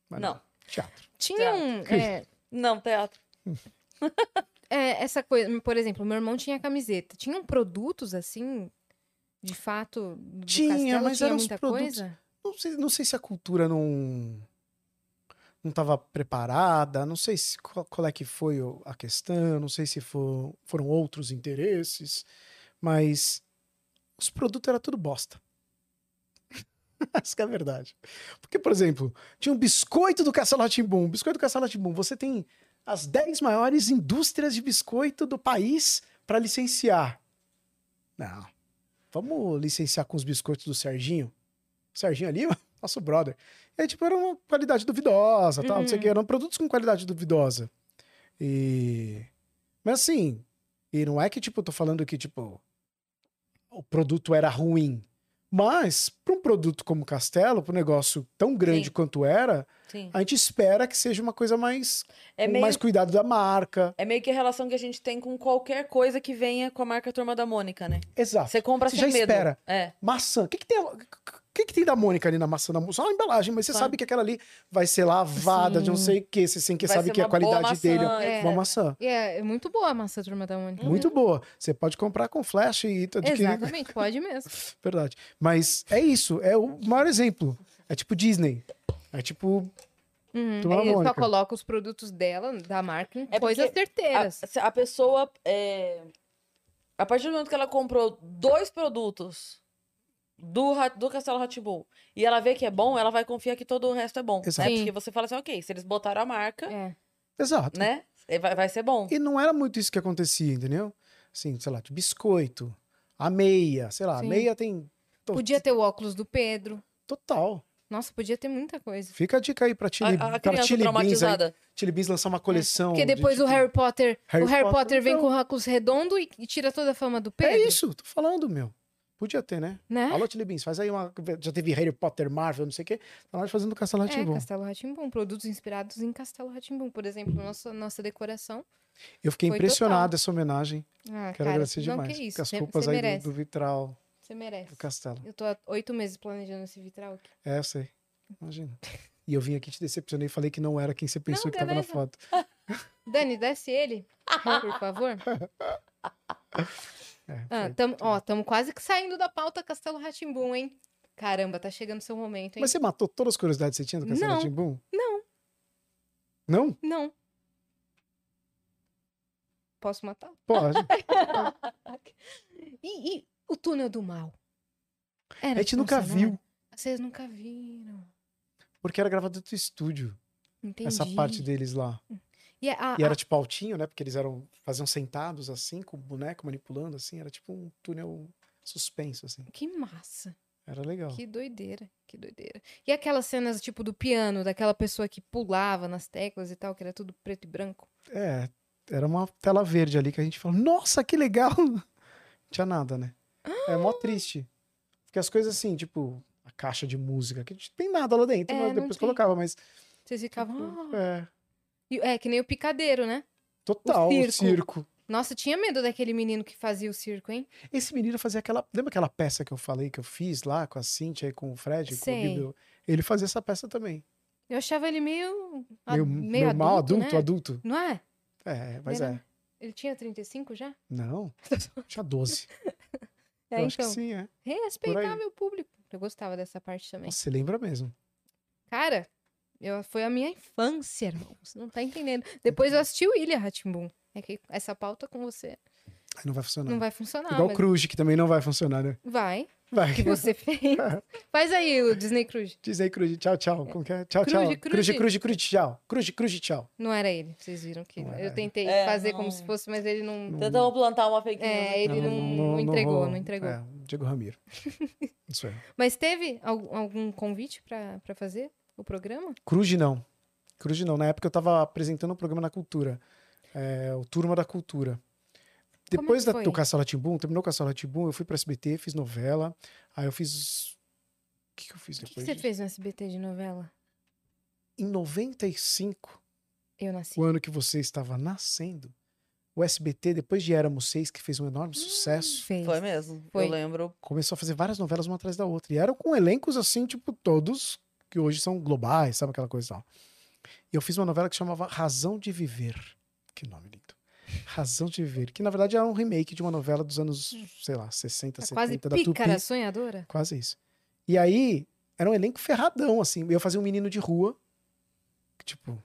S4: Mas
S2: Não,
S4: Teatro.
S3: Tinha
S2: Teatro.
S3: um. é,
S2: não, teatro.
S3: é, essa coisa, por exemplo, meu irmão tinha camiseta. Tinham produtos assim, de fato, do
S4: Tinha,
S3: castelo,
S4: mas
S3: tinha
S4: eram os
S3: muita
S4: produtos-
S3: coisa?
S4: Não sei, não sei se a cultura não. Não tava preparada, não sei se, qual, qual é que foi o- a questão, não sei se for- foram outros interesses, mas os produtos era tudo bosta. Essa que é a verdade. Porque, por exemplo, tinha um biscoito do Castelo Ratimbum. Biscoito do Castelo Ratimbum, você tem as 10 maiores indústrias de biscoito do país para licenciar. Não. Vamos licenciar com os biscoitos do Serginho? O Serginho ali, nosso brother. E aí, tipo, era uma qualidade duvidosa, tal, não sei o
S3: Uhum.
S4: que. Eram produtos com qualidade duvidosa. E. Mas assim, e não é que, tipo, eu tô falando que, tipo, o produto era ruim. Mas, para um produto como Castelo, para um negócio tão grande
S2: Sim.
S4: quanto era,
S2: Sim.
S4: a gente espera que seja uma coisa mais.
S2: É
S4: com
S2: meio,
S4: mais cuidado da marca.
S2: é meio que a relação que a gente tem com qualquer coisa que venha com a marca Turma da Mônica, né?
S4: Exato.
S2: Você compra
S4: Ah, Você
S2: sem
S4: já
S2: medo.
S4: espera.
S2: É.
S4: Maçã. O que, que tem a... o que que, que tem da Mônica ali na maçã da Mônica? Só uma embalagem, mas você
S2: Claro.
S4: sabe que aquela ali vai ser lavada de não sei o que, você sem que
S2: Vai
S4: sabe
S2: ser
S4: que é a
S2: uma boa
S4: qualidade
S2: maçã,
S4: dele.
S2: etc.
S4: Uma maçã.
S3: E é, é muito boa a massa turma da Mônica.
S2: Uhum.
S3: Uhum.
S4: Muito boa. Você pode comprar com flash e tá adquirindo.
S3: Exatamente, pode mesmo.
S4: Verdade. Mas é isso. É o maior exemplo. É tipo Disney. É tipo.
S3: Uhum.
S4: Turma da
S3: Aí eu só
S4: Mônica.
S3: coloco os produtos dela, da marca, em
S2: É
S3: coisas
S2: A,
S3: certeiras.
S2: se a pessoa. é, a partir do momento que ela comprou dois produtos do, Ra- do Castelo Ratibum e ela vê que é bom, ela vai confiar que todo o resto é bom.
S4: Exato.
S2: Né?
S3: Sim.
S2: Porque você fala assim, ok, se eles botaram a marca,
S3: É.
S4: Exato.
S2: né? eh, Vai, vai ser bom.
S4: E não era muito isso que acontecia, entendeu? Assim, sei lá, de biscoito, a meia, sei lá, a
S3: Sim.
S4: meia tem. to-
S3: Podia ter o óculos do Pedro.
S4: Total.
S3: Nossa, podia ter muita coisa.
S4: Fica a dica aí pra Chili,
S2: A, a
S4: pra
S2: criança
S4: Chili Beans. aí.
S2: traumatizada.
S4: Chili Beans lançar uma coleção.
S3: É, Porque
S4: de,
S3: depois o
S4: tipo,
S3: Harry Potter,
S4: Harry
S3: o Harry Potter,
S4: Potter,
S3: vem
S4: então.
S3: com o óculos redondo e, e tira toda a fama do Pedro.
S4: É isso, tô falando, meu. Podia ter, né?
S3: Né?
S4: Alô, Chili Beans, faz aí uma. Já teve Harry Potter, Marvel, não sei o quê. Tá na hora de fazer no Castelo
S3: É,
S4: Rá-Tim-Bum.
S3: Castelo Ratimbum, produtos inspirados em Castelo Ratimbum, por exemplo, nossa nossa decoração.
S4: Eu fiquei
S3: Foi
S4: impressionado
S3: total.
S4: essa homenagem.
S3: Ah,
S4: Quero
S3: cara,
S4: agradecer
S3: não
S4: demais.
S3: que isso,
S4: com as
S3: cê-
S4: roupas
S3: cê
S4: aí
S3: merece,
S4: do, do vitral
S3: Você merece.
S4: do castelo.
S3: Eu tô há oito meses planejando esse vitral aqui.
S4: É, eu sei. Imagina. E eu vim aqui te decepcionei e falei que não era quem você pensou que tava na
S3: beleza.
S4: foto.
S3: Dani, desce ele, por favor.
S4: É,
S3: Ah,
S4: foi.
S3: tamo, ó, tamo quase que saindo da pauta Castelo Ratimbum, hein? Caramba, tá chegando o seu momento, hein?
S4: Mas você matou todas as curiosidades que você tinha do Castelo
S3: Não.
S4: Timbum?
S3: Não.
S4: Não?
S3: Não. Posso matar?
S4: Pode.
S3: E, e o túnel do mal? Era
S4: A gente
S3: de
S4: nunca
S3: Bolsonaro?
S4: viu,
S3: Vocês nunca viram.
S4: porque era gravado do estúdio,
S3: Entendi. Ah,
S4: essa parte deles lá.
S3: E, é, a-
S4: E
S3: a-
S4: era tipo altinho, né? Porque eles eram faziam sentados assim, com o boneco manipulando assim, era tipo um túnel suspenso assim.
S3: Que massa.
S4: Era legal.
S3: Que doideira. Que doideira. E aquelas cenas tipo do piano, daquela pessoa que pulava nas teclas e tal, que era tudo preto e branco.
S4: É, era uma tela verde ali que a gente falou, nossa, que legal! Não tinha nada, né? É mó
S3: Ah!
S4: triste. Porque as coisas assim, tipo, a caixa de música, que a gente tem nada lá dentro,
S3: É,
S4: mas
S3: não
S4: depois
S3: tem.
S4: colocava, mas.
S3: Vocês ficavam. "Ah".
S4: É.
S3: E- É, que nem o picadeiro, né?
S4: Total,
S3: circo.
S4: o circo.
S3: Nossa, eu tinha medo daquele menino que fazia o circo, hein?
S4: Esse menino fazia aquela. Lembra aquela peça que eu falei que eu fiz lá com a Cintia e com o Fred, com
S3: Sei.
S4: o Bíblia? Ele fazia essa peça também.
S3: Eu achava ele Ah, meio. a-
S4: Meio, meio mal, adulto,
S3: né?
S4: adulto.
S3: Não é?
S4: É, mas
S3: Era-
S4: é.
S3: Ele tinha 35 já?
S4: Não, tinha 12.
S3: É,
S4: eu acho que
S3: então.
S4: sim, é.
S3: Respeitar meu público. Eu gostava dessa parte também.
S4: Nossa, você lembra mesmo.
S3: Cara, eu, foi a minha infância, irmão. Você não tá entendendo. Depois eu assisti o Ilha Ratimbum. É que essa pauta com você
S4: Aí não vai funcionar.
S3: não vai funcionar.
S4: Igual o
S3: mas
S4: Cruz, que também não vai funcionar, né?
S3: Vai,
S4: Vai.
S3: que você fez. Faz aí o Disney Cruz.
S4: Diz aí, Cruz, tchau, tchau. Como que é? Tchau,
S3: Cruz,
S4: tchau.
S3: Cruz.
S4: Cruz, Cruz, Cruz, tchau. Cruz, Cruz, tchau.
S3: Não era ele, vocês viram que
S4: Não
S3: eu
S4: era.
S3: tentei
S2: É,
S3: fazer
S2: não.
S3: como se fosse, mas ele não.
S2: Tentamos plantar uma fake news.
S3: É, ele não, não entregou,
S4: entregou,
S3: não entregou.
S4: É, Diego Ramiro. Isso é.
S3: Mas teve al- algum convite pra pra fazer o programa?
S4: Cruz não. Cruz não. Na época eu tava apresentando um programa na Cultura. É, o Turma da Cultura.
S3: é que
S4: Depois da,
S3: foi?
S4: do Castelo Timbum, terminou o Castelo Timbum, eu fui pra SBT, fiz novela. Aí eu fiz. O que, que eu fiz
S3: O que, que
S4: depois?
S3: você
S4: disso?
S3: fez no SBT de novela?
S4: Em 95,
S3: Eu nasci.
S4: o ano que você estava nascendo, o SBT, depois de Éramos Seis, que fez um enorme
S3: Hum.
S4: sucesso,
S3: Fez.
S2: Foi mesmo.
S3: Foi.
S2: Eu lembro.
S4: começou a fazer várias novelas uma atrás da outra. E eram com elencos assim, tipo, todos que hoje são globais, sabe aquela coisa e tal. E eu fiz uma novela que chamava Razão de Viver. Que nome lindo. Razão de Viver. Que na verdade era um remake de uma novela dos anos, sei lá, 60,
S3: Tá
S4: 70
S3: quase
S4: da Tupi.
S3: pícara sonhadora?
S4: Quase isso. E aí, era um elenco ferradão, assim. Eu fazia um menino de rua, que, tipo,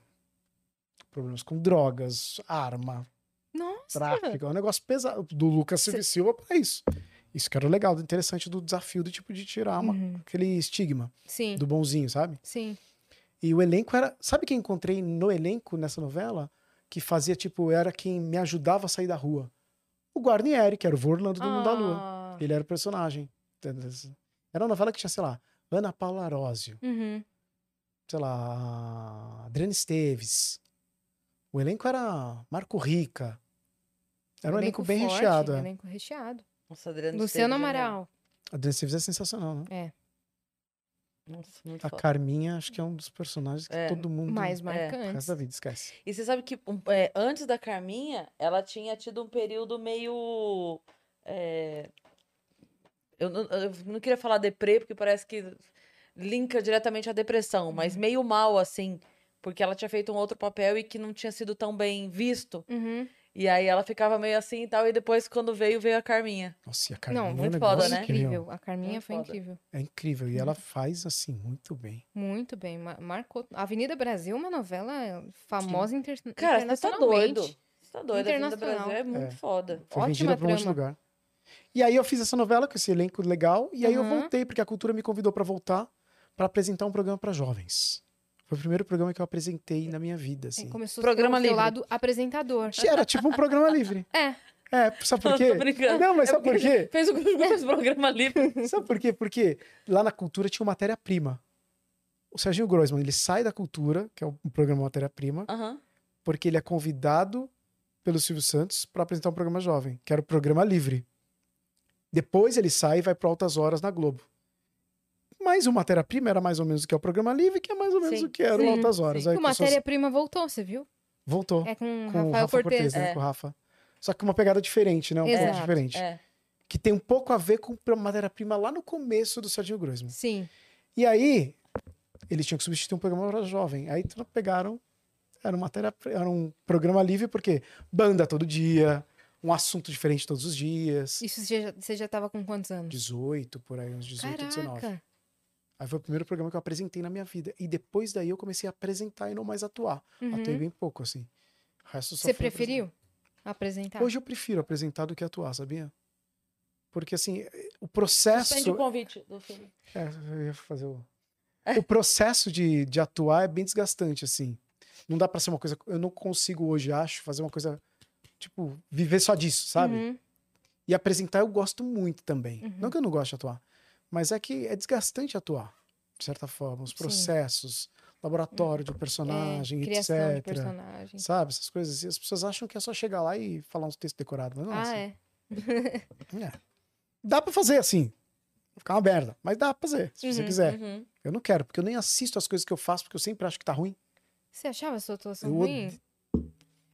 S4: problemas com drogas, arma,
S3: Nossa!
S4: tráfico. É um negócio pesado. Do Lucas Silva e Silva pra isso. Isso que era o legal, do interessante do desafio do tipo de tirar uma,
S3: Uhum.
S4: aquele estigma
S3: Sim,
S4: do bonzinho, sabe?
S3: sim.
S4: E o elenco era. Sabe quem encontrei no elenco nessa novela? Que fazia, tipo, era quem me ajudava a sair da rua. O Guarnieri, que era o Vorlando do Mundo da Lua.
S3: Ah,
S4: Ele era o personagem. Era uma novela que tinha, sei lá, Ana Paula Arósio,
S3: uhum.
S4: sei lá, Adriana Esteves. O elenco era Marco Rica. Era um elenco, bem
S3: forte,
S4: recheado. é.
S3: Elenco recheado.
S2: Nossa, Adriana
S3: Luciano
S2: Esteves, genial.
S3: Amaral.
S4: A Adriana Esteves é sensacional, né?
S2: Nossa, muito
S4: A
S2: foda.
S4: Carminha, acho que é um dos personagens que
S2: É,
S4: todo mundo.
S3: Mais
S4: O
S3: marcante.
S4: resto da vida, esquece.
S2: E você sabe que um, é, antes da Carminha, ela tinha tido um período meio. é, Eu não, eu não queria falar deprê, porque parece que linka diretamente à depressão, mas meio mal, assim. Porque ela tinha feito um outro papel e que não tinha sido tão bem visto.
S3: Uhum.
S2: E aí ela ficava meio assim e tal. E depois, quando veio, veio a Carminha.
S4: Nossa, e a Carminha
S3: Não,
S4: é um
S2: muito
S4: negócio
S2: foda, né? Uhum.
S4: incrível.
S3: incrível. A Carminha
S2: Muito
S3: foi
S2: foda.
S3: incrível.
S4: É incrível. E ela faz, assim, muito bem.
S3: Muito bem, ma- marcou. Avenida Brasil é uma novela famosa inter...
S2: Cara, você tá
S3: internacionalmente. É,
S2: doido. Você tá doido. A Avenida
S3: Internacional.
S2: Brasil é muito foda.
S4: Foi
S3: Ótima
S4: vendida pra um monte de
S3: trama.
S4: lugar. E aí eu fiz essa novela com esse elenco legal. E aí eu
S2: Uhum.
S3: Aham.
S4: voltei, porque a Cultura me convidou pra voltar pra apresentar um programa pra jovens. Foi o primeiro programa que eu apresentei na minha
S2: É
S4: vida,
S3: Aí
S4: assim.
S3: Começou
S2: Programa
S3: Programa seu
S2: livre.
S3: lado apresentador.
S4: Era tipo um programa livre.
S3: É.
S4: É, sabe por quê?
S2: Tô brincando.
S4: Não, mas
S2: É
S4: sabe por
S2: porque-
S4: quê?
S2: Fez o fez o programa livre.
S4: Sabe por quê? Porque lá na cultura tinha o matéria-prima. O Serginho Groisman, ele sai da cultura, que é o programa Matéria-Prima,
S2: Aham.
S4: porque ele é convidado pelo Silvio Santos para apresentar um programa jovem, que era o programa livre. Depois ele sai e vai para Altas Horas na Globo. Mas o Matéria-Prima era mais ou menos o que é o programa livre, que é mais ou menos
S2: Sim,
S4: o que era o
S2: sim,
S4: Altas Horas.
S2: sim.
S4: Aí
S3: o
S4: pessoas-
S3: matéria-prima voltou, você viu?
S4: Voltou
S3: É com,
S4: com o
S3: Rafael
S4: Rafa
S3: Cortez.
S4: Cortez, né? Com o Rafa. Só que uma pegada diferente, né? Um pouco
S3: Exato,
S4: diferente.
S2: É.
S4: Que tem um pouco a ver com a matéria-prima lá no começo do Serginho Groisman.
S3: Sim.
S4: E aí, eles tinham que substituir um programa pra jovem. Aí tra- pegaram, era, uma matéria, era um programa livre, porque banda todo dia, um assunto diferente todos os dias.
S3: Isso você já, você já tava com quantos anos?
S4: 18, por aí, uns 18, 19.
S3: Caraca.
S4: Aí foi o primeiro programa que eu apresentei na minha vida. E depois daí eu comecei a apresentar e não mais atuar.
S3: Uhum.
S4: Atuei bem pouco, assim. O resto só
S3: Você
S4: foi apresentar.
S3: preferiu Tá. apresentar?
S4: Hoje eu prefiro apresentar do que atuar, sabia? Porque, assim, o processo.
S2: Suspende o convite do filme.
S4: É, eu ia fazer o...
S3: É.
S4: O processo de, de atuar é bem desgastante, assim. Não dá pra ser uma coisa... Eu não consigo hoje, acho, fazer uma coisa... Tipo, viver só disso, sabe?
S3: Uhum.
S4: E apresentar eu gosto muito também.
S3: Uhum.
S4: Não que eu não goste de atuar. Mas é que é desgastante atuar, de certa forma. Os
S3: Sim.
S4: processos, laboratório de personagem,
S3: é,
S4: etc.
S3: criação de personagem.
S4: Sabe? Essas coisas. E as pessoas acham que é só chegar lá e falar uns textos decorados. Mas não é assim.
S3: ah, é.
S4: É. Dá pra fazer, assim. Ficar uma merda. Mas dá pra fazer, se você
S3: Uhum,
S4: quiser.
S2: Uhum.
S4: Eu não quero, porque eu nem assisto as coisas que eu faço, porque eu sempre acho que tá ruim.
S3: Você achava a sua atuação
S4: Eu
S3: ruim?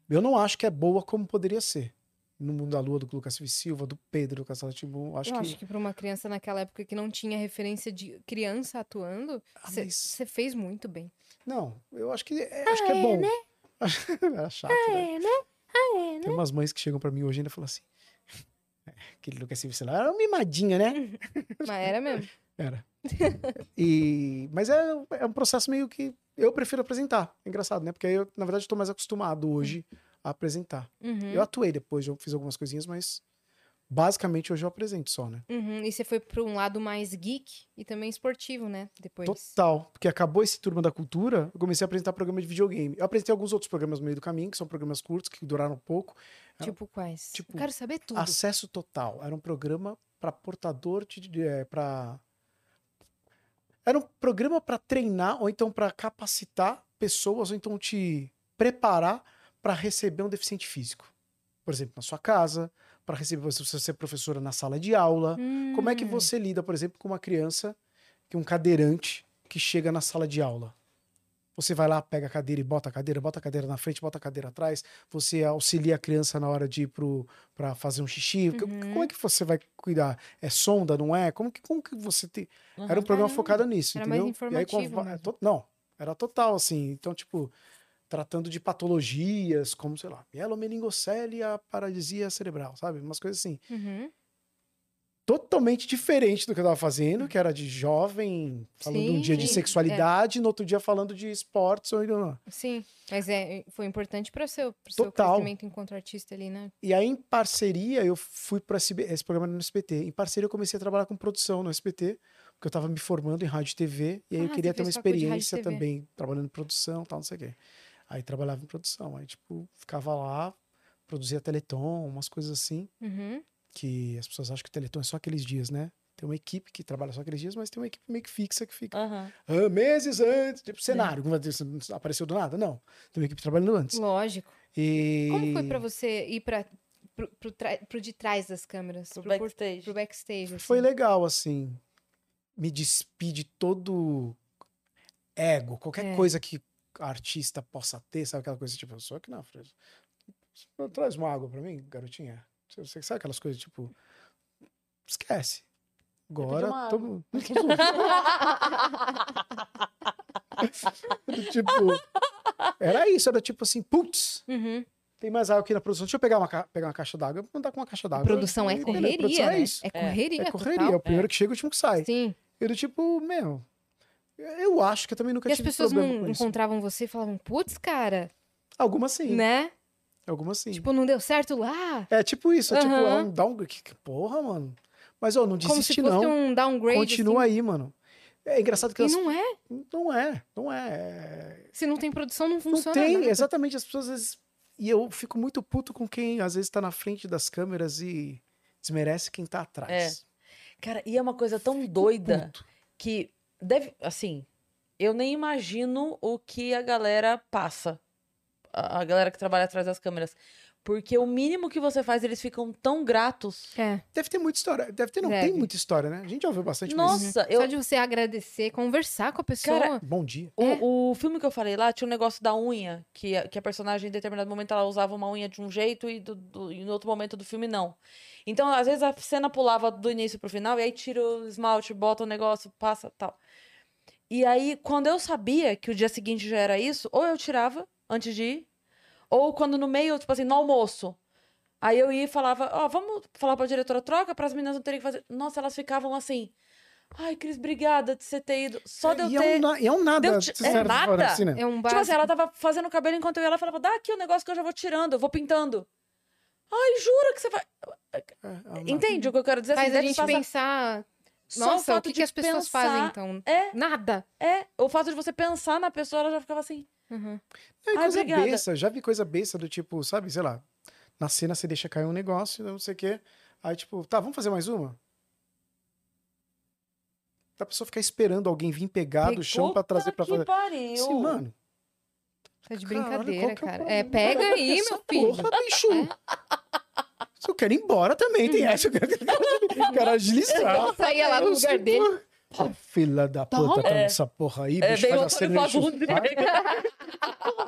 S4: Eu não acho que é boa como poderia ser. No Mundo da Lua, do Lucas Silva e Silva, do Pedro, do Castelo Timbu, acho
S3: eu
S4: que...
S3: acho que pra uma criança naquela época que não tinha referência de criança atuando,
S4: Ah,
S3: você
S4: mas-
S3: fez muito bem.
S4: Não, eu acho que é, acho que é bom. Era chato, né? Tem umas mães que chegam pra mim hoje e ainda falam assim... "É, Aquele Lucas Silva e Silva era um mimadinho, né?
S3: Mas era mesmo.
S4: Era. E... Mas é, é um processo meio que... Eu prefiro apresentar. É engraçado, né? Porque aí eu, na verdade, estou mais acostumado hoje a apresentar.
S3: Uhum,
S4: Eu atuei depois, eu fiz algumas coisinhas, mas basicamente hoje eu apresento só, né?
S3: uhum. E você foi pra um lado mais geek e também esportivo, né? Depois.
S4: Total. Porque acabou esse turma da cultura, eu comecei a apresentar programa de videogame. Eu apresentei alguns outros programas no meio do caminho, que são programas curtos, que duraram pouco.
S3: Tipo quais?
S4: Tipo,
S3: eu quero saber tudo.
S4: Acesso Total. Era um programa para portador de. de- é, pra... Era um programa para treinar, ou então para capacitar pessoas, ou então te preparar para receber um deficiente físico. Por exemplo, na sua casa, para receber se você ser professora na sala de aula. Como é que
S3: Hum,
S4: você lida, por exemplo, com uma criança, que é um cadeirante, que chega na sala de aula? Você vai lá, pega a cadeira e bota a cadeira, bota a cadeira na frente, bota a cadeira atrás. Você auxilia a criança na hora de ir para fazer um xixi. Co-
S3: Uhum.
S4: Como é que você vai cuidar? É sonda, não é? Como que, como que você tem. Era um programa
S3: Caramba,
S4: focado nisso,
S3: era mais
S4: entendeu? E aí,
S3: informativo
S4: va- é
S3: mesmo.
S4: to- Não, era total, assim. Então, tipo, tratando de patologias, como, sei lá, mielomeningocele, a paralisia cerebral, sabe? Umas coisas assim
S3: uhum,
S4: totalmente diferente do que eu tava fazendo, que era de jovem, falando um dia de
S3: Sim, é.
S4: sexualidade, no outro dia falando de esportes. ou-
S3: Sim, mas é, foi importante para seu, pro seu
S4: Total.
S3: crescimento enquanto artista ali, né?
S4: E aí, em parceria, eu fui para esse, esse programa no SBT. Em parceria, eu comecei a trabalhar com produção no SBT, porque eu tava me formando em rádio e TV, e aí eu
S3: Ah,
S4: queria
S3: você
S4: ter uma
S3: fez faculdade de rádio e
S4: experiência
S3: TV.
S4: também, trabalhando em produção tal, não sei o quê. Aí trabalhava em produção, aí, tipo, ficava lá, produzia Teleton, umas coisas assim.
S3: Uhum.
S4: que as pessoas acham que o Teleton é só aqueles dias, né? Tem uma equipe que trabalha só aqueles dias, mas tem uma equipe meio que fixa que fica
S2: Aham.
S4: ah, meses antes, tipo cenário. Como é que isso não Apareceu do nada? Não. Tem uma equipe trabalhando antes.
S3: Lógico.
S4: E...
S3: Como foi para você ir para pro, pro, tra- pro de trás das câmeras,
S2: Pro
S3: pro, por-
S2: backstage.
S3: pro backstage? Assim.
S4: Foi legal, assim. Me despi de todo ego, qualquer
S3: É.
S4: coisa que artista possa ter, sabe aquela coisa tipo, eu sou aqui na frente. Traz uma água pra mim, garotinha. Você, você sabe aquelas coisas tipo, esquece. Agora,
S2: uma água.
S4: todo mundo. tipo, era isso, era tipo assim, putz,
S3: Uhum.
S4: tem mais água aqui na produção, deixa eu pegar uma, ca- pegar uma caixa d'água, vou mandar com uma caixa d'água.
S3: Produção é
S4: E,
S3: correria,
S4: beleza, Produção
S3: né?
S4: é isso.
S3: É correria,
S4: É correria, é
S3: total.
S4: o primeiro que chega, o último que sai.
S3: Sim.
S4: Eu do tipo, meu, eu acho que eu também nunca
S3: E as
S4: tive
S3: pessoas
S4: problema
S3: não
S4: com isso.
S3: encontravam você e falavam, putz, cara,
S4: Algumas sim,
S3: né?
S4: algumas sim.
S3: Tipo, não deu certo lá.
S4: é tipo isso, é tipo,
S3: Aham.
S4: ela não dá um... Que, que porra, mano. Mas, ó, não
S3: Como se
S4: desiste
S3: fosse
S4: não,
S3: um downgrade.
S4: continua aí, mano. É engraçado que
S3: assim. E
S4: elas...
S3: não é.
S4: não é, não é.
S3: Se não tem produção, não
S4: Não
S3: funciona.
S4: tem,
S3: nada.
S4: exatamente. As pessoas às vezes. E eu fico muito puto com quem às vezes tá na frente das câmeras e desmerece quem tá atrás.
S2: Cara, e é uma coisa tão doida
S4: Puto.
S2: que deve. Assim, eu nem imagino o que a galera passa. A a galera que trabalha atrás das câmeras. Porque o mínimo que você faz, eles ficam tão gratos.
S3: É.
S4: Deve ter muita história. Deve ter, não
S3: Deve.
S4: tem muita história, né? A gente já ouviu bastante mas
S2: Nossa, eu,
S3: Só de você agradecer, conversar com a pessoa.
S2: Cara,
S4: Bom dia.
S2: O,
S3: É.
S2: o filme que eu falei lá tinha um negócio da unha, que a, que a personagem em determinado momento ela usava uma unha de um jeito e, do, do- e no outro momento do filme não. Então, às vezes a cena pulava do início pro final e aí tira o esmalte, bota o negócio, passa tal. E aí, quando eu sabia que o dia seguinte já era isso, ou eu tirava antes de ir, ou quando no meio, tipo assim, no almoço. Aí eu ia e falava, ó, vamos falar pra diretora troca, para as meninas não terem que fazer. Nossa, elas ficavam assim. Ai, Cris, obrigada de você ter ido. Só de eu
S4: e,
S2: ter.
S4: é um, na- e é um nada.
S2: deu ti- é
S4: sincero,
S2: nada?
S4: fora, assim, né?
S3: É um
S2: Tipo assim,
S3: básico.
S2: ela tava fazendo o cabelo enquanto eu ia, ela falava, dá aqui o negócio que eu já vou tirando, eu vou pintando. Ai, jura que você vai.
S4: É, é um nada.
S2: Entende o que eu quero dizer?
S3: Faz
S2: Assim,
S3: a
S2: deve
S3: gente
S2: passar-
S3: pensar.
S2: Só o
S3: Nossa, o
S2: fato
S3: que,
S2: de
S3: que as pessoas
S2: pensar-
S3: fazem então?
S2: É,
S3: Nada.
S2: é. O fato de você pensar na pessoa, ela já ficava assim.
S3: Uhum.
S4: Não, e
S2: Ai,
S4: é coisa
S2: obrigada.
S4: besta. Já vi coisa besta do tipo, sabe, sei lá. Na cena você deixa cair um negócio, não sei o quê. Aí, tipo, tá, vamos fazer mais uma? Da pessoa ficar esperando alguém vir pegar do chão pra
S2: Puta
S4: trazer pra
S2: que
S4: fazer.
S2: pariu.
S4: Sim, mano.
S3: Tá de
S4: Caralho, qual
S3: brincadeira,
S4: que é o
S3: cara. É,
S4: problema?
S3: pega aí,
S4: Essa
S3: meu filho. É.
S4: Porra, bicho. Se eu quero ir embora também, tem essa. Eu quero, eu quero agilizar.
S3: Saía lá do É
S4: Eu
S3: um lugar
S4: sei,
S3: dele. É,
S4: porra. Ah, Filha da puta, tá nessa porra aí, bicho.
S2: É, veio o
S4: faz a
S2: Antônio
S4: cena e
S2: Fagundes.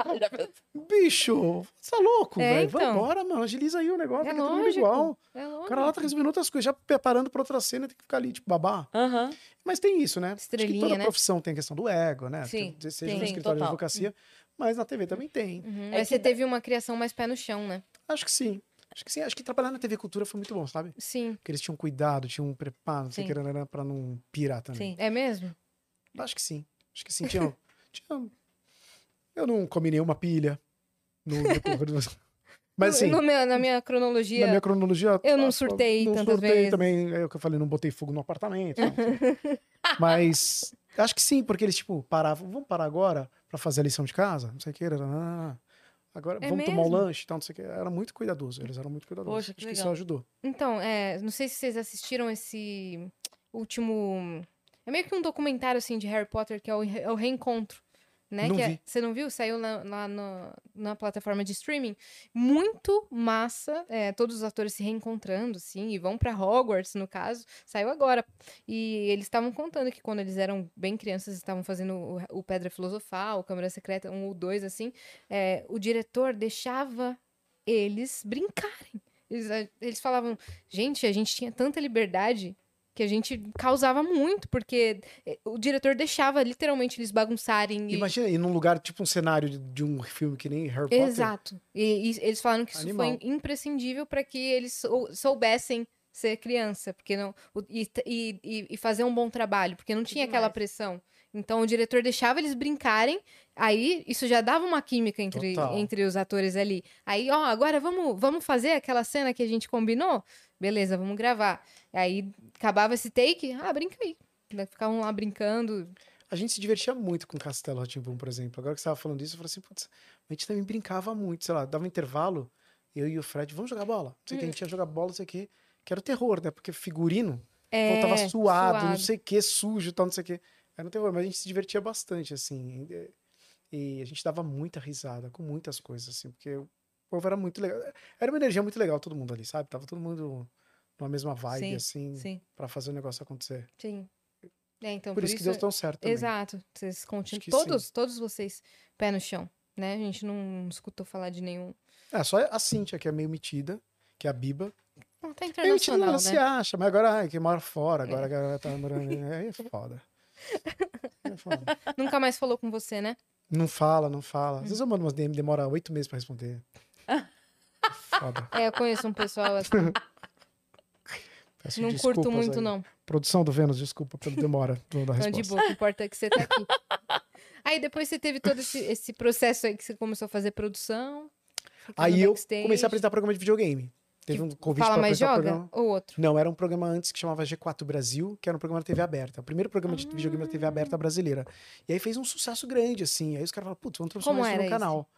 S4: deixa eu- Bicho, você tá louco,
S3: É,
S4: velho.
S3: então.
S4: Vambora, mano. Agiliza aí o negócio,
S3: É
S4: fica todo mundo
S3: lógico.
S4: igual.
S3: É
S4: O
S3: lógico.
S4: cara lá tá resolvendo outras coisas, já preparando pra outra cena, tem que ficar ali, tipo, babá.
S2: Aham.
S4: Mas tem isso, né? Acho que
S3: Estrelinha,
S4: toda
S3: né?
S4: profissão tem a questão do ego, né?
S2: Sim,
S4: Tem- Seja
S2: sim,
S4: no escritório de
S2: total.
S4: advocacia, mas na TV também tem.
S3: Uhum.
S2: É
S3: Mas você
S2: que dá-
S3: teve uma criação mais pé no chão, né?
S4: Acho que sim. Acho que sim. Acho que trabalhar na TV Cultura foi muito bom, sabe?
S3: Sim.
S4: Porque eles tinham cuidado, tinham um preparo, não sei o que, era pra não pirar
S2: Sim.
S4: também.
S3: É mesmo?
S4: Acho que sim. Acho que sim. Tinha, tinha- Eu não comi nenhuma pilha no decorrer do... Mas
S3: No-
S4: assim,
S3: no meu- na minha cronologia.
S4: na minha cronologia...
S3: Eu não
S4: ah,
S3: surtei
S4: Não
S3: tantas
S4: surtei
S3: vezes.
S4: também. É o que eu falei, não botei fogo no apartamento. não sei. Mas acho que sim, porque eles, tipo, paravam. Vamos parar agora pra fazer a lição de casa? Não sei o que. era. Agora,
S3: É
S4: vamos tomar o
S3: mesmo?
S4: lanche, tal, não sei o que. Era muito cuidadoso. Eles eram muito cuidadosos.
S2: Poxa, que
S4: acho que isso
S2: legal.
S4: ajudou.
S3: Então, é, não sei se vocês assistiram esse último. É meio que um documentário assim de Harry Potter, que é o, Re- é o Reencontro. Né?
S4: Não
S3: que é-
S4: vi.
S3: você não viu? Saiu lá, lá no- na plataforma de streaming. Muito massa. é, todos os atores se reencontrando, assim, e vão pra Hogwarts, no caso. Saiu agora. E eles estavam contando que quando eles eram bem crianças, estavam fazendo o, o Pedra Filosofal, o Câmara Secreta, um ou dois, assim. é, o diretor deixava eles brincarem. Eles, a- eles falavam, gente, a gente tinha tanta liberdade que a gente causava muito, porque eh, o diretor deixava literalmente eles bagunçarem. E...
S4: Imagina ir num lugar, tipo um cenário de, de um filme que nem Harry Potter.
S3: Exato. E, e eles falaram que isso
S4: Animal.
S3: foi imprescindível para que eles sou- soubessem ser criança, porque não o- e, t- e- e- e fazer um bom trabalho, porque não tinha aquela
S2: demais.
S3: pressão. Então o diretor deixava eles brincarem, aí isso já dava uma química entre,
S4: Total.
S3: entre os atores ali. Aí, ó, agora vamos, vamos fazer aquela cena que a gente combinou? Beleza, vamos gravar. Aí acabava esse take, ah, brinca aí. Ficavam lá brincando.
S4: A gente se divertia muito com Castelo Rá-Tim-Bum, por exemplo. Agora que você estava falando disso, eu falei assim, putz, a gente também brincava muito, sei lá, dava um intervalo, eu e o Fred, vamos jogar bola. Não sei o que, a gente ia jogar bola, não sei o que. Que era o terror, né? Porque figurino,
S3: É,
S4: voltava suado, não
S3: suado.
S4: sei o que, sujo e tal, não sei o que. Era um terror, mas a gente se divertia bastante, assim. E, e a gente dava muita risada com muitas coisas, assim, porque o povo era muito legal. Era uma energia muito legal, todo mundo ali, sabe? Tava todo mundo numa mesma vibe, assim,
S2: Sim.
S4: pra fazer o negócio acontecer.
S3: Sim. É, então,
S4: Por, isso, que deu tão certo também.
S3: Exato. Vocês continuam.
S4: que
S3: Todos, todos vocês, pé no chão. Né? A gente não escutou falar de nenhum.
S4: É, só a Cíntia, que é meio metida, que é a Biba.
S3: Não, tá
S4: Aí o Tinder
S3: internacional,
S4: não
S3: né? É.
S4: se acha, mas agora ai, que mora fora, agora a galera tá morando. Aí é foda. É foda.
S3: Nunca mais falou com você, né?
S4: Não fala, não fala. Às vezes eu mando umas DM, demora oito meses pra responder. É Foda.
S3: É, eu conheço um pessoal assim,
S4: Peço
S3: não
S4: desculpas
S3: curto muito,
S4: aí.
S3: não.
S4: Produção do Vênus, desculpa pelo demora do- da
S3: Então, de
S4: resposta.
S3: boa, o que importa é que você tá aqui. Aí depois você teve todo esse, esse processo aí que você começou a fazer produção. ficar no
S4: Aí eu
S3: backstage.
S4: comecei a apresentar programa de videogame. Teve
S3: Que
S4: um convite
S3: Fala
S4: pra
S3: mais
S4: apresentar
S3: joga?
S4: programa.
S3: Ou outro?
S4: Não, era um programa antes que chamava G4 Brasil, que era um programa da TV aberta. O primeiro programa
S3: Ah.
S4: de videogame da TV aberta brasileira. E aí fez um sucesso grande, assim. Aí os caras falaram, putz, vamos
S3: Como
S4: transformar isso
S3: era
S4: no
S3: esse?
S4: canal.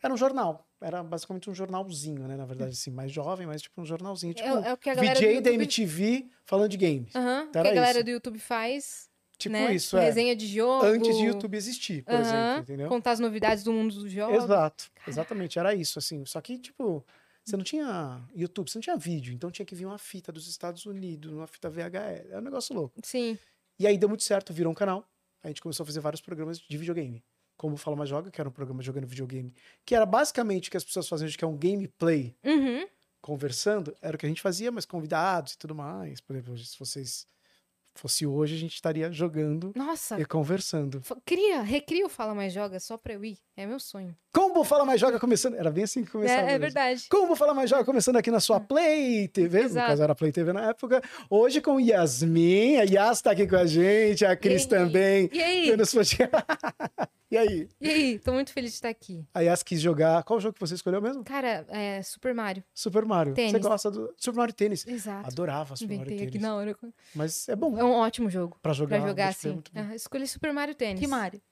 S4: Era um jornal. Era basicamente um jornalzinho, né? Na verdade, assim, mais jovem, mas tipo um jornalzinho. Tipo,
S3: é, é o que a galera
S4: VJ
S3: do
S4: da
S3: YouTube...
S4: MTV falando de game.
S3: Aham, o que
S4: Era
S3: a galera
S4: isso.
S3: do YouTube faz,
S4: Tipo
S3: né?
S4: isso, é.
S3: Resenha de jogo.
S4: Antes de YouTube existir, por
S3: Aham,
S4: exemplo, entendeu?
S3: Contar as novidades do mundo dos jogos.
S4: Exato, exatamente, era isso, assim. Só que, tipo, você não tinha YouTube, você não tinha vídeo, então tinha que vir uma fita dos Estados Unidos, uma fita VHS, é um negócio louco.
S3: Sim.
S4: E aí deu muito certo, virou um canal, a gente começou a fazer vários programas de videogame. Como o Fala Mas Joga, que era um programa jogando videogame, que era basicamente o que as pessoas faziam, que é um gameplay
S3: Uhum.
S4: conversando, era o que a gente fazia, mas convidados e tudo mais. Por exemplo, se vocês fosse hoje, a gente estaria jogando
S3: Nossa,
S4: e conversando.
S3: fa- cria, recria o Fala Mais Joga só pra eu ir. É meu sonho.
S4: Combo Fala Mais Joga começando. Era bem assim que
S3: É,
S4: começava.
S3: é
S4: mesmo.
S3: verdade. Hum.
S4: Como falar mais jovem, começando aqui na sua Play TV,
S3: Exato.
S4: no caso era Play TV na época. Hoje com Yasmin, a Yas tá aqui com a gente, a Cris
S2: aí?
S4: também.
S3: E aí?
S4: Eu não sou de- e aí?
S3: E aí? Tô muito feliz de estar aqui.
S4: A Yas quis jogar. Qual jogo que você escolheu mesmo?
S3: Cara, é Super Mario.
S4: Super Mario.
S3: Tênis.
S4: Você gosta do Super Mario Tênis?
S3: Exato.
S4: Adorava Super Mario
S3: Inventei aqui
S4: Tênis.
S3: na hora.
S4: Mas é bom
S3: É um ótimo jogo.
S4: pra jogar.
S3: pra jogar
S4: multiplayer,
S3: assim.
S4: muito bom. É.
S3: Ah, escolhi Super Mario Tênis. Ah,
S2: Que Mari?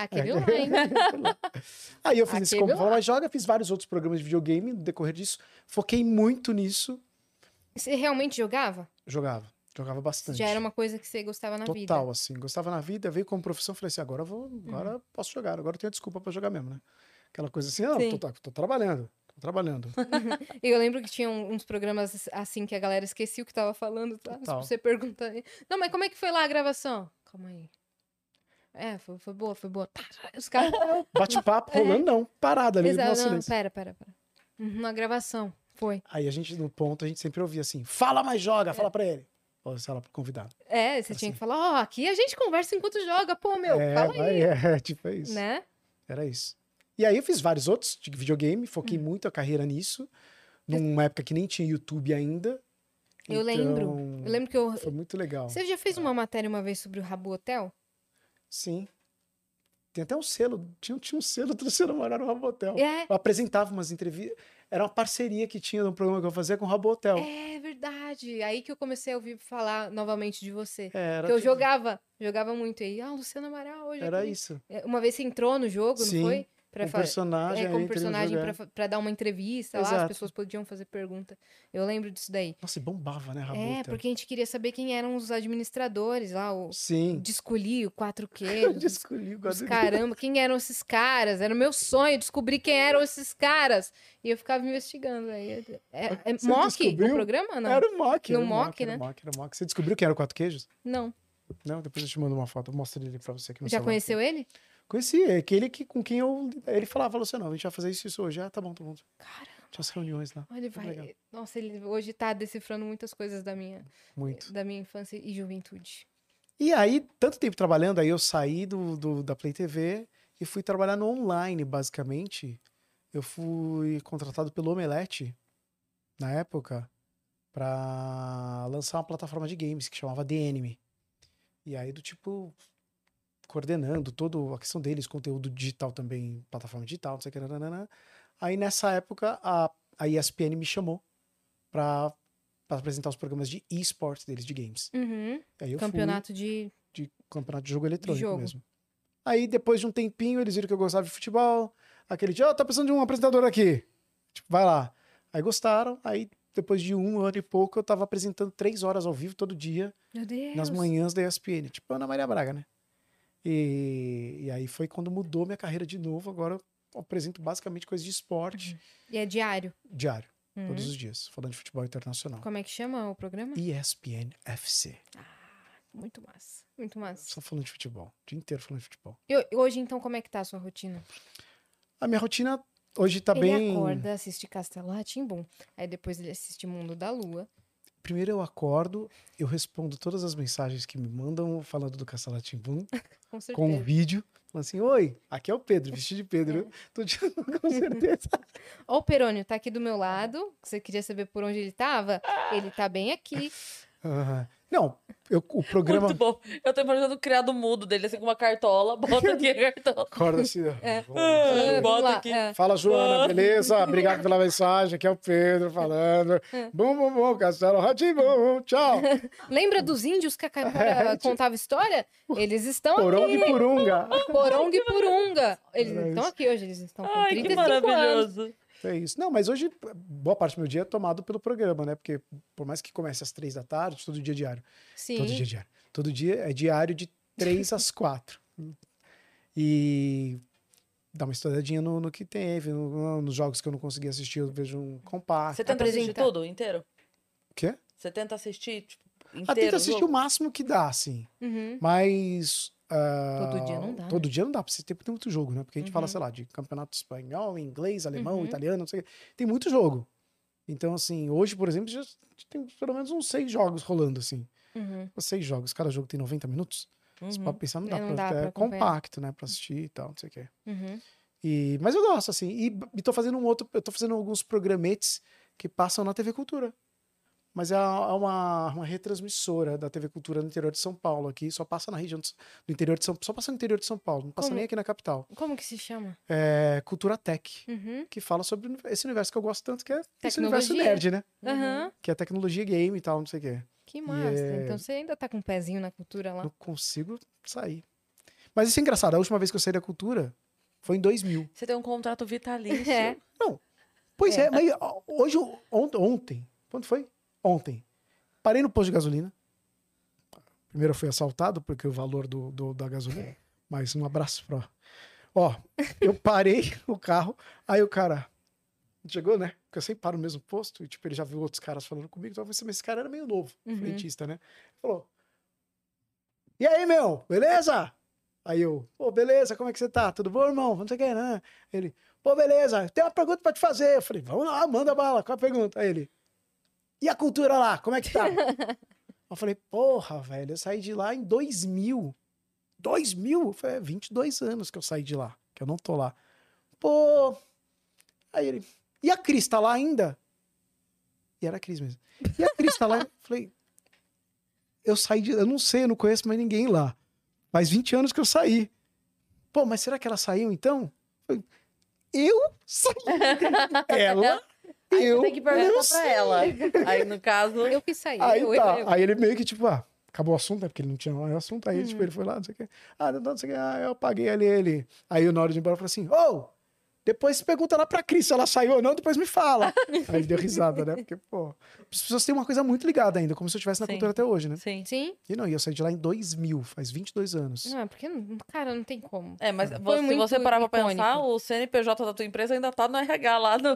S3: Aquele lá, hein?
S4: Aí eu fiz esse
S3: Aquele
S4: Como Falar Mais Joga, fiz vários outros programas de videogame no decorrer disso. Foquei muito nisso.
S3: Você realmente jogava?
S4: Jogava. Jogava bastante.
S3: Já era uma coisa que você gostava na vida. Uhum.
S4: Total, assim. Gostava na vida, veio como profissão, falei assim, agora eu vou, agora eu posso jogar, agora eu tenho desculpa pra jogar mesmo, né? Aquela coisa assim, ah,
S2: Sim.
S4: tô, tá- tô trabalhando, tô trabalhando.
S3: E Eu lembro que tinha um- uns programas assim que a galera esquecia o que tava falando. Tá?
S4: Total.
S3: Você pergunta. aí, Não, mas como é que foi lá a gravação? Calma aí. É, foi, foi boa, foi boa. Tá, tá, Os caras.
S4: Bate-papo rolando, não, parada ali, no
S3: Exato, não,
S4: silêncio.
S3: pera, pera, pera. Uhum, a gravação. Foi.
S4: Aí a gente, no ponto, a gente sempre ouvia assim, fala, mas joga, fala pra ele. Ou sei lá, pro convidado.
S3: É, você tinha que falar, ó, aqui a gente conversa enquanto joga, pô, meu,
S4: Tá assim. é,
S3: fala aí.
S4: vai, é, tipo, é isso.
S3: Né?
S4: Era isso. E aí eu fiz vários outros de videogame, foquei
S3: Hum.
S4: muito a carreira nisso, numa época que nem tinha YouTube ainda.
S3: Eu lembro.
S4: Então,
S3: Eu lembro que eu.
S4: Foi muito legal.
S3: Você já fez uma matéria uma vez sobre o Rabu Hotel?
S4: Sim. Tem até um selo. Tinha, tinha um selo do seu namorado no Rabotel.
S3: É,
S4: Eu apresentava umas entrevistas. Era uma parceria que tinha num programa que eu fazia com o Rabotel.
S3: é verdade. Aí que eu comecei a ouvir falar novamente de você.
S4: É, Era,
S3: que eu
S4: tudo-
S3: jogava, jogava muito aí. Ah, Luciano Amaral hoje.
S4: era
S3: aqui.
S4: isso.
S3: É, Uma vez você entrou no jogo,
S4: Sim,
S3: não foi?
S4: Com
S3: Pra
S4: um
S3: falar-
S4: personagem.
S3: é,
S4: aí
S3: como
S4: entre eles
S3: personagem pra,
S4: jogando.
S3: fa- pra dar uma entrevista lá, as
S4: Exato.
S3: pessoas podiam fazer pergunta. Eu lembro disso daí.
S4: Nossa, e bombava, né, Rabotel?
S3: É, porque a gente queria saber quem eram os administradores lá, o
S4: Sim.
S3: Descolhi, o Quatro
S4: Eu
S3: Queijos, os-
S4: descolhi o
S3: os
S4: Guadalupe.
S3: caramba, quem eram esses caras? Era o meu sonho descobrir quem eram esses caras. E eu ficava investigando. Aí, é, é
S4: Você
S3: mock
S4: descobriu?
S3: o programa? Não.
S4: Era o Mock.
S3: No
S4: era o
S3: Mock,
S4: Mock, era o
S3: né?
S4: Mock, era o Mock. Você descobriu que era o Quatro Queijos?
S3: Não.
S4: Não, depois eu te mando uma foto. Eu mostro ele pra você aqui no
S3: Já
S4: celular.
S3: conheceu ele?
S4: Conheci. É aquele que, com quem eu... Ele falava, Luciano, a gente vai fazer isso e isso hoje. Ah, tá bom, tá bom.
S3: Caramba.
S4: Tinha as reuniões lá.
S3: Ele
S4: Muito legal.
S3: vai. Nossa, ele hoje tá decifrando muitas coisas da minha,
S4: Muito.
S3: da minha infância e juventude.
S4: E aí, tanto tempo trabalhando, aí eu saí do, do- da Play TV e fui trabalhar no online, basicamente. Eu fui contratado pelo Omelete, na época, para lançar uma plataforma de games que chamava The Anime. E aí, do tipo, coordenando toda a questão deles, conteúdo digital também, plataforma digital, não sei o que, nananana. Aí, nessa época, a, a ESPN me chamou para apresentar os programas de esportes deles, de games.
S3: Uhum.
S4: Aí eu fui
S3: Campeonato de.
S4: de campeonato de jogo eletrônico
S3: jogo.
S4: mesmo. Aí, depois de um tempinho, eles viram que eu gostava de futebol. Aquele dia, ó, tá precisando de um apresentador aqui. Tipo, vai lá. Aí gostaram. Aí, depois de um ano e pouco, eu tava apresentando três horas ao vivo todo dia,
S3: Meu Deus.
S4: nas manhãs da ESPN. Tipo, Ana Maria Braga, né? E, e aí foi quando mudou minha carreira de novo. Agora eu apresento basicamente coisas de esporte
S3: E é diário.
S4: diário,
S3: Uhum.
S4: todos os dias, falando de futebol internacional.
S3: Como é que chama o programa?
S4: ESPN FC.
S3: Muito massa. Muito massa.
S4: Só falando de futebol. O dia inteiro falando de futebol.
S3: E ho- hoje, então, como é que tá a sua rotina?
S4: A minha rotina Hoje tá
S3: ele
S4: bem.
S3: acorda, assiste Castelo Ratimbum. Aí depois ele assiste Mundo da Lua.
S4: Primeiro eu acordo, eu respondo todas as mensagens que me mandam falando do Castelo Timbum
S3: Com certeza.
S4: com um vídeo. Falando assim, oi, aqui é o Pedro, vestido de Pedro.
S3: É.
S4: Tô te com certeza.
S3: Ó, o Perônio tá aqui do meu lado. Você queria saber por onde ele tava? Ele tá bem aqui.
S4: Aham. Não, eu- o programa
S2: Muito bom. Eu tô imaginando o criado mudo dele, assim, com uma cartola. Bota aqui a cartola.
S4: acorda assim. ó.
S2: Ah,
S3: Vamos
S2: Bota
S3: lá,
S2: aqui.
S3: é.
S4: Fala, Joana, beleza? Obrigado pela mensagem. Aqui é o Pedro falando.
S3: É.
S4: Bum, bum, bum, Castelo Ratimbum, tchau.
S3: Lembra dos índios que a Caipora contava história? Eles estão
S4: Porong
S3: aqui.
S4: e Purunga.
S3: Porong e Purunga. Eles
S4: Era
S3: não estão
S4: isso.
S3: aqui hoje, eles estão com
S2: Ai, que
S3: 35 anos.
S2: maravilhoso.
S4: É isso. Não, mas hoje, boa parte do meu dia é tomado pelo programa, né? Porque por mais que comece às três da tarde, todo dia é diário.
S3: Sim.
S4: Todo dia é diário. Todo dia é diário de três às quatro. E dá uma estudadinha no, no que teve, no- nos jogos que eu não consegui assistir, eu vejo um compacto.
S2: Você tenta assistir
S3: apresentar.
S2: tudo inteiro?
S4: O quê?
S2: Você tenta assistir, tipo, inteiro?
S4: Ah, tenta
S2: o
S4: assistir
S2: jogo?
S4: o máximo que dá, assim.
S3: Uhum.
S4: Mas. ah,
S3: Todo dia não dá, né?
S4: Todo dia não dá, porque tem tem muito jogo, né? Porque a gente fala,
S3: Uhum.
S4: sei lá, de campeonato espanhol, inglês, alemão,
S3: Uhum.
S4: italiano, não sei o quê. Tem muito jogo. Então, assim, hoje, por exemplo, já tem pelo menos uns seis jogos rolando, assim.
S3: Uhum.
S4: Seis jogos. Cada jogo tem 90 minutos. Você
S2: Uhum.
S4: pode pensar, não dá,
S3: É, não
S4: pra,
S3: dá pra
S4: é
S3: acompanhar.
S4: compacto, né? Pra assistir e tal, não sei o quê.
S3: Uhum.
S4: E, mas eu gosto, assim. E, e tô fazendo um outro. Eu tô fazendo alguns programetes que passam na TV Cultura. Mas é, a- é uma, uma retransmissora da TV Cultura no interior de São Paulo aqui. Só passa na região do, do interior de São Só passa no interior de São Paulo, não passa
S3: Como?
S4: nem aqui na capital.
S3: Como que se chama?
S4: É Cultura Tech,
S3: Uhum.
S4: que fala sobre uni- esse universo que eu gosto tanto, que é esse universo
S3: Tecnologia.
S4: nerd, né?
S3: Uhum. Aham.
S4: Que é tecnologia game e tal, não sei o quê.
S3: Que massa.
S4: é-
S3: Então você ainda tá com um pezinho na cultura lá.
S4: Não consigo sair. Mas isso é engraçado. A última vez que eu saí da cultura foi em 2000.
S2: Você tem um contrato vitalício.
S3: É.
S4: Pois é, mas ó, hoje, ontem, ontem, quando foi? Ontem. Parei no posto de gasolina. Primeiro eu fui assaltado, porque o valor do, do- da gasolina. Mas um abraço pra. Ó, eu parei o carro, aí o cara chegou, né? Porque eu sempre paro no mesmo posto, e tipo, ele já viu outros caras falando comigo. Então eu falei assim, mas esse cara era meio novo,
S3: Uhum.
S4: frentista, né? Falou: E aí, meu, beleza? Aí eu, pô, beleza, como é que você tá? Tudo bom, irmão? Não sei o que, né? Ele, pô, beleza, tem uma pergunta pra te fazer. Eu falei, vamos lá, manda bala, qual a pergunta? Aí ele, e a cultura lá, como é que tá? eu falei, porra, velho, eu saí de lá em 2000. 2000? Foi 22 anos que eu saí de lá, que eu não tô lá. Pô. Aí ele, e a Cris tá lá ainda? E era a Cris mesmo. E a Cris tá lá? Eu falei, eu saí de. Eu não sei, eu não conheço mais ninguém lá. Faz 20 anos que eu saí. Pô, mas será que ela saiu então? Eu, eu saí. Ela. eu.
S2: Tem que
S4: não
S2: perguntar
S4: sei.
S2: pra ela. Aí, no caso,
S3: Eu que saí.
S4: Aí
S3: eu,
S4: tá.
S3: eu, eu.
S4: Aí ele meio que, tipo, ah, acabou o assunto, né? Porque ele não tinha mais assunto. Aí, tipo, ele foi lá, não sei o quê. Ah, não, não sei o quê. Ah, eu apaguei ali ele. Aí eu, na hora de ir embora, eu falei assim, ô, depois pergunta lá pra Cris se ela saiu ou não, depois me fala. Aí ele deu risada, né? Porque, pô, as pessoas têm uma coisa muito ligada ainda, como se eu estivesse na
S2: Sim.
S4: cultura até hoje, né?
S2: sim.
S3: Sim.
S4: E não, e eu saí de lá em 2000, faz 22 anos.
S3: Não, é porque, não- cara, não tem como.
S2: É, mas
S3: Foi
S2: você, se
S3: muito
S2: você parar pra pensar,
S3: icônico.
S2: o CNPJ da tua empresa ainda tá no RH lá. No...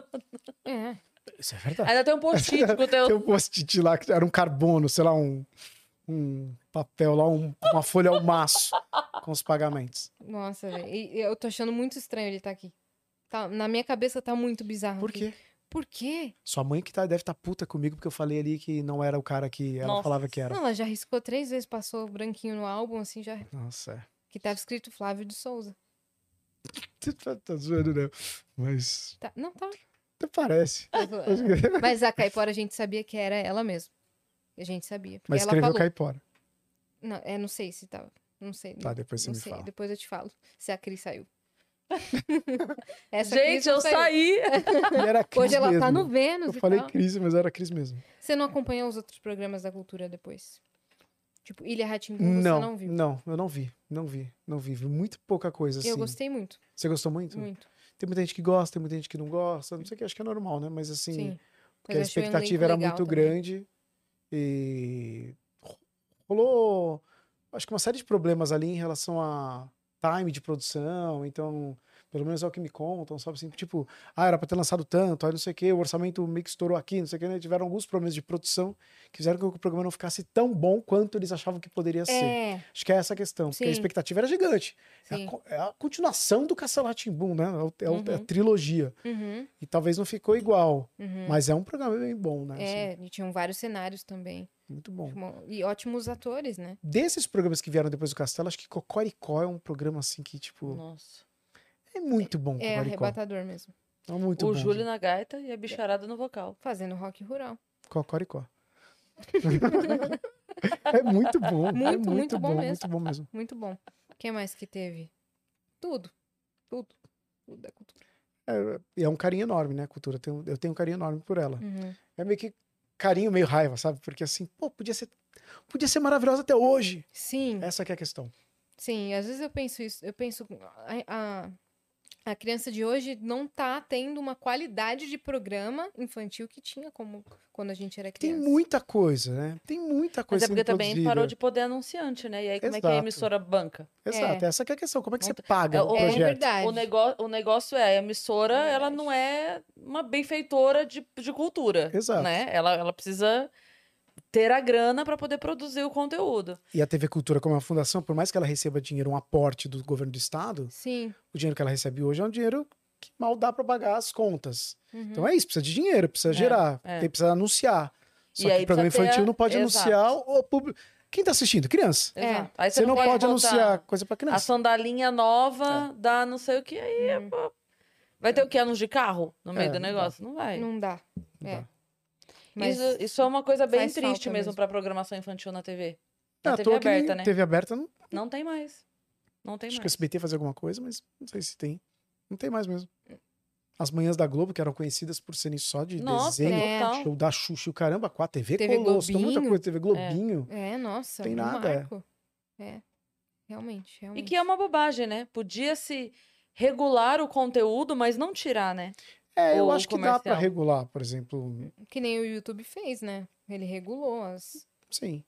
S3: É.
S4: Isso é verdade.
S2: Ainda tem um post-it com o teu...
S4: Tem um post-it lá que era um carbono, sei lá, um, um papel lá, um- uma folha ao maço com os pagamentos.
S3: Nossa, velho. E- e Eu tô achando muito estranho ele tá aqui. Tá, na minha cabeça tá muito bizarro.
S4: Por
S3: aqui.
S4: quê?
S3: Por quê?
S4: Sua mãe que tá, deve estar puta comigo porque eu falei ali que não era o cara que ela
S2: Nossa.
S4: falava que era.
S3: Não, ela já riscou três vezes, passou branquinho no álbum, assim, já.
S4: Nossa, é.
S3: Que tava escrito Flávio de Souza.
S4: Você tá, tá zoando, não. Mas
S3: Tá- não, tá.
S4: até parece.
S3: tá zoando. Mas a Caipora a gente sabia que era ela mesma. A gente sabia. Porque
S4: Mas
S3: ela
S4: escreveu
S3: falou.
S4: caipora.
S3: Não, é, não sei se tava. Não sei.
S4: Tá,
S3: não-
S4: depois você
S3: não
S4: me
S3: sei,
S4: fala.
S3: Depois eu te falo se a Cris saiu. Essa Cris
S2: Gente,
S3: não
S2: eu
S3: saiu.
S2: saí.
S4: E era Cris
S3: Hoje ela tá
S4: mesmo.
S3: no Vênus
S4: Eu
S3: e
S4: falei
S3: tal.
S4: Cris, mas era Cris mesmo.
S3: Você não acompanhou os outros programas da cultura depois? Tipo, Ilha Ratimbu, você
S4: não,
S3: não viu.
S4: eu não vi. Não vi, não vi. Vi muito pouca coisa assim.
S3: Eu gostei muito,
S4: Você gostou muito?
S3: muito.
S4: Tem muita gente que gosta, tem muita gente que não gosta. Não sei o que, acho que é normal, né? Mas assim,
S3: Sim.
S4: porque
S3: Mas
S4: a
S3: eu achei o elenco
S4: expectativa era
S3: legal
S4: muito
S3: também.
S4: grande e rolou acho que uma série de problemas ali em relação a time de produção, então, pelo menos é o que me contam, sabe assim, tipo, ah, era pra ter lançado tanto, aí não sei o quê, o orçamento meio que estourou aqui, não sei o quê, né? Tiveram alguns problemas de produção que fizeram com que o programa não ficasse tão bom quanto eles achavam que poderia ser.
S3: É,
S4: Acho que é essa a questão, porque a
S3: Sim.
S4: expectativa era gigante. É a
S3: Sim.
S4: co- É a, continuação do Caçalatimbum, né? É, o- é o- é a
S2: Uhum.
S4: trilogia.
S3: uhum,
S4: E talvez não ficou igual,
S3: uhum.
S4: mas é um programa bem bom, né? Assim,
S3: É, e tinham vários cenários também.
S4: muito bom.
S3: Mo- E ótimos atores, né?
S4: Desses programas que vieram depois do Castelo, acho que Cocoricó é um programa assim que, tipo,
S2: Nossa.
S4: é muito bom.
S3: É
S4: Cocoricó.
S3: arrebatador mesmo.
S4: É muito
S2: o
S4: bom.
S2: Júlio na gaita e a bicharada no vocal.
S3: Fazendo rock rural.
S4: Cocoricó. é muito bom. é
S3: Muito, muito bom mesmo.
S4: Muito bom mesmo.
S3: Muito bom. Quem mais que teve? Tudo. Tudo. Tudo da cultura.
S4: É, e é um carinho enorme, né, a cultura? Tem um- Eu tenho um carinho enorme por ela.
S3: Uhum.
S4: É meio que carinho, meio raiva, sabe? Porque assim, pô, podia ser, podia ser maravilhosa até hoje.
S3: Sim.
S4: Essa que é a questão.
S3: Sim, às vezes eu penso isso, eu penso a, a, a criança de hoje não tá tendo uma qualidade de programa infantil que tinha como quando a gente era
S4: Tem
S3: criança.
S4: muita coisa, né? Tem muita
S2: Mas
S4: coisa
S2: é porque também
S4: produzida.
S2: parou de poder anunciante, né? E aí, como é que a
S4: Exato.
S2: emissora banca?
S4: Exato, essa que é a questão. Como é que você
S2: Ontem-
S4: paga
S2: É,
S4: o
S2: o-
S3: É
S4: projeto?
S3: verdade.
S2: O, negó o negócio é, a emissora,
S3: É
S2: ela
S3: verdade.
S2: não é uma benfeitora de, de cultura.
S4: Exato.
S2: Né? Ela, ela precisa ter a grana para poder produzir o conteúdo.
S4: E a TV Cultura, como é uma fundação, por mais que ela receba dinheiro, um aporte do governo do estado,
S3: Sim.
S4: o dinheiro que ela recebe hoje é um dinheiro que mal dá para pagar as contas.
S3: uhum.
S4: Então é isso, precisa de dinheiro,
S2: É,
S4: precisa gerar,
S2: é.
S4: tem- precisa anunciar. Só
S2: E
S4: que
S2: aí
S4: o programa
S2: precisa ter
S4: infantil
S2: a-
S4: não pode
S2: Exato.
S4: anunciar o público. Quem tá assistindo? Criança.
S3: É.
S2: Exato. Aí
S4: Você, não, pode
S2: botar
S4: anunciar É. coisa para
S2: A
S4: criança.
S2: sandalinha nova da não sei o que, aí é, pô, vai ter o que? Anos de carro no meio
S4: Uhum. É,
S2: do
S4: não dá.
S2: negócio? Não vai.
S3: Não dá.
S4: Não
S3: É.
S4: dá.
S3: Mas
S2: Isso, isso é uma coisa bem
S3: faz
S2: triste
S3: falta
S2: mesmo
S3: mesmo.
S2: pra programação infantil na TV. Na
S4: Não é à
S2: TV
S4: toa que nem
S2: aberta, né?
S4: TV aberta, não,
S2: Não tem mais. Não tem
S4: acho que o
S2: mais.
S4: SBT fazia alguma coisa, mas não sei se tem. Não tem mais mesmo.
S2: Hum.
S4: As manhãs da Globo, que eram conhecidas por serem só de
S2: Nossa,
S4: desenho,
S3: é.
S2: total.
S4: show da Xuxa e o caramba, com a TV,
S3: TV
S4: Colosso, tem muita
S3: Globinho.
S4: coisa, TV Globinho.
S3: é, nossa,
S4: Tem
S3: um
S4: nada, é.
S3: marco. É. Realmente,
S2: E
S3: realmente.
S2: que é uma bobagem, né? Podia se regular o conteúdo, mas não tirar, né?
S4: É, eu
S2: Ou
S4: acho que dá pra
S2: comercial.
S4: regular, por exemplo.
S3: Que nem o YouTube fez, né? Ele regulou as.
S4: Sim.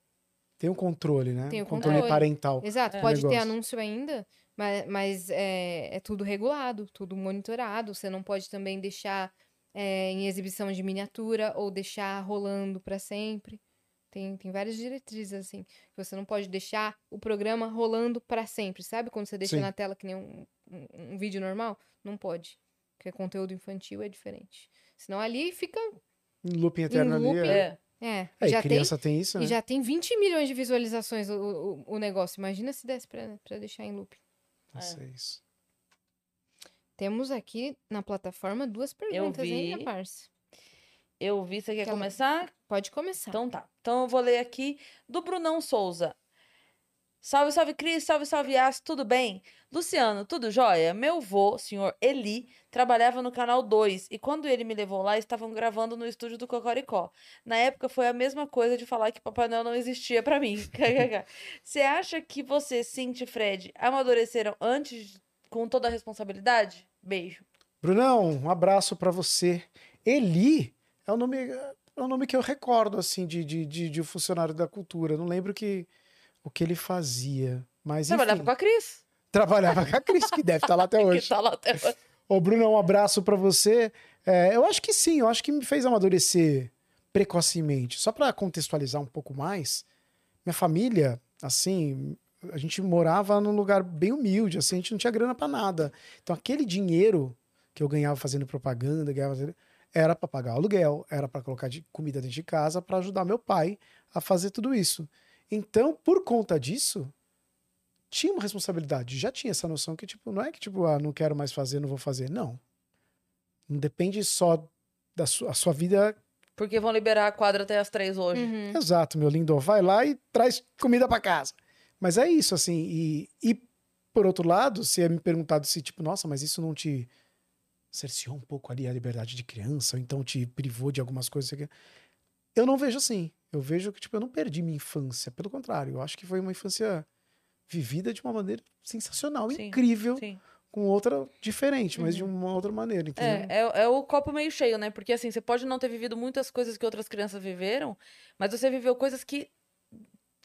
S4: Tem um controle, né?
S3: Tem o
S4: um controle
S3: controle.
S4: parental.
S3: Exato,
S2: É.
S3: pode ter
S4: Negócio.
S3: anúncio ainda, mas, mas é, é tudo regulado, tudo monitorado. Você não pode também deixar é, em exibição de miniatura ou deixar rolando para sempre. Tem, tem várias diretrizes, assim. que Você não pode deixar o programa rolando para sempre, sabe? Quando você deixa
S4: Sim.
S3: na tela que nem um, um- um vídeo normal, não pode. Porque conteúdo infantil é diferente. Senão ali fica.
S4: Em looping eterno
S3: looping,
S4: ali. É,
S2: É.
S3: É,
S4: é e
S3: já tem.
S4: criança tem, isso, né?
S3: E já tem 20 milhões de visualizações o, o, o negócio. Imagina se desse pra, pra deixar em loop.
S4: Nossa, é isso.
S3: Temos aqui na plataforma duas perguntas, hein, minha
S2: vi.
S3: parça?
S2: Eu vi, você quer
S3: Então-
S2: começar?
S3: Pode começar.
S2: Então tá. Então eu vou ler aqui do Brunão Souza. Salve, salve, Cris. Salve, salve, Yas. Tudo bem? Luciano, tudo jóia? Meu vô, senhor Eli, trabalhava no Canal 2 e quando ele me levou lá, estavam gravando no estúdio do Cocoricó. Na época foi a mesma coisa de falar que Papai Noel não existia pra mim. KKK. Você acha que você, Cinti e Fred, amadureceram antes de- com toda a responsabilidade? Beijo.
S4: Brunão, um abraço pra você. Eli é o nome, é o nome que eu recordo, assim, de, de, de, de um funcionário da cultura. Eu Não lembro que, o que ele fazia. Mas,
S2: Trabalhava
S4: enfim,
S2: com a Cris,
S4: trabalhava com a Cris, que deve estar lá até hoje.
S2: que tá lá até hoje.
S4: Ô, Bruno, um abraço pra você. É, eu acho que sim, eu acho que me fez amadurecer precocemente. Só pra contextualizar um pouco mais, minha família, assim, a gente morava num lugar bem humilde, assim, a gente não tinha grana pra nada. Então, aquele dinheiro que eu ganhava fazendo propaganda, ganhava fazendo- era pra pagar aluguel, era pra colocar de comida dentro de casa, pra ajudar meu pai a fazer tudo isso. Então, por conta disso, tinha uma responsabilidade, já tinha essa noção que, tipo, não é que, tipo, ah, não quero mais fazer, não vou fazer. Não. Não depende só da sua, a sua vida.
S2: Porque vão liberar a quadra até as três hoje. é
S3: Uhum.
S4: Exato, meu lindo, vai lá e traz comida pra casa. Mas é isso, assim. E, e por outro lado, se é me perguntado se, tipo, nossa, mas isso não te cerceou um pouco ali a liberdade de criança, ou então te privou de algumas coisas. não sei o quê. Eu não vejo assim. Eu vejo que, tipo, eu não perdi minha infância. Pelo contrário, eu acho que foi uma infância vivida de uma maneira sensacional,
S2: Sim,
S4: incrível.
S2: Sim.
S4: com outra diferente, mas de uma outra maneira, entendeu?
S2: Uhum. É, é, é o copo meio cheio, né? Porque assim, você pode não ter vivido muitas coisas que outras crianças viveram, mas você viveu coisas que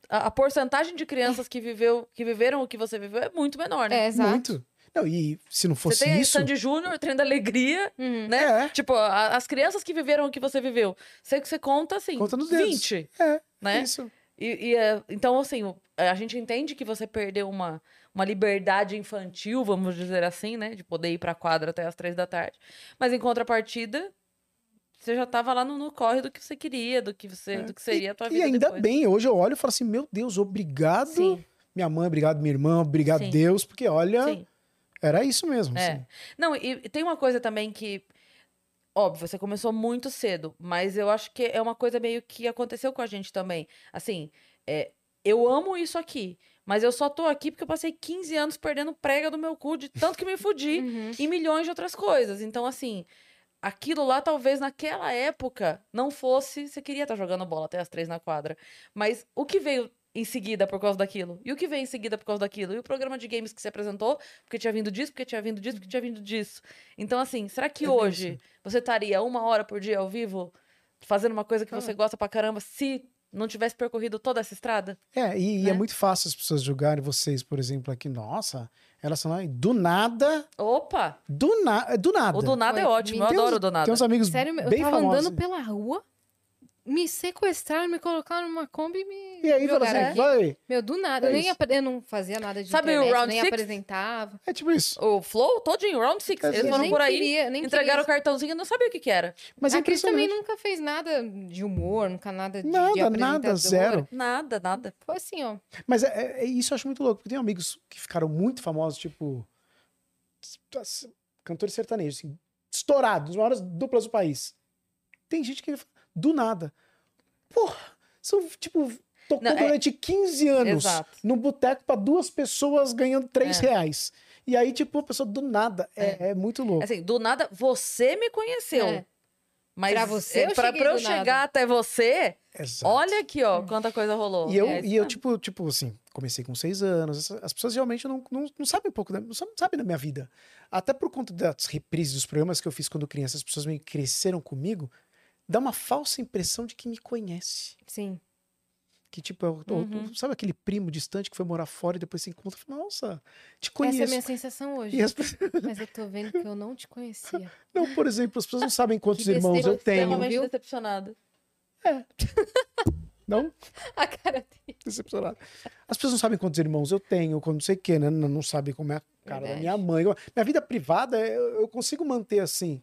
S2: a, a porcentagem de crianças que, viveu, que viveram o que você viveu é muito menor, né?
S3: É, exato.
S4: Muito. Não, e se não
S2: Você
S4: fosse
S2: tem
S4: isso.
S2: Sandy Júnior, Trem da Alegria,
S3: Uhum.
S2: né?
S4: É.
S2: Tipo, a- as crianças que viveram o que você viveu. Sei que você conta, assim,
S4: Conta nos dedos.
S2: 20,
S4: É,
S2: né?
S4: isso.
S2: E, e, é, então, assim, o- a gente entende que você perdeu uma, uma liberdade infantil, vamos dizer assim, né? De poder ir pra quadra até as três da tarde. Mas em contrapartida, você já tava lá no, no corre do que você queria, do que, você, do que seria a tua
S4: É. E
S2: vida
S4: ainda
S2: depois.
S4: bem, hoje eu olho e falo assim: meu Deus, obrigado,
S3: Sim,
S4: minha mãe, obrigado, minha irmã, obrigado,
S2: Sim.
S4: Deus, porque olha,
S2: Sim.
S4: era isso mesmo.
S2: É.
S4: assim.
S2: Não, e e tem uma coisa também que. Óbvio, você começou muito cedo, mas eu acho que é uma coisa meio que aconteceu com a gente também. Assim, é, eu amo isso aqui, mas eu só tô aqui porque eu passei 15 anos perdendo prega do meu cu de tanto que me fudi
S3: Uhum.
S2: e milhões de outras coisas. Então, assim, aquilo lá talvez naquela época não fosse. Você queria estar jogando bola até as três na quadra, mas o que veio em seguida por causa daquilo? E o que veio em seguida por causa daquilo? E o programa de games que se apresentou, porque tinha vindo disso, porque tinha vindo disso, porque tinha vindo disso. Então, assim, será que
S4: É bem
S2: hoje você estaria uma hora por dia ao vivo fazendo uma coisa que
S4: Ah.
S2: você gosta pra caramba se não tivesse percorrido toda essa estrada?
S4: É, e, e
S2: Né?
S4: é muito fácil as pessoas julgarem vocês, por exemplo, aqui. Nossa, elas são lá, e do nada,
S2: Opa!
S4: do, na, do nada.
S2: O do nada é
S3: Foi.
S2: ótimo, eu
S4: Tem
S2: adoro
S4: uns-
S2: o do
S4: Tem
S2: nada.
S4: uns amigos
S3: Sério, eu
S4: bem
S3: tava
S4: famosos.
S3: andando pela rua, me sequestraram, me colocaram numa Kombi e me.
S4: E aí, fala
S3: jogaram
S4: assim,
S3: aqui.
S4: vai.
S3: Meu, do nada.
S4: É
S3: eu, nem
S4: isso.
S3: apre- eu não fazia nada de
S2: Sabe o
S3: internet,
S2: Round
S3: nem
S2: Six?
S3: apresentava.
S4: É tipo isso.
S2: O Flow todinho, Round Six.
S4: Eu
S2: Eles
S4: nem
S2: foram
S3: nem
S2: por aí.
S3: queria, nem
S2: Entregaram o
S3: queria.
S2: cartãozinho, não sabia o que que era.
S4: Mas é
S3: a Cris também
S4: impressionante.
S3: nunca fez nada de humor, nunca nada de, de
S2: é
S4: Nada, nada,
S3: apresentadora.
S4: zero.
S2: Nada, nada.
S3: Foi assim, ó.
S4: Mas é- é- é isso eu acho muito louco, porque tem amigos que ficaram muito famosos, tipo. s- Cantores sertanejos, assim, estourados, as maiores duplas do país. Tem gente que fala, do nada. Porra, são, tipo, tocou
S2: Não, é-
S4: durante 15 anos
S2: Exato.
S4: num boteco pra duas pessoas ganhando 3
S2: É.
S4: reais. E aí, tipo, a pessoa do nada. É, é muito louco.
S2: Assim, do nada, você me conheceu.
S3: É.
S2: Mas
S3: Pra você,
S2: é,
S3: eu
S2: pra,
S3: cheguei
S2: pra eu
S3: do nada.
S2: chegar até você,
S4: Exato.
S2: Assim, olha aqui, ó, quanta coisa rolou.
S4: E eu,
S2: É,
S4: e eu
S2: sabe?
S4: tipo, tipo, assim, comecei com seis anos. essa- As pessoas realmente não, não, não sabem um pouco, da, não sabem, sabem da minha vida. Até por conta das reprises dos programas que eu fiz quando criança, as pessoas meio que cresceram comigo, dá uma falsa impressão de que me conhece.
S3: Sim. é
S4: Que, tipo, eu tô-
S2: Uhum.
S4: sabe aquele primo distante que foi morar fora e depois se encontra e fala, nossa,
S3: Essa é
S4: te
S3: a
S4: conheço.
S3: minha sensação hoje.
S4: E as pessoas-
S3: Mas eu tô vendo que eu não te conhecia.
S4: não, por exemplo, as pessoas não sabem quantos
S3: Que
S4: irmãos eu
S3: decepção.
S4: tenho.
S2: Extremamente
S3: viu?
S2: decepcionada.
S4: Não?
S3: A cara dele.
S4: decepcionado. As pessoas não sabem quantos irmãos eu tenho, quando não sei o quê, né? Não, não sabem como é a cara
S3: Verdade.
S4: da minha mãe. Eu- minha vida privada é, eu, eu consigo manter assim.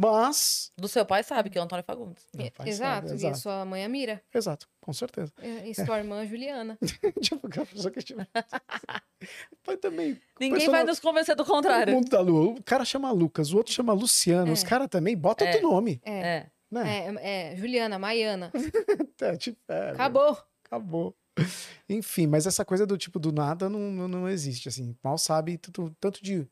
S4: Mas.
S2: Do seu pai sabe que é o Antônio Fagundes.
S4: Meu pai
S3: Exato.
S4: sabe,
S3: E a
S4: exato, É.
S3: sua mãe, a Mira.
S4: exato, com certeza.
S3: E e sua irmã, a Juliana.
S4: tipo, aquela pessoa que tipo, Foi também.
S2: Ninguém
S4: Personal-
S2: vai nos convencer do
S4: O
S2: contrário.
S4: mundo da lua. O cara chama Lucas, o outro chama Luciano.
S3: É.
S4: Os caras também botam
S2: É.
S4: outro nome.
S3: É.
S2: É.
S4: Né?
S3: É, é, Juliana, Maiana.
S4: É, tipo, é,
S3: Acabou.
S4: Acabou. Enfim, mas essa coisa do tipo do nada não, não, não existe, assim. Mal sabe tanto, tanto de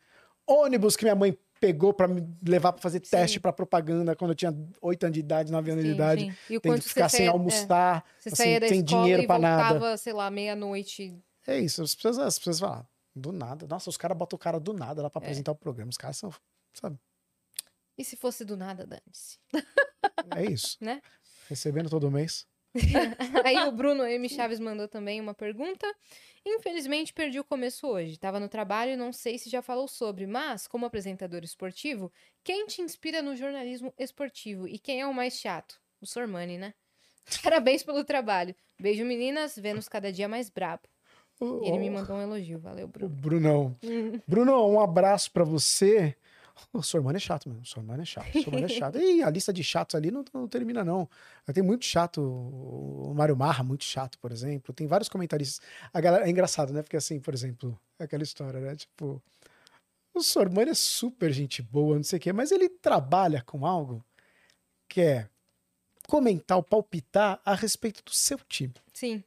S4: ônibus que minha mãe pegou pra me levar pra fazer teste pra propaganda quando eu tinha 8 anos de idade, 9 anos de
S3: Sim,
S4: idade.
S2: sim.
S3: E o
S4: Tem
S3: quanto
S4: que ficar
S3: você
S4: sem
S3: saía- é,
S4: almoçar,
S3: Você
S4: assim,
S3: saía da
S4: sem
S3: escola
S4: dinheiro
S3: e
S4: pra nada.
S3: voltava, sei lá, meia-noite.
S4: É isso, as pessoas, as pessoas falam, do nada. Nossa, os caras botam o cara do nada
S3: É.
S4: lá pra apresentar o programa. Os caras são, sabe?
S3: E se fosse do nada, dane-se.
S4: É isso.
S3: Né?
S4: Recebendo todo mês.
S3: Aí o Bruno M. Chaves mandou também uma pergunta. Infelizmente, perdi o começo hoje. Tava no trabalho e não sei se já falou sobre, mas, como apresentador esportivo, quem te inspira no jornalismo esportivo e quem é o mais chato? O Sormani, né? Parabéns pelo trabalho. Beijo, meninas. Vênus cada dia mais brabo.
S4: O,
S3: E ele me
S4: o-
S3: mandou um elogio. Valeu,
S4: o
S3: Bruno.
S4: Brunão. Bruno, um abraço pra você. O Sormano é chato mesmo. O Sormano é chato. O Sormano é chato. E a lista de chatos ali não, não termina, não. Tem muito chato. O Mário Marra, muito chato, por exemplo. Tem vários comentaristas. A galera, é engraçado, né? Porque assim, por exemplo, é aquela história, né? Tipo, o Sormano é super gente boa, não sei o quê, mas ele trabalha com algo que é comentar ou palpitar a respeito do seu time.
S3: Sim.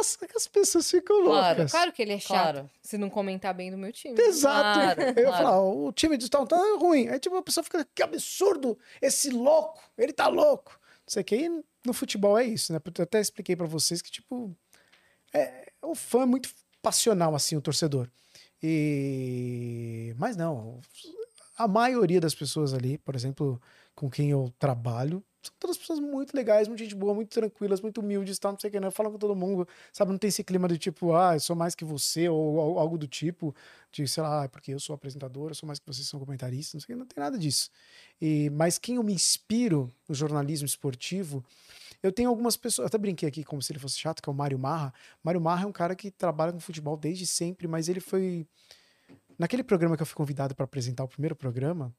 S4: As, as pessoas ficam
S2: Claro,
S4: loucas.
S3: Claro que ele é chato.
S2: Claro.
S3: Se não comentar bem do meu time.
S4: Exato.
S2: Claro,
S4: eu ia
S2: claro.
S4: falar, o time de tal tá ruim. Aí tipo, a pessoa fica, que absurdo, esse louco, ele tá louco. Não sei o que, e no futebol é isso, né? Eu até expliquei pra vocês que, tipo, é, o fã é muito passional, assim, o torcedor. E... Mas não, a maioria das pessoas ali, por exemplo, com quem eu trabalho, são todas pessoas muito legais, muito gente boa, muito tranquilas, muito humildes, tal, não sei o que, né? Falam com todo mundo, sabe? Não tem esse clima de tipo, ah, eu sou mais que você, ou, al- algo do tipo, de, sei lá, "Ah, porque eu sou apresentador, eu sou mais que vocês são comentaristas, não sei o que, não tem nada disso. E, mas quem eu me inspiro no jornalismo esportivo, eu tenho algumas pessoas, eu até brinquei aqui como se ele fosse chato, que é o Mário Marra. Mário Marra é um cara que trabalha com futebol desde sempre, mas ele foi. Naquele programa que eu fui convidado para apresentar o primeiro programa,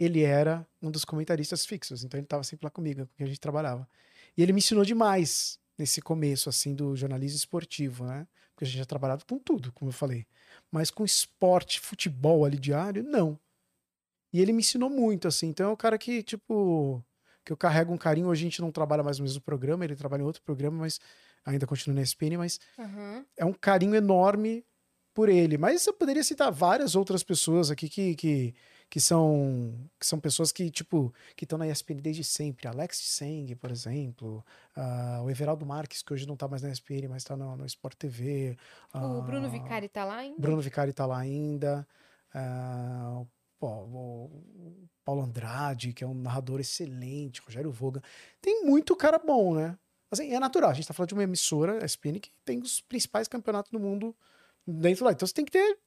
S4: ele era um dos comentaristas fixos, então ele estava sempre lá comigo, que a gente trabalhava. E ele me ensinou demais nesse começo, assim, do jornalismo esportivo, né? Porque a gente já trabalhava com tudo, como eu falei. Mas com esporte, futebol ali diário, não. E ele me ensinou muito, assim. Então é um cara que, tipo, que eu carrego um carinho. Hoje a gente não trabalha mais no mesmo programa, ele trabalha em outro programa, mas ainda continua na SPN, mas
S3: Aham.
S4: é um carinho enorme por ele. Mas eu poderia citar várias outras pessoas aqui que, que, que são que são pessoas que tipo que estão na ESPN desde sempre. Alex Seng, por exemplo, ah, o Everaldo Marques que hoje não está mais na ESPN, mas está no, no Sport TV.
S3: O Bruno
S4: ah,
S3: Vicari tá lá ainda?
S4: Bruno Vicari está lá ainda. ah, pô, o o Paulo Andrade, que é um narrador excelente, Rogério Voga. Tem muito cara bom, né? Assim, é natural. A gente está falando de uma emissora, a SPN, que tem os principais campeonatos do mundo dentro lá. Então você tem que ter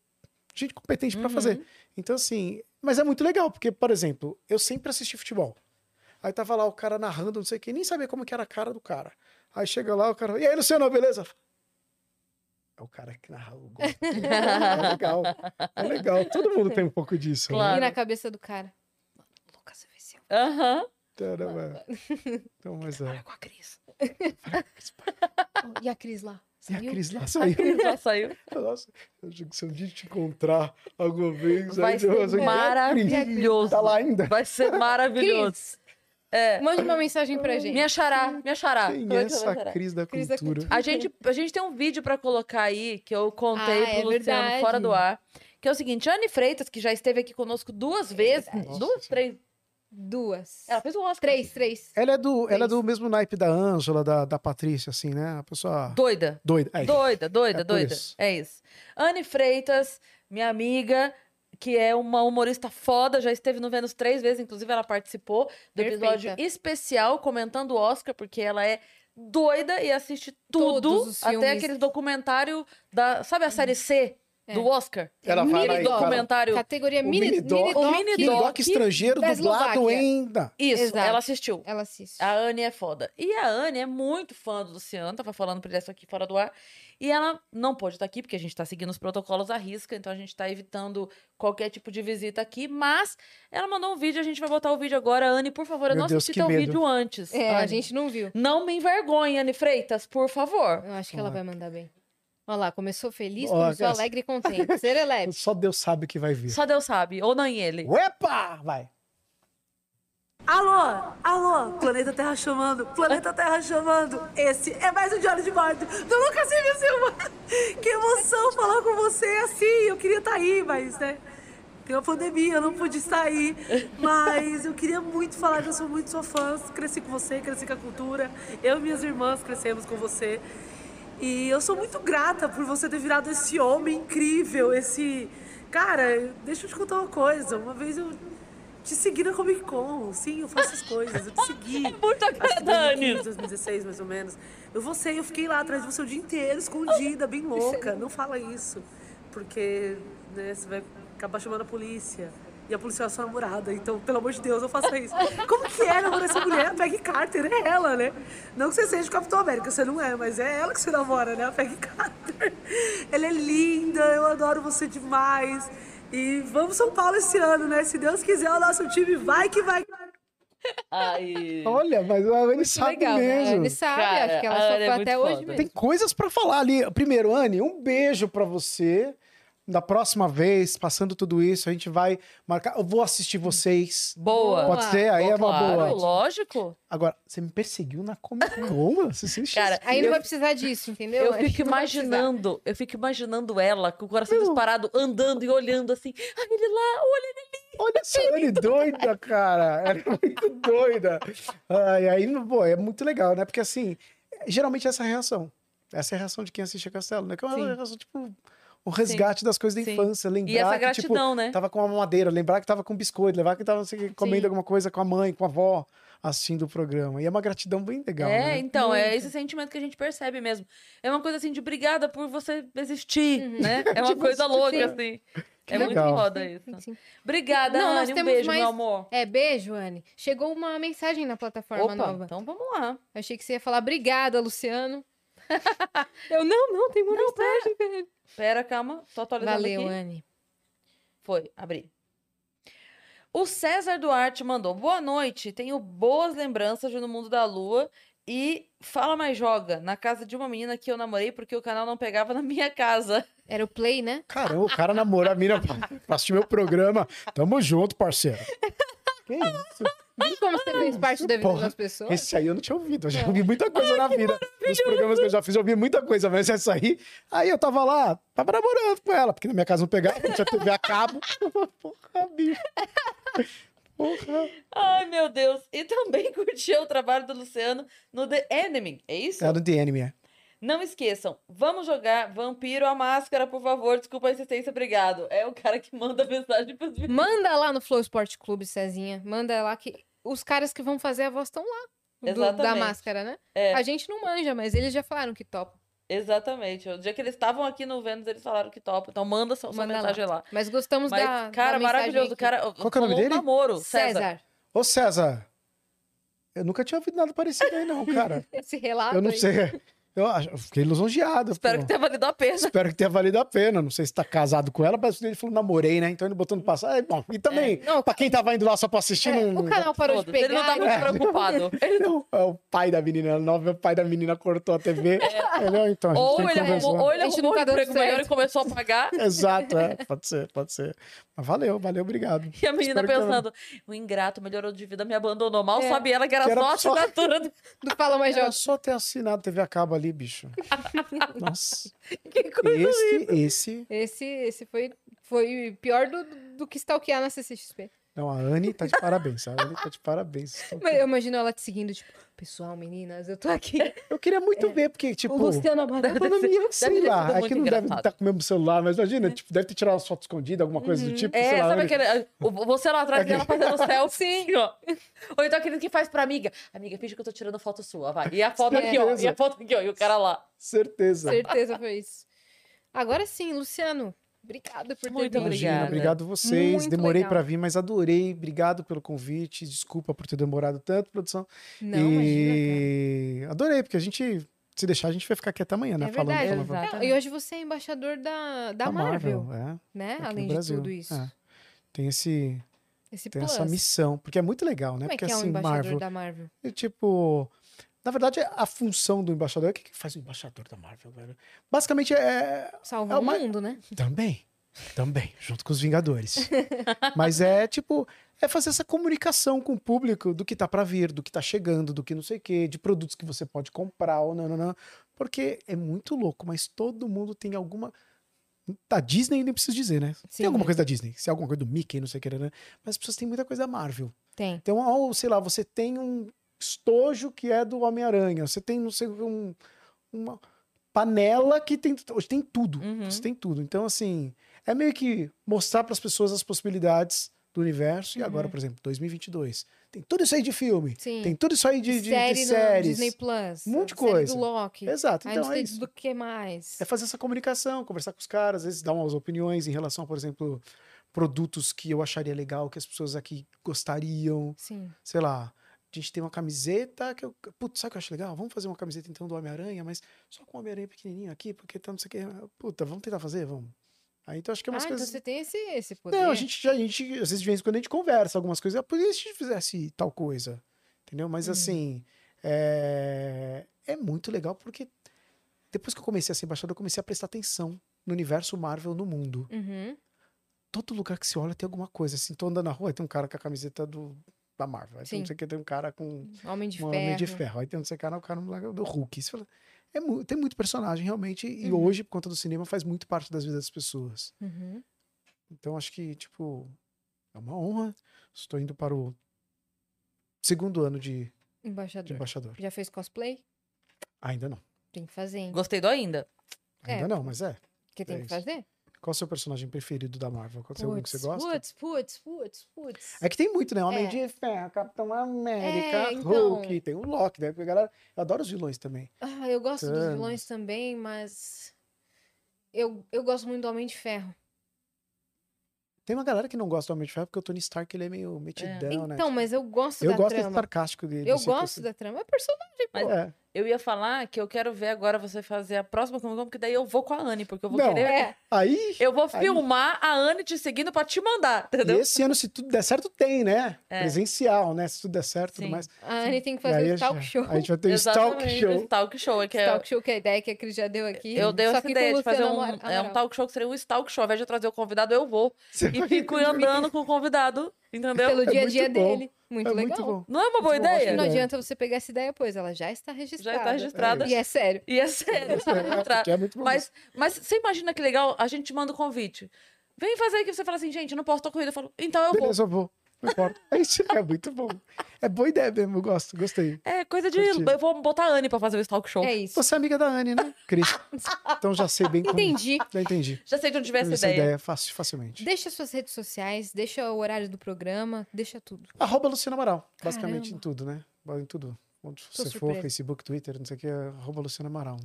S4: gente competente para fazer. Então, assim, mas é muito legal, porque, por exemplo, eu sempre assisti futebol. Aí tava lá o cara narrando, não sei o quê, nem sabia como que era a cara do cara. Aí chega lá, o cara, e aí, Luciano, beleza? É o cara que narra o gol. É legal. É legal. Todo mundo tem um pouco disso.
S2: Claro.
S3: E na cabeça do cara? Lucas Vicente.
S2: Aham.
S4: Né? Caramba. Então, mas é.
S2: com a Cris.
S3: e a Cris lá?
S4: E a
S3: Saiu?
S4: Cris lá saiu.
S2: Já saiu.
S4: Nossa, eu digo que se um dia te encontrar alguma vez,
S2: Vai
S4: aí você vai
S2: ser
S4: fazer. "E a é Cris?
S2: maravilhoso.
S4: Tá lá ainda?
S2: Vai ser maravilhoso.
S3: Cris,
S2: É.
S3: mande uma mensagem pra gente.
S2: Me achará, me achará.
S4: Quem
S2: Como
S4: é
S2: é que você vai
S4: essa
S2: achar?
S4: Cris da
S3: Cris da
S4: cultura?
S2: A gente, a gente tem um vídeo pra colocar aí que eu contei
S3: Ah,
S2: pro
S3: é
S2: Luciano
S3: verdade.
S2: fora do ar. Que é o seguinte, Anne Freitas, que já esteve aqui conosco
S3: É
S2: duas vezes,
S4: verdade.
S2: duas,
S4: Nossa
S2: três.
S3: Duas.
S2: Ela fez o Oscar.
S3: Três, três.
S4: Ela é do, ela é
S3: Três.
S4: do mesmo naipe da Ângela, da, da Patrícia, assim, né? A pessoa
S2: Doida.
S4: doida. É,
S2: Doida, doida,
S4: É por
S2: doida.
S4: isso.
S2: É isso. Anne Freitas, minha amiga, que é uma humorista foda, já esteve no Vênus três vezes, inclusive ela participou do
S3: Perfeita.
S2: episódio especial comentando o Oscar, porque ela é doida e assiste
S3: Todos
S2: tudo,
S3: os
S2: até
S3: filmes.
S2: aquele documentário da, sabe a série C
S3: É.
S2: do Oscar?
S4: Ela
S3: Mini
S4: vai lá
S2: Aquele
S4: e fala,
S2: documentário.
S3: Categoria
S4: O
S3: mini, mini,
S4: mini-doc-
S3: doc,
S2: o mini-doc-
S4: Mini doc
S3: que-
S4: estrangeiro
S3: da
S4: dublado
S3: Eslováquia.
S4: em. Não.
S2: Isso,
S3: Exato.
S2: ela assistiu.
S3: Ela assiste.
S2: A Anne é foda. E a Anne é muito fã do Luciano, tava falando pra ele isso aqui fora do ar. E ela não pôde estar aqui, porque a gente tá seguindo os protocolos à risca, então a gente tá evitando qualquer tipo de visita aqui. Mas ela mandou um vídeo, a gente vai botar o vídeo agora. Anne, por favor, eu
S4: Meu
S2: não
S4: Deus,
S2: assisti
S4: que
S2: teu
S4: medo.
S2: vídeo antes.
S3: É, a
S2: Anne.
S3: gente não viu.
S2: Não me envergonhe, Anne Freitas, por favor.
S3: Eu acho que ela
S4: Ó.
S3: vai mandar bem. Olha lá, começou feliz,
S4: Ó,
S3: começou
S4: essa-
S3: alegre e contente. Serelepe.
S4: Só Deus sabe o que vai vir.
S2: Só Deus sabe, ou não ele.
S4: Uepa! Vai.
S5: Alô, alô, planeta Terra chamando, planeta Terra chamando. Esse é mais um Diário de Bordo do Lucas Silvio Silva. Que emoção falar com você assim. Eu queria estar aí, mas né? Tem uma pandemia, eu não pude estar aí. Mas eu queria muito falar que eu sou muito sua fã. Cresci com você, cresci com a cultura. Eu e minhas irmãs crescemos com você. E eu sou muito grata por você ter virado esse homem incrível, esse. Cara, deixa eu te contar uma coisa. Uma vez eu te segui na Comic Con, sim, eu faço as coisas, eu te segui.
S2: É muito a
S5: Acho
S2: cara
S5: que
S2: da Anne.
S5: 2015, 2016, mais ou menos. Eu vou sei, eu fiquei lá atrás de você o dia inteiro, escondida, bem louca. Não fala isso. Porque, né, você vai acabar chamando a polícia. E a polícia é a sua namorada. Então, pelo amor de Deus, não faça isso. Como que é namorar essa mulher? A Peggy Carter é ela, né? Não que você seja o Capitão América, você não é, mas é ela que você namora, né? A Peggy Carter. Ela é linda, eu adoro você demais. E vamos São Paulo esse ano, né? Se Deus quiser, o nosso time vai que vai.
S2: Ai.
S4: Olha, mas a Anne sabe
S3: Legal, né?
S4: mesmo.
S3: Ele sabe,
S2: Cara,
S3: acho que
S2: a
S3: ela só
S2: Ana é
S3: foi até
S2: muito
S3: hoje
S2: foda.
S4: Tem
S3: mesmo.
S4: coisas pra falar ali. Primeiro, Anne, um beijo pra você. Da próxima vez, passando tudo isso, a gente vai marcar. Eu vou assistir vocês.
S2: Boa.
S4: Pode ser? Aí é uma
S2: claro,
S4: boa.
S2: lógico.
S4: Agora, você me perseguiu na Comic Con? Você se enche-
S2: Cara, é
S3: Aí
S2: eu-
S3: não vai precisar disso, entendeu?
S2: Eu
S3: Aí
S2: fico
S3: não vai precisar.
S2: imaginando, eu fico imaginando ela com o coração disparado, andando e olhando assim. Ai, ele lá, olha ele.
S4: Olha essa Anne doida, cara. Ela é muito doida. Ai, aí, pô, é muito legal, né? Porque assim, geralmente essa é a reação. Essa é a reação de quem assiste a Castelo, né? Que é uma
S2: Sim.
S4: reação, tipo, o resgate das coisas da
S2: Sim.
S4: infância, lembrar
S2: E essa
S4: que, tipo,
S2: gratidão,
S3: tá
S2: né?
S4: tava com uma madeira, lembrar que tava com biscoito, lembrar que tava não sei, o quê, comendo
S3: Sim.
S4: alguma coisa com a mãe, com a avó, assistindo o programa. E é uma gratidão bem legal,
S2: é,
S4: né?
S2: então, é esse sentimento que a gente percebe mesmo. É uma coisa assim de obrigada por você existir,
S3: Uhum.
S2: né?
S3: Tipo,
S2: É uma coisa louca, assim.
S4: Que
S2: é
S4: legal.
S2: muito foda isso.
S3: Sim, sim.
S2: Obrigada,
S3: Não, nós
S2: Anne. Um
S3: temos
S2: beijo,
S3: mais-
S2: meu amor.
S3: É, beijo, Anne. Chegou uma mensagem na plataforma
S2: Opa,
S3: nova.
S2: então vamos lá.
S3: Eu achei que você ia falar obrigada, Luciano. Eu, não, não, tem uma mensagem. velho.
S2: Pera, calma. Tô atualizando
S3: Valeu,
S2: aqui.
S3: Anne.
S2: Foi, abri. O César Duarte mandou: Boa noite, tenho boas lembranças de No Mundo da Lua e Fala Mais Joga, na casa de uma menina que eu namorei porque o canal não pegava na minha casa.
S3: Era o Play, né?
S4: Caramba, o cara namora a mina pra pra assistir meu programa. Tamo junto, parceiro. Que isso?
S3: Viu como você fez parte da vida
S4: Porra,
S3: das pessoas?
S4: Esse aí eu não tinha ouvido. Eu já ouvi muita coisa na vida. Nos programas que eu já fiz, eu ouvi muita coisa. Mas essa aí, aí eu tava lá, tava namorando com ela, porque na minha casa não pegava, não tinha TV a cabo. Porra, bicho. Porra.
S2: Ai, meu Deus! E também curtiu o trabalho do Luciano no The Enemy, é isso?
S4: Era de anime, é.
S2: Não esqueçam, vamos jogar Vampiro à Máscara, por favor. Desculpa a insistência, obrigado. É o cara que manda mensagem pros meninos.
S3: Manda lá no Flow Esporte Clube, Cezinha. Manda lá que os caras que vão fazer a voz estão lá. do- da
S2: Exatamente.
S3: máscara, né?
S2: É.
S3: A gente não manja, mas eles já falaram que top.
S2: Exatamente. O dia que eles estavam aqui no Vênus, eles falaram que topa. Então manda sua, sua
S3: Manda lá.
S2: mensagem lá.
S3: Mas gostamos
S2: Mas,
S3: da.
S2: cara,
S3: da mensagem
S2: maravilhoso.
S3: aqui.
S2: O cara
S4: Qual que é o nome
S2: rolou um
S4: dele?
S2: namoro. César.
S3: César.
S4: Ô, César, eu nunca tinha ouvido nada parecido aí, não, cara.
S3: Esse relato.
S4: Eu não
S3: aí.
S4: sei. Eu acho- eu fiquei lisonjeado.
S2: Espero
S4: pô.
S2: que tenha valido a pena.
S4: Espero que tenha valido a pena. Não sei se tá casado com ela, mas ele falou namorei, né? Então ele botou no passado. É, bom, e também,
S3: Não,
S4: pra quem tava indo lá só pra assistir,
S3: É,
S4: não.
S3: o canal parou de
S2: Foda-se,
S3: pegar. né?
S2: Ele não tá
S3: e-
S2: muito preocupado. Ele-
S4: Não, é o pai da menina, nova, o pai da menina cortou a TV. Ele, ó, então, a gente
S2: É. Ou
S4: tem que
S2: ele arrumou,
S4: conversar.
S2: ou ele
S3: A gente
S2: arrumou
S3: não
S2: um
S3: tá dando
S2: emprego melhor e
S3: certo.
S2: começou a pagar.
S4: Exato, é. Pode ser, pode ser. Mas valeu, valeu, obrigado.
S2: E a menina
S4: Espero que ela-
S2: pensando, o ingrato melhorou de vida, me abandonou. Mal
S3: É.
S2: sabe ela que era,
S4: Que era
S2: só a
S4: só-
S2: assinatura do...
S4: É.
S3: Do Fala Mais
S4: Era
S3: Jogos.
S4: só ter assinado TV a cabo ali, bicho. Nossa.
S2: Que coisa
S4: Esse, esse.
S3: Esse, esse foi, foi pior do, do que stalkear na CCXP.
S4: Não, a Anne tá de parabéns. A Anne tá de parabéns.
S3: Mas eu imagino ela te seguindo, tipo, pessoal, meninas, eu tô aqui.
S4: Eu queria muito
S2: É.
S4: ver, porque, tipo.
S3: o é Luciano Amaral.
S4: Quando eu me- eu sei
S2: deve ter
S4: lá,
S2: sido
S4: é que
S2: muito
S4: não deve
S2: engraçado.
S4: estar com o mesmo celular, mas imagina, tipo, deve ter tirado umas fotos escondidas, alguma coisa do tipo, sei
S2: É,
S4: lá. É
S2: sabe
S4: olha.
S2: aquele. o- Você lá atrás dela fazendo selfie. Sim. Ó. Ou então aquele que faz pra amiga. Amiga, finge que eu tô tirando foto sua, vai. E a
S3: É.
S2: foto aqui, ó. E a
S4: Certeza.
S2: foto aqui, ó. E o cara lá.
S4: Certeza.
S3: Certeza foi isso. Agora sim, Luciano, obrigada por ter
S2: Muito
S3: vindo.
S4: Imagina,
S2: obrigada.
S4: obrigado vocês.
S3: Muito
S4: Demorei
S3: legal.
S4: pra vir, mas adorei. Obrigado pelo convite. Desculpa por ter demorado tanto, produção.
S3: Não, imagina,
S4: e adorei, porque a gente, se deixar, a gente vai ficar aqui até amanhã, né?
S3: cara. É verdade.
S4: falando, falando.
S3: Não, e hoje você é embaixador da, da, Marvel,
S4: é,
S3: né?
S4: aqui no
S3: Além de
S4: Brasil.
S3: tudo isso.
S4: É. Tem, esse,
S3: Esse
S4: tem
S3: plus.
S4: essa missão, porque é muito legal, né?
S3: Como é que
S4: porque
S3: é um
S4: assim,
S3: embaixador
S4: Marvel.
S3: da Marvel?
S4: E, tipo, na verdade, a função do embaixador, é o que, que faz o embaixador da Marvel, velho? Basicamente é.
S3: Salvar
S4: É
S3: o
S4: uma-
S3: mundo, né?
S4: Também. Também, junto com os Vingadores. Mas é tipo, é fazer essa comunicação com o público do que tá pra vir, do que tá chegando, do que não sei o quê, de produtos que você pode comprar ou não, não, não. Porque é muito louco, mas todo mundo tem alguma. Da Disney nem preciso dizer, né?
S3: Sim.
S4: Tem alguma coisa da Disney, se é alguma coisa do Mickey, não sei o que, né? Mas as pessoas têm muita coisa da Marvel.
S3: Tem.
S4: Então, ou, sei lá, você tem um estojo que é do Homem-Aranha, você tem, não sei, um- uma panela que tem. Hoje tem tudo.
S2: Uhum.
S4: Você tem tudo. Então, assim, é meio que mostrar para as pessoas as possibilidades do universo. E agora, por exemplo, 2022. Tem tudo isso aí de filme.
S3: Uhum. Sim.
S4: Tem tudo isso aí de, de- de
S3: série no
S4: séries.
S3: Disney Plus.
S4: Um monte de
S3: série
S4: coisa.
S3: do Loki.
S4: Exato.
S3: Aí não
S4: Então, é
S3: sei
S4: isso.
S3: do que mais.
S4: É fazer essa comunicação, conversar com os caras, às vezes dar umas opiniões em relação, por exemplo, produtos que eu acharia legal, que as pessoas aqui gostariam
S3: Sim.
S4: sei lá, a gente tem uma camiseta que eu. Putz, sabe o que eu acho legal? Vamos fazer uma camiseta então do Homem-Aranha, mas só com o Homem-Aranha pequenininho aqui, porque tá não sei o que. Puta, vamos tentar fazer? Vamos. Aí então acho que é
S3: Ah,
S4: umas
S3: então
S4: coisas.
S3: você tem esse, esse poder.
S4: Não, a gente já, a gente, às vezes, de vez em quando a gente conversa algumas coisas. Ah, por isso se a gente fizesse tal coisa? Entendeu? Mas
S3: Uhum.
S4: assim, é... é muito legal porque depois que eu comecei a ser embaixador, eu comecei a prestar atenção no universo Marvel no mundo
S3: Uhum.
S4: todo lugar que você olha tem alguma coisa. Assim, tô andando na rua, aí tem um cara com a camiseta do, da Marvel. Aí tem, não
S3: Sim.
S4: sei o que, tem um cara com
S3: Homem de
S4: um
S3: ferro.
S4: homem de ferro. Aí tem não sei o que, cara, o cara lá do Hulk. Você fala, é mu- tem muito personagem, realmente. E hoje, por conta do cinema, faz muito parte das vidas das pessoas.
S3: Uhum.
S4: Então, acho que, tipo, é uma honra. Estou indo para o segundo ano de, de
S3: Embaixador.
S4: embaixador.
S3: Já fez cosplay?
S4: Ainda não.
S3: Tem que fazer, hein?
S2: Gostei do ainda.
S3: É.
S4: Ainda não, mas é.
S3: Porque Porque tem
S4: É
S3: que
S4: isso.
S3: fazer?
S4: Qual o seu personagem preferido da Marvel? Qual tem algum que você
S3: Putz,
S4: gosta?
S3: putz, putz, putz, putz.
S4: É que tem muito, né? Homem
S3: É.
S4: de Ferro, Capitão América,
S3: É, então-
S4: Hulk, tem o Loki, né? Porque a galera. Eu adoro os vilões também.
S3: Ah, eu gosto dos
S4: Thanos.
S3: vilões também, mas. Eu, eu gosto muito do Homem de Ferro.
S4: Tem uma galera que não gosta do Homem de Ferro porque o Tony Stark ele é meio metidão, né?
S3: então, mas eu gosto
S4: eu
S3: da
S4: gosto desse
S3: trama.
S4: sarcástico dele.
S3: Eu
S4: assim, que
S3: gosto da trama. É personagem, pô.
S2: Mas-
S4: É.
S2: Eu ia falar que eu quero ver agora você fazer a próxima Comic Con, porque daí eu vou com a Anne, porque eu vou
S4: Não.
S2: querer.
S3: É,
S4: Aí.
S2: Eu vou
S4: Aí-
S2: filmar a Anne te seguindo pra te mandar,
S4: E
S2: entendeu?
S4: esse ano, se tudo der certo, tem, né?
S2: É.
S4: Presencial, né? Se tudo der certo, tudo
S2: Sim.
S4: mais.
S3: a Anne tem que
S4: E aí
S3: fazer
S4: a
S3: o talk
S4: gente-
S3: show.
S4: A gente vai ter o Stalk
S2: Exatamente,
S4: Show.
S2: o talk show, é que
S3: Esse
S2: é,
S3: talk show, que é a ideia que a Cris já deu aqui.
S2: eu dei
S3: Só
S2: essa
S3: que
S2: ideia
S3: com
S2: de fazer
S3: Luciano
S2: um,
S3: Amar-
S2: é um
S3: Amaral.
S2: talk show que seria um stalk show, ao invés de eu trazer o convidado, eu vou.
S4: Você
S2: E
S4: vai- um
S2: fico andando com o convidado, entendeu?
S3: Pelo
S4: É
S3: dia a
S4: muito
S3: dia
S4: bom.
S3: dele. Muito
S4: é
S3: legal.
S4: muito bom.
S2: Não é uma boa
S4: Muito bom,
S2: ideia?
S3: Não
S4: É.
S3: adianta você pegar essa ideia, pois ela já está
S2: Já
S3: registrada.
S2: está registrada.
S3: E é sério.
S2: E é sério, sabe?
S4: É,
S2: Tra-
S4: porque é muito bom.
S2: Mas, mas você imagina que legal, a gente manda o convite. Vem fazer aqui, você fala assim, gente, eu não posso, tô corrida. Eu falo, então eu vou.
S4: Beleza, eu vou. Não importa. É isso, é muito bom. É boa ideia mesmo, eu gosto, gostei.
S2: É coisa de.
S4: Curti.
S2: Eu vou botar a Anne pra fazer o stalk show.
S3: É isso.
S4: Você é amiga da Anne, né, Cris? Então já sei bem como.
S3: Entendi.
S4: Já entendi.
S2: Já sei de onde veio essa
S4: Essa
S2: ideia.
S4: ideia faci- facilmente.
S3: Deixa suas redes sociais, deixa o horário do programa, deixa tudo.
S4: Arroba Luciana Amaral, basicamente
S3: Caramba.
S4: em tudo, né? Em tudo. Onde
S3: Tô
S4: você for,
S3: surpresa.
S4: Facebook, Twitter, não sei o que, é arroba Luciana Amaral.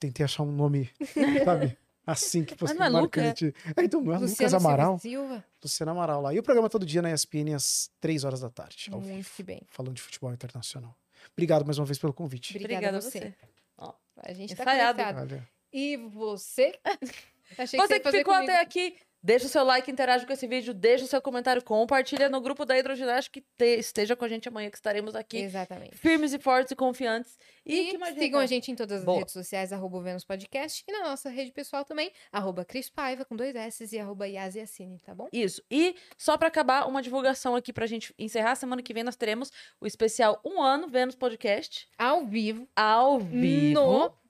S4: Tentei achar um nome, sabe? Assim que fosse
S2: não é Luca,
S3: né?
S4: marcante. É, então, não é Lucas
S3: Silva
S4: Amaral?
S3: Silva.
S4: Luciana Amaral lá. E o programa todo dia na ESPN às 3 horas da tarde, ao
S3: Muito
S4: vivo,
S3: que bem.
S4: falando de futebol internacional. Obrigado mais uma vez pelo convite.
S3: Obrigada,
S2: Obrigada a
S3: você.
S2: você.
S3: A gente tá
S2: Ensaiado.
S3: conectado.
S4: Olha,
S3: E você? Achei
S2: Você que ficou
S3: comigo.
S2: até aqui, deixa o seu like, interage com esse vídeo, deixa o seu comentário, compartilha no grupo da Hidroginástica que te- esteja com a gente amanhã, que estaremos aqui
S3: Exatamente.
S2: firmes e fortes e confiantes. E,
S3: E
S2: que mais é?
S3: sigam a
S2: recado?
S3: gente em todas as
S2: Boa.
S3: redes sociais, arroba o Vênus Podcast. E na nossa rede pessoal também, arroba Cris Paiva, com dois S e arroba Yas e Assine, tá bom?
S2: Isso. E só pra acabar, uma divulgação aqui pra gente encerrar. Semana que vem nós teremos o especial Um Ano Vênus Podcast
S3: Ao vivo,
S2: ao vivo.
S3: No-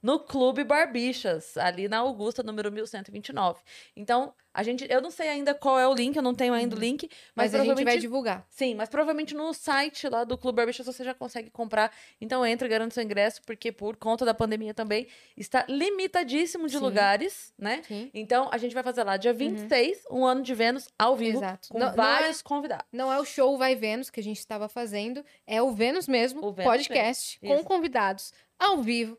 S2: no Clube Barbixas, ali na Augusta, número 1129. Então, a gente, eu não sei ainda qual é o link, eu não tenho ainda o link, mas,
S3: Uhum. mas, a gente
S2: provavelmente
S3: vai divulgar.
S2: Sim, mas provavelmente no site lá do Clube Barbixas você já consegue comprar. Então entra, garante seu ingresso, porque por conta da pandemia também está limitadíssimo de
S3: Sim.
S2: lugares, né?
S3: Sim.
S2: Então a gente vai fazer lá dia 26, um ano de Vênus ao vivo,
S3: Exato.
S2: com
S3: Não- é não
S2: vários convidados.
S3: Não é o show Vai Vênus que a gente estava fazendo, é o Vênus mesmo,
S2: O Vênus
S3: podcast,
S2: mesmo.
S3: com convidados, ao vivo.